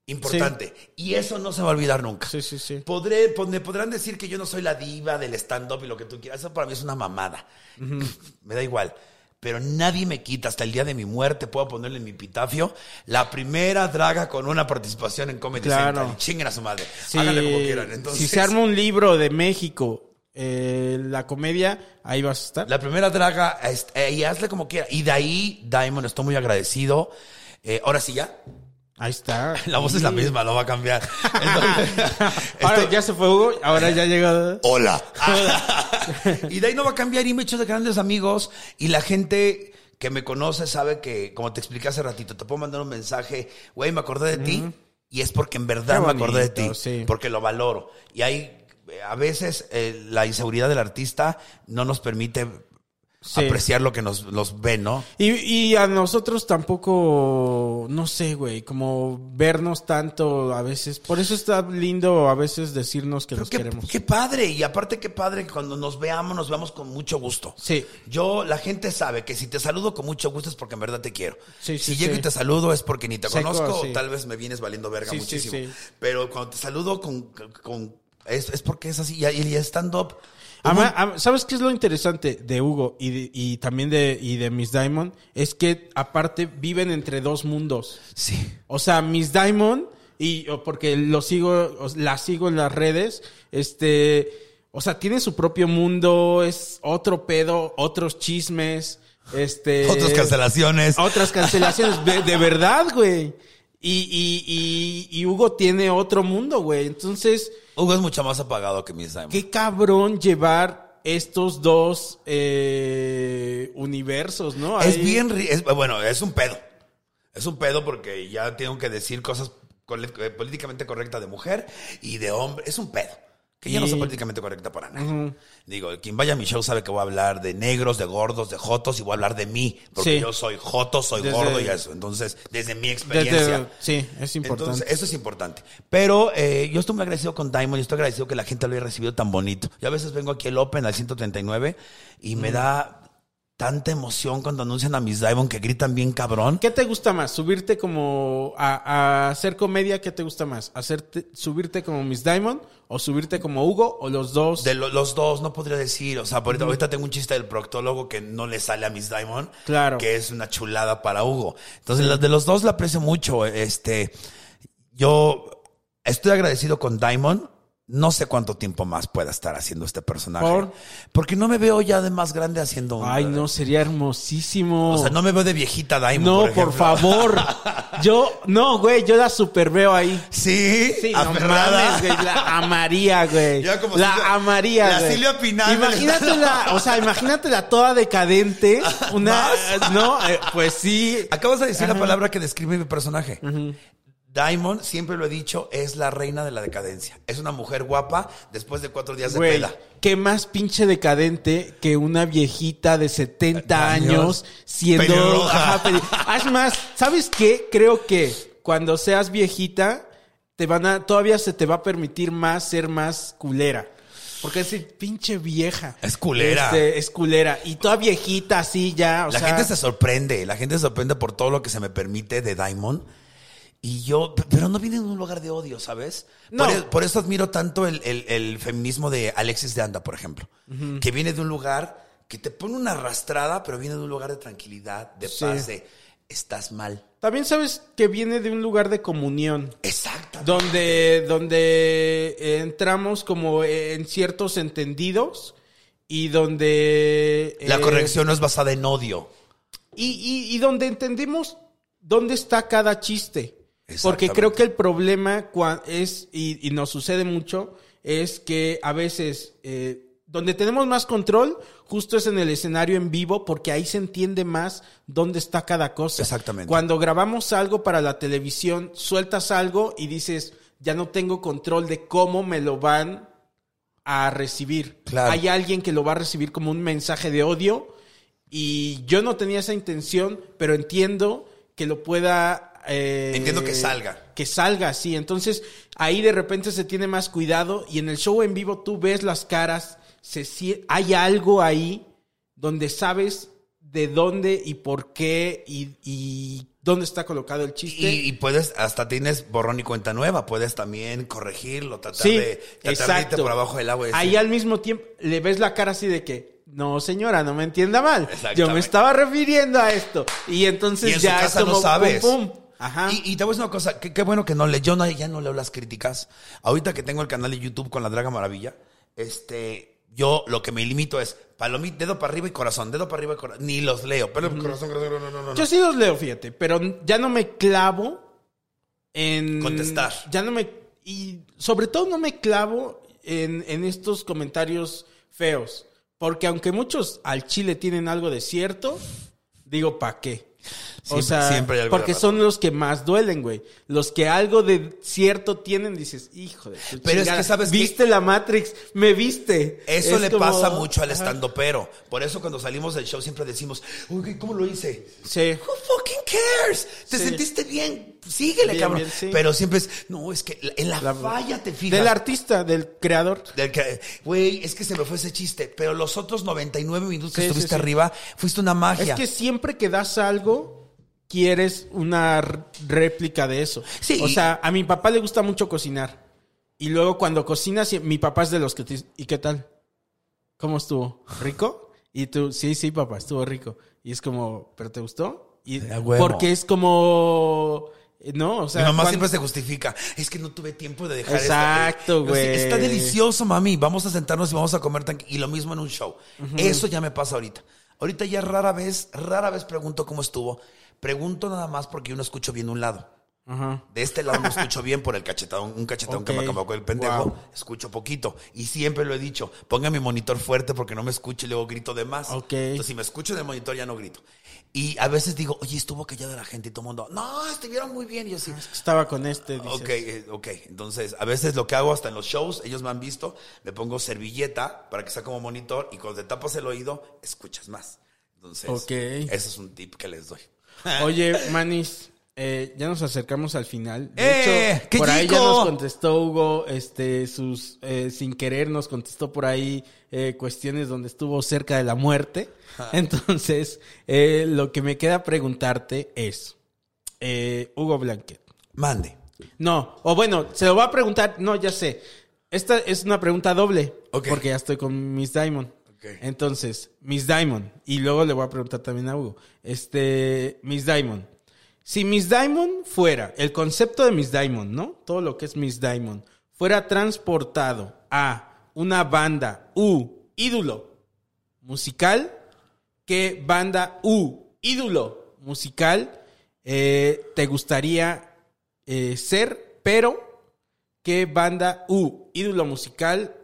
S3: importante. Y eso no se va a olvidar nunca.
S2: Sí, sí, sí.
S3: Podré, pod- me podrán decir que yo no soy la diva del stand-up y lo que tú quieras. Eso para mí es una mamada. me da igual. Pero nadie me quita. Hasta el día de mi muerte puedo ponerle en mi epitafio la primera draga con una participación en Comedy
S2: Claro.
S3: Central. Y chinguen a su madre.
S2: Sí,
S3: Háganle como quieran. Entonces,
S2: si se arma un libro de México, eh, la comedia, ahí vas a estar.
S3: La primera draga, es- eh, y hazle como quiera. Y de ahí, Diamond, estoy muy agradecido. Eh, ahora sí ya,
S2: Ahí está.
S3: La voz es la misma, no va a cambiar. Entonces,
S2: Ahora
S3: esto-
S2: ya se fue Hugo, ahora ya llegó.
S3: Hola. y de ahí no va a cambiar y me he hecho de grandes amigos y la gente que me conoce sabe que, como te expliqué hace ratito, te puedo mandar un mensaje, güey, me acordé de ti y es porque en verdad
S2: Qué
S3: me acordé de ti,
S2: bonito, sí.
S3: porque lo valoro. Y hay, eh, a veces eh, la inseguridad del artista no nos permite
S2: Sí.
S3: apreciar lo que nos, nos ve, ¿no?
S2: Y, y a nosotros tampoco, no sé, güey, como vernos tanto a veces. Por eso está lindo a veces decirnos que
S3: Pero
S2: nos
S3: qué,
S2: queremos.
S3: qué padre, y aparte qué padre que cuando nos veamos, nos veamos con mucho gusto.
S2: Sí.
S3: Yo, la gente sabe que si te saludo con mucho gusto es porque en verdad te quiero.
S2: Sí, sí,
S3: si llego
S2: sí.
S3: y te saludo es porque ni te
S2: Seco,
S3: conozco,
S2: sí.
S3: o tal vez me vienes valiendo verga
S2: Sí, sí,
S3: muchísimo.
S2: sí.
S3: Pero cuando te saludo con... con- es, es porque es así, y, y stand-up...
S2: Ama- ama- ah, ¿Sabes qué es lo interesante de Hugo y, de- y también de, y de Miss Diamond? Es que aparte viven entre dos mundos.
S3: Sí.
S2: O sea, Miss Diamond, y o porque lo sigo, o la sigo en las redes, este, o sea, tiene su propio mundo, es otro pedo, otros chismes, este.
S3: Otras cancelaciones.
S2: Otras cancelaciones, de, de verdad, güey. Y, y, y, y Hugo tiene otro mundo, güey. Entonces,
S3: Hugo es mucho más apagado que mis Diamond.
S2: qué cabrón llevar estos dos eh, universos, ¿no?
S3: Es
S2: Ahí-
S3: bien... ri- es- bueno, es un pedo. Es un pedo porque ya tengo que decir cosas col- eh, políticamente correctas de mujer y de hombre. Es un pedo. Que ya no
S2: Y-
S3: soy políticamente correcta para nada. Digo, quien vaya a mi show sabe que voy a hablar de negros, de gordos, de jotos y voy a hablar de mí. Porque
S2: Sí.
S3: yo soy joto, soy
S2: Desde-
S3: gordo y eso. Entonces, desde mi experiencia.
S2: Desde- sí, es importante.
S3: Entonces, eso es importante. Pero eh, yo estoy muy agradecido con Diamond y estoy agradecido que la gente lo haya recibido tan bonito. Yo a veces vengo aquí al Open, al 139, y me da
S4: tanta emoción cuando anuncian a Miss Diamond que gritan bien cabrón.
S2: ¿Qué te gusta más? ¿Subirte como a, a hacer comedia? ¿Qué te gusta más? ¿Hacerte, ¿Subirte como Miss Diamond o subirte como Hugo o los dos?
S3: De lo- los dos, no podría decir. O sea, por ahorita, ahorita tengo un chiste del proctólogo que no le sale a Miss Diamond.
S2: Claro.
S3: Que es una chulada para Hugo. Entonces, la- de los dos la aprecio mucho. Este, yo estoy agradecido con Diamond. No sé cuánto tiempo más pueda estar haciendo este personaje.
S2: ¿Por?
S3: Porque no me veo ya de más grande haciendo un.
S2: Ay, no, sería hermosísimo.
S3: O sea, no me veo de viejita Diamond.
S2: No, por,
S3: ejemplo.
S2: favor. Yo, no, güey, yo la super veo ahí.
S3: Sí,
S2: Sí, no
S3: aferrada.
S2: mames, güey, la amaría, güey.
S3: Ya como
S2: la
S3: Silvia-
S2: amaría,
S3: la
S2: güey.
S3: Silvia Pinal.
S2: Imagínatela, o sea, imagínatela toda decadente, una no, Eh, pues sí.
S3: Acabas de decir la palabra que describe mi personaje. Diamond, siempre lo he dicho, es la reina de la decadencia. Es una mujer guapa después de cuatro días de
S2: Güey,
S3: peda.
S2: qué más pinche decadente que una viejita de 70
S3: Años.
S2: años siendo
S3: Pelirroja.
S2: Ajá, peli- Haz más, ¿sabes qué? Creo que cuando seas viejita te van a todavía se te va a permitir más ser más culera. Porque es pinche vieja.
S3: Es culera.
S2: Este, es culera y toda viejita así ya, o
S3: la
S2: sea,
S3: gente se sorprende, la gente se sorprende por todo lo que se me permite de Diamond. Y yo, p- pero no viene de un lugar de odio, ¿sabes?
S2: No.
S3: Por, e- por eso admiro tanto el, el- el feminismo de Alexis de Anda, por ejemplo, que viene de un lugar que te pone una arrastrada, pero viene de un lugar de tranquilidad, de
S2: Sí.
S3: paz, de estás mal.
S2: también sabes que viene de un lugar de comunión.
S3: Exactamente.
S2: donde donde entramos como en ciertos entendidos y donde
S3: La
S2: eh,
S3: corrección no es basada en odio.
S2: y, y- y donde entendemos dónde está cada chiste porque
S3: Exactamente.
S2: creo que el problema cua- es y, y nos sucede mucho es que a veces eh, donde tenemos más control justo es en el escenario en vivo porque ahí se entiende más dónde está cada cosa
S3: Exactamente.
S2: Cuando cuando grabamos algo para la televisión, sueltas algo y dices, ya no tengo control de cómo me lo van a recibir.
S3: Claro.
S2: Hay alguien que lo va a recibir como un mensaje de odio y yo no tenía esa intención, pero entiendo que lo pueda... eh,
S3: Entiendo que salga.
S2: Que salga, sí. Entonces ahí de repente se tiene más cuidado y en el show en vivo tú ves las caras, se, sie- hay algo ahí donde sabes de dónde y por qué y, y dónde está colocado el chiste.
S3: Y, y puedes, hasta tienes borrón y cuenta nueva, puedes también corregirlo, tratar
S2: sí,
S3: de tratar de irte
S2: exacto.
S3: por abajo del agua. y decir,
S2: Ahí al mismo tiempo le ves la cara así de que, no señora, no me entienda mal. Yo me
S3: Exactamente.
S2: estaba refiriendo a esto. Y entonces
S3: y en
S2: ya
S3: su
S2: es
S3: casa no
S2: como
S3: sabes.
S2: pum, pum. Ajá.
S3: Y, y te voy a decir una cosa, que- qué bueno que no le, yo no, ya no leo las críticas. Ahorita que tengo el canal de YouTube con la Draga Maravilla, este, yo lo que me limito es palomita, dedo para arriba y corazón, dedo para arriba y corazón. Ni los leo, pero corazón, corazón, no, no, no, no.
S2: Mm. Yo sí los leo, fíjate, pero ya no me clavo en...
S3: Contestar.
S2: Ya no me... Y sobre todo no me clavo en, en estos comentarios feos. Porque aunque muchos al chile tienen algo de cierto, digo, ¿pa' qué?
S3: Siempre-
S2: o sea,
S3: siempre hay algo de
S2: porque
S3: razón.
S2: son los que más duelen, güey. Los que algo de cierto tienen, dices, hijo de tu
S3: Pero es
S2: chingada,
S3: que sabes que-
S2: Viste la Matrix, me viste.
S3: Eso
S2: Es
S3: le
S2: como-
S3: pasa mucho al
S2: Ajá.
S3: estando pero. Por eso cuando salimos del show siempre decimos, uy, ¿cómo lo hice?
S2: Sí.
S3: Who fucking cares? ¿Te
S2: Sí.
S3: sentiste bien? Síguele,
S2: Bien,
S3: cabrón.
S2: bien, sí.
S3: Pero siempre es, no, es que la- en la, falla te fijas.
S2: Del artista, del creador.
S3: Del que, güey, es que se me fue ese chiste. Pero los otros 99 minutos que
S2: Sí, sí,
S3: estuviste
S2: sí.
S3: arriba, fuiste una magia.
S2: Es que siempre que das algo, quieres una r- réplica de eso.
S3: Sí.
S2: O sea, a mi papá le gusta mucho cocinar. Y luego cuando cocinas, y- mi papá es de los que te dice, ¿y qué tal? ¿Cómo estuvo? ¿Rico? Y tú, sí, sí, papá, estuvo rico. Y es como, ¿pero te gustó? Y,
S3: A huevo.
S2: Porque es como... eh, No, o sea...
S3: Mi mamá
S2: cuando-
S3: siempre se justifica. Es que no tuve tiempo de dejar esto.
S2: Exacto,
S3: Yo sé,
S2: güey.
S3: Está delicioso, mami. Vamos a sentarnos y vamos a comer tranqui-". Y lo mismo en un show. Eso ya me pasa ahorita. Ahorita ya rara vez, rara vez pregunto cómo estuvo. Pregunto nada más porque yo no escucho bien un lado.
S2: Ajá.
S3: De este lado no escucho bien por el cachetón, un cachetón que me
S2: Ok.
S3: acabó el pendejo.
S2: Wow.
S3: Escucho poquito. Y siempre lo he dicho, ponga mi monitor fuerte porque no me escucho y luego grito de más.
S2: Ok.
S3: Entonces, si me escucho en el monitor ya no grito. Y a veces digo, oye, estuvo callada la gente y todo el mundo, no, estuvieron muy bien. Y yo sí,
S2: Estaba con este, dices.
S3: Ok, eh, ok. Entonces, a veces lo que hago hasta en los shows, ellos me han visto, me pongo servilleta para que sea como monitor y cuando te tapas el oído, escuchas más. Entonces,
S2: Ok.
S3: eso es un tip que les doy.
S2: Oye, Manis, eh, ya nos acercamos al final. De
S4: ¡Eh!
S2: hecho,
S4: ¡Qué
S2: por ahí ya
S4: chico!
S2: nos contestó Hugo, este, sus, eh, sin querer nos contestó por ahí eh, cuestiones donde estuvo cerca de la muerte. Entonces, eh, lo que me queda preguntarte es, eh, Hugo Blanquet.
S4: Mande.
S2: No, o bueno, se lo va a preguntar. No, ya sé. Esta es una pregunta doble.
S4: Ok.
S2: Porque ya estoy con Miss Diamond.
S4: Ok.
S2: Entonces, Miss Diamond. Y luego le voy a preguntar también a Hugo. Este, Miss Diamond. Si Miss Diamond fuera, el concepto de Miss Diamond, ¿no? Todo lo que es Miss Diamond, fuera transportado a una banda U, ídolo musical, ¿qué banda U, ídolo musical, eh, te gustaría eh, ser, pero qué banda U, ídolo musical,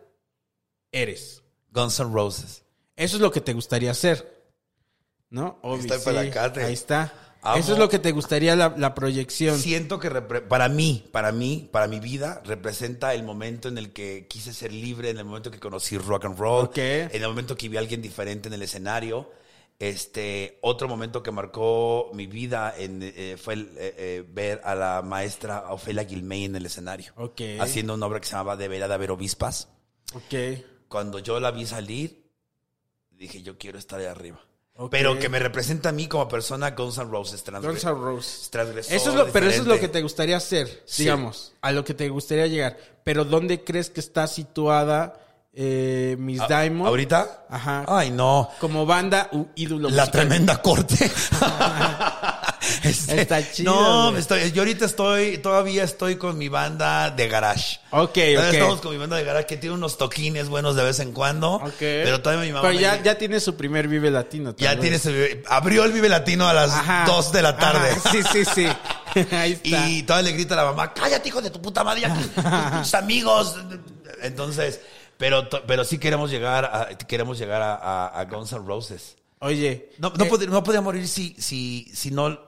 S2: eres?
S4: Guns N' Roses.
S2: Eso es lo que te gustaría hacer. ¿No?
S3: está el
S2: Obvio, sí,
S3: palacate.
S2: Ahí está.
S3: Amo.
S2: Eso es lo que te gustaría la, la proyección.
S3: Siento que repre- para mí, para mí, para mi vida, representa el momento en el que quise ser libre, en el momento que conocí rock and roll,
S2: Ok.
S3: en el momento que vi a alguien diferente en el escenario. Este, otro momento que marcó mi vida en, eh, fue el, eh, eh, ver a la maestra Ofelia Guilmey en el escenario,
S2: Ok.
S3: haciendo una obra que se llamaba Deberá de haber obispas.
S2: Ok.
S3: Cuando yo la vi salir, dije, yo quiero estar ahí arriba.
S2: Ok.
S3: Pero que me representa a mí como persona Guns N' Roses. transgre-
S2: Guns N' Roses.
S3: transgresor,
S2: Eso es lo, pero eso es lo que
S3: diferente.
S2: te gustaría hacer,
S3: Sí.
S2: digamos, a lo que te gustaría llegar. Pero ¿dónde crees que está situada eh, Miss
S3: A-
S2: Diamond?
S3: Ah, ¿Ahorita?
S2: Ajá.
S4: Ay, no.
S2: Como banda u ídolo.
S4: La
S2: musical.
S4: tremenda corte. Este,
S2: Está chido,
S3: No,
S2: güey.
S3: estoy, yo ahorita estoy, todavía estoy con mi banda de garage.
S2: Ok,
S3: Todavía
S2: ok.
S3: Estamos con mi banda de garage que tiene unos toquines buenos de vez en cuando.
S2: Ok.
S3: Pero todavía mi mamá.
S2: Pero
S3: me
S2: ya,
S3: dice-
S2: ya tiene su primer Vive Latino.
S3: ya
S2: tal vez.
S3: tienes. Abrió el Vive Latino a las
S2: Ajá.
S3: 2 de la tarde.
S2: Ajá, Sí, sí, sí. Ahí está.
S3: Y todavía le grita a la mamá: cállate, hijo de tu puta madre, ya que- tus amigos. Entonces, pero, to- pero sí queremos llegar a, queremos llegar a, a, a Guns N' Roses.
S2: Oye.
S3: No, no,
S2: eh,
S3: pod- no podía morir si, si, si no,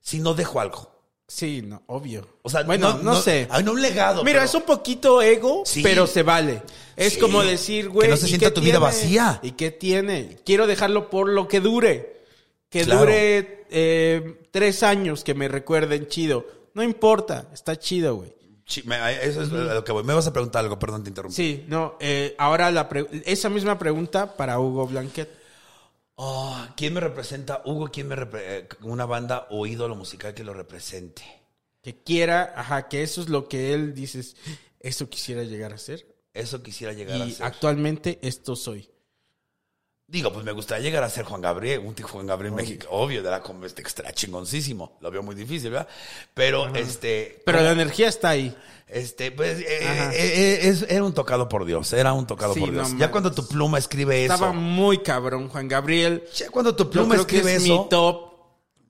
S3: si no dejo algo.
S2: Sí, no, obvio.
S3: O sea,
S2: bueno, no, sé.
S3: Hay un legado.
S2: Mira,
S3: pero-
S2: es un poquito ego,
S3: Sí.
S2: pero se vale. Es
S3: Sí.
S2: como decir, güey.
S3: Que no se
S2: ¿y
S3: sienta
S2: qué
S3: tu vida
S2: tiene?
S3: vacía.
S2: ¿Y qué tiene? Quiero dejarlo por lo que dure. Que
S3: Claro.
S2: dure eh, tres años que me recuerden chido. No importa, está chido, güey.
S3: Sí, me- eso es a lo que voy. Me vas a preguntar algo, perdón, te interrumpí.
S2: Sí, no, eh, ahora la pre- esa misma pregunta para Hugo Blanquet.
S3: Oh, ¿Quién me representa? Hugo, ¿quién me representa? Una banda o ídolo musical que lo represente.
S2: Que quiera, ajá, que eso es lo que él dices, eso quisiera llegar a ser.
S3: Eso quisiera llegar a
S2: Y
S3: ser.
S2: actualmente esto soy.
S3: Digo, pues me gustaría llegar a ser Juan Gabriel, un t- Juan Gabriel México, obvio, de la com- este, estará chingoncísimo. Lo veo muy difícil, ¿verdad? Pero este.
S2: Pero la energía está ahí.
S3: Este, pues, eh,
S2: Ajá.
S3: eh, eh, es- era un tocado por Dios, era un tocado
S2: Sí,
S3: por
S2: no
S3: Dios.
S2: mames.
S3: ya cuando tu pluma escribe eso,
S2: Estaba muy cabrón, Juan Gabriel.
S3: ya cuando tu
S2: Yo
S3: pluma
S2: creo que
S3: escribe
S2: es
S3: eso,
S2: mi top.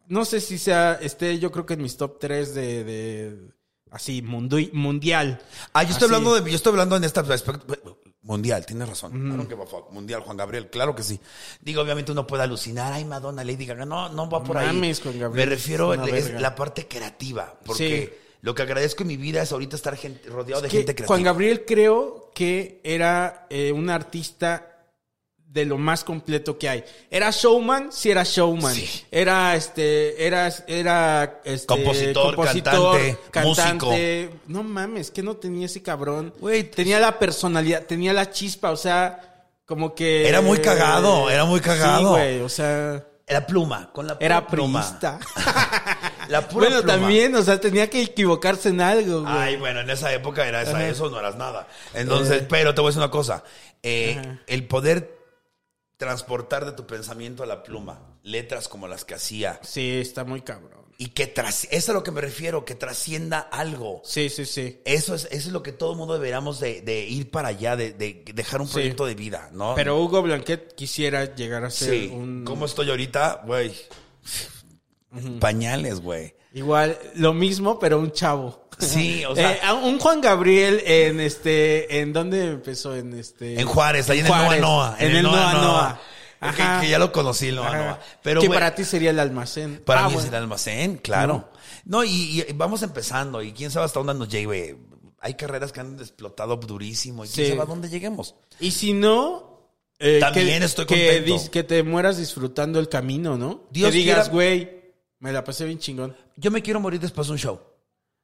S2: No sé si sea, este, yo creo que es mis top 3 de, de- así, mundo, mundial.
S3: Ah, yo estoy
S2: Así.
S3: hablando de, yo estoy hablando en este aspecto mundial, tienes razón. I don't give a fuck. Mundial, Juan Gabriel, claro que sí. Digo, obviamente uno puede alucinar, ay Madonna, Lady Gaga, no, no va
S2: No
S3: por
S2: mames,
S3: ahí.
S2: Juan Gabriel,
S3: Me refiero
S2: es
S3: a
S2: una
S3: es
S2: verga.
S3: la parte creativa, porque lo que agradezco en mi vida es ahorita estar gente- rodeado de
S2: Que
S3: gente creativa.
S2: Juan Gabriel creo que era eh, un artista de lo más completo que hay. Era showman, sí era showman.
S3: Sí.
S2: Era este, era, era este,
S3: Compositor, cantante,
S2: No mames, que no tenía ese cabrón.
S3: Güey,
S2: tenía la personalidad, tenía la chispa, o sea, como que.
S3: Era muy cagado, era muy
S2: Sí,
S3: cagado.
S2: güey, o sea,
S3: Era pluma, con la pura
S2: era
S3: pluma.
S2: priista.
S3: La pura
S2: bueno,
S3: pluma.
S2: también, o sea, tenía que equivocarse en algo, güey. Eh.
S3: Ay, bueno, en esa época era esa, eso no eras nada. Entonces, pero te voy a decir una cosa. Eh, el poder transportar de tu pensamiento a la pluma, letras como las que hacía,
S2: Sí, está muy cabrón.
S3: y que tras, eso es a lo que me refiero, que trascienda algo.
S2: Sí, sí, sí.
S3: Eso es, eso es lo que todo mundo deberíamos de, de ir para allá, de, de dejar un
S2: Sí.
S3: proyecto de vida, ¿no?
S2: Pero Hugo Blanquet quisiera llegar a ser
S3: sí.
S2: un...
S3: ¿Cómo estoy ahorita? Güey. Pañales, güey.
S2: Igual, lo mismo, pero un chavo.
S3: Sí, o sea-
S2: Eh, a un Juan Gabriel en este... ¿En dónde empezó? En este...
S3: En Juárez, ahí en,
S2: Juárez,
S3: el Noa Noa.
S2: En, el Noa Noa.
S3: Que-
S2: Ajá.
S3: Que, ya lo conocí, el Noa
S2: Ajá.
S3: Noa. Pero,
S2: que
S3: güey,
S2: para ti sería el almacén.
S3: Para
S2: Ah,
S3: mí es el
S2: bueno.
S3: almacén, claro. No, y, y vamos empezando. Y quién sabe hasta dónde nos llegue. Hay carreras que han explotado durísimo. Y quién
S2: Sí.
S3: sabe a dónde lleguemos.
S2: Y si no... eh,
S3: También
S2: que-
S3: estoy
S2: que
S3: contento.
S2: dis- Que, te mueras disfrutando el camino, ¿no?
S3: Dios
S2: que digas,
S3: quiera-
S2: güey, Me la pasé bien chingón.
S3: Yo me quiero morir después de un show.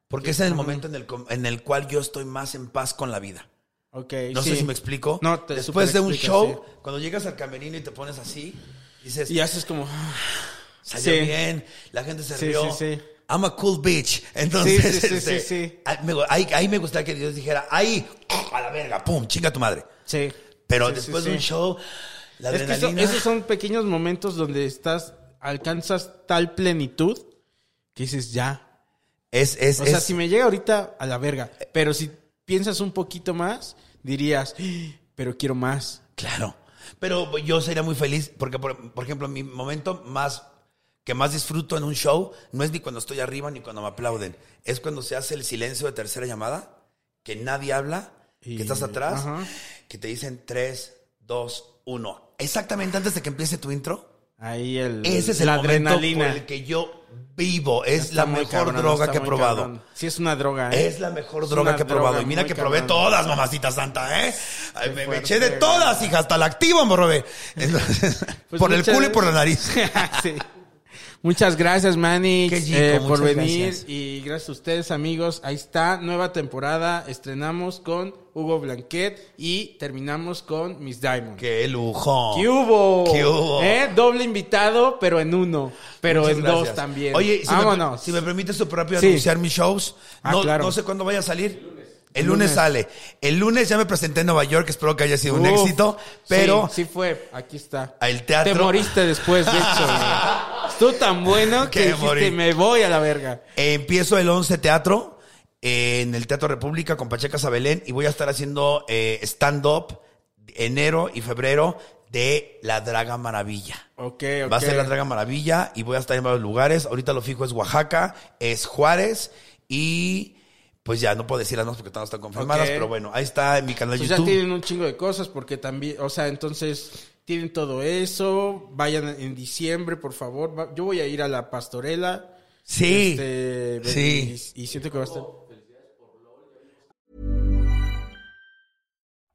S3: Porque es en el momento en el, com- en el cual yo estoy más en paz con la vida.
S2: Ok.
S3: No
S2: sí.
S3: sé si me explico.
S2: No, te
S3: Después de un
S2: superexplicas,
S3: show, cuando llegas al camerino y te pones así, dices,
S2: Y haces como.
S3: salió
S2: sí.
S3: bien, la gente se
S2: Sí,
S3: rió.
S2: sí, sí.
S3: I'm a cool bitch. Entonces,
S2: Sí, sí, sí,
S3: este,
S2: sí, sí.
S3: ahí me- Ahí, ahí me gustaría que Dios dijera, ahí, a la verga, pum, chinga tu madre.
S2: Sí.
S3: Pero
S2: Sí, sí,
S3: después
S2: sí.
S3: de un show, la
S2: Es que eso-
S3: adrenalina...
S2: esos son pequeños momentos donde estás. Alcanzas tal plenitud que dices ya.
S3: es, es,
S2: O sea,
S3: es-
S2: si me llega ahorita a la verga. Pero si piensas un poquito más, dirías, "Ah, pero quiero más.
S3: Claro. Pero yo sería muy feliz porque, por, por ejemplo, mi momento más que más disfruto en un show no es ni cuando estoy arriba ni cuando me aplauden. Es cuando se hace el silencio de tercera llamada, que nadie habla,
S2: Y-
S3: que estás atrás,
S2: ajá.
S3: que te dicen 3, 2, 1. Exactamente antes de que empiece tu intro.
S2: Ahí el.
S3: Ese es el
S2: la
S3: momento
S2: adrenalina.
S3: por el que yo vivo. Es
S2: Está
S3: la
S2: muy
S3: mejor
S2: cabrón,
S3: droga
S2: está
S3: que he
S2: muy
S3: probado.
S2: cabrón. Sí, es una droga. ¿eh?
S3: Es la mejor
S2: Es
S3: droga
S2: una
S3: que he probado.
S2: droga
S3: Y mira
S2: muy
S3: que probé
S2: cabrona.
S3: todas, mamacita santa, ¿eh? Ay, me, me
S2: fuerte,
S3: eché de
S2: güey.
S3: todas, hija, hasta la activa me robé. Entonces,
S2: Pues
S3: por el
S2: muchas-
S3: culo y por la nariz.
S2: Sí. Muchas gracias, Manix,
S3: Qué chico,
S2: eh, por
S3: muchas
S2: venir.
S3: gracias.
S2: Y gracias a ustedes, amigos. Ahí está, nueva temporada. Estrenamos con Hugo Blanquet y terminamos con Miss Diamond.
S3: ¡Qué lujo!
S2: ¿Qué hubo?
S3: ¿Qué hubo?
S2: ¿Eh? Doble invitado, pero en uno. Pero
S3: Muchas
S2: en dos
S3: gracias.
S2: también.
S3: Oye, si, me,
S2: vámonos.
S3: si me permites tu propio
S2: Sí.
S3: anunciar mis shows,
S2: Ah,
S3: no,
S2: claro.
S3: no sé cuándo vaya a salir. El
S2: El
S3: lunes,
S2: lunes.
S3: sale. El lunes ya me presenté en Nueva York, espero que haya sido un
S2: Uf,
S3: éxito, pero
S2: Sí, sí fue. Aquí está.
S3: el teatro...
S2: Te moriste después, de hecho. güey. Estuvo tan bueno
S3: Que
S2: que dijiste,
S3: morí.
S2: me voy a la verga.
S3: Eh, empiezo el 11 teatro eh, en el Teatro República con Pacheca Sabelén y voy a estar haciendo eh, stand-up enero y febrero de La Draga Maravilla.
S2: Ok, ok.
S3: Va a ser La Draga Maravilla y voy a estar en varios lugares. Ahorita lo fijo es Oaxaca, es Juárez y pues ya no puedo decir las más porque todavía no están confirmadas,
S2: Ok.
S3: pero bueno, ahí está en mi canal de
S2: Pues ya
S3: YouTube.
S2: tienen un chingo de cosas porque también, o sea, entonces tienen todo eso. Vayan en diciembre, por favor. Va- Yo voy a ir a la pastorela.
S3: Sí.
S2: Este,
S3: Sí.
S2: Y, y siento que va a estar.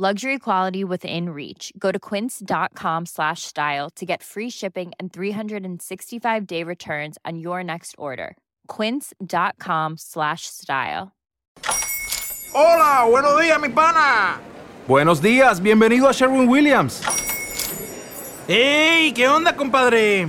S5: Luxury quality within reach. Go to quince.com slash style to get free shipping and 365 day returns on your next order. Quince.com slash style.
S6: Hola, buenos días, mi pana. Buenos días, bienvenido a Sherwin Williams. ¡Ey! ¿Qué onda, compadre?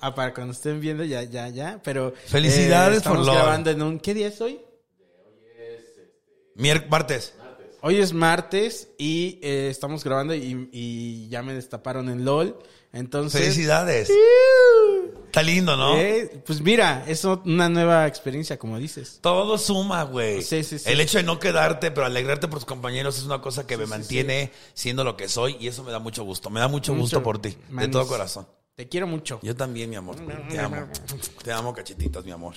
S2: Ah, para cuando estén viendo, ya, ya, ya. Pero.
S3: Felicidades
S2: eh, estamos
S3: por lo-
S2: grabando en un. ¿Qué día es hoy?
S3: Mier- martes.
S2: Hoy es martes y eh, estamos grabando y, y ya me destaparon en LOL. Entonces.
S3: Felicidades. Está lindo, ¿no?
S2: eh, pues mira, es o- una nueva experiencia, como dices.
S3: Todo suma, güey.
S2: Sí, sí, sí.
S3: El hecho de no quedarte, pero alegrarte por tus compañeros es una cosa que me mantiene siendo lo que soy y eso me da mucho gusto. Me da mucho, gusto por ti, de
S2: Manis. Mm,
S3: todo corazón.
S2: Te quiero mucho.
S3: Yo también, mi amor. Te amo. Te amo, cachetitas, mi amor.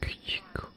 S7: Qué chico.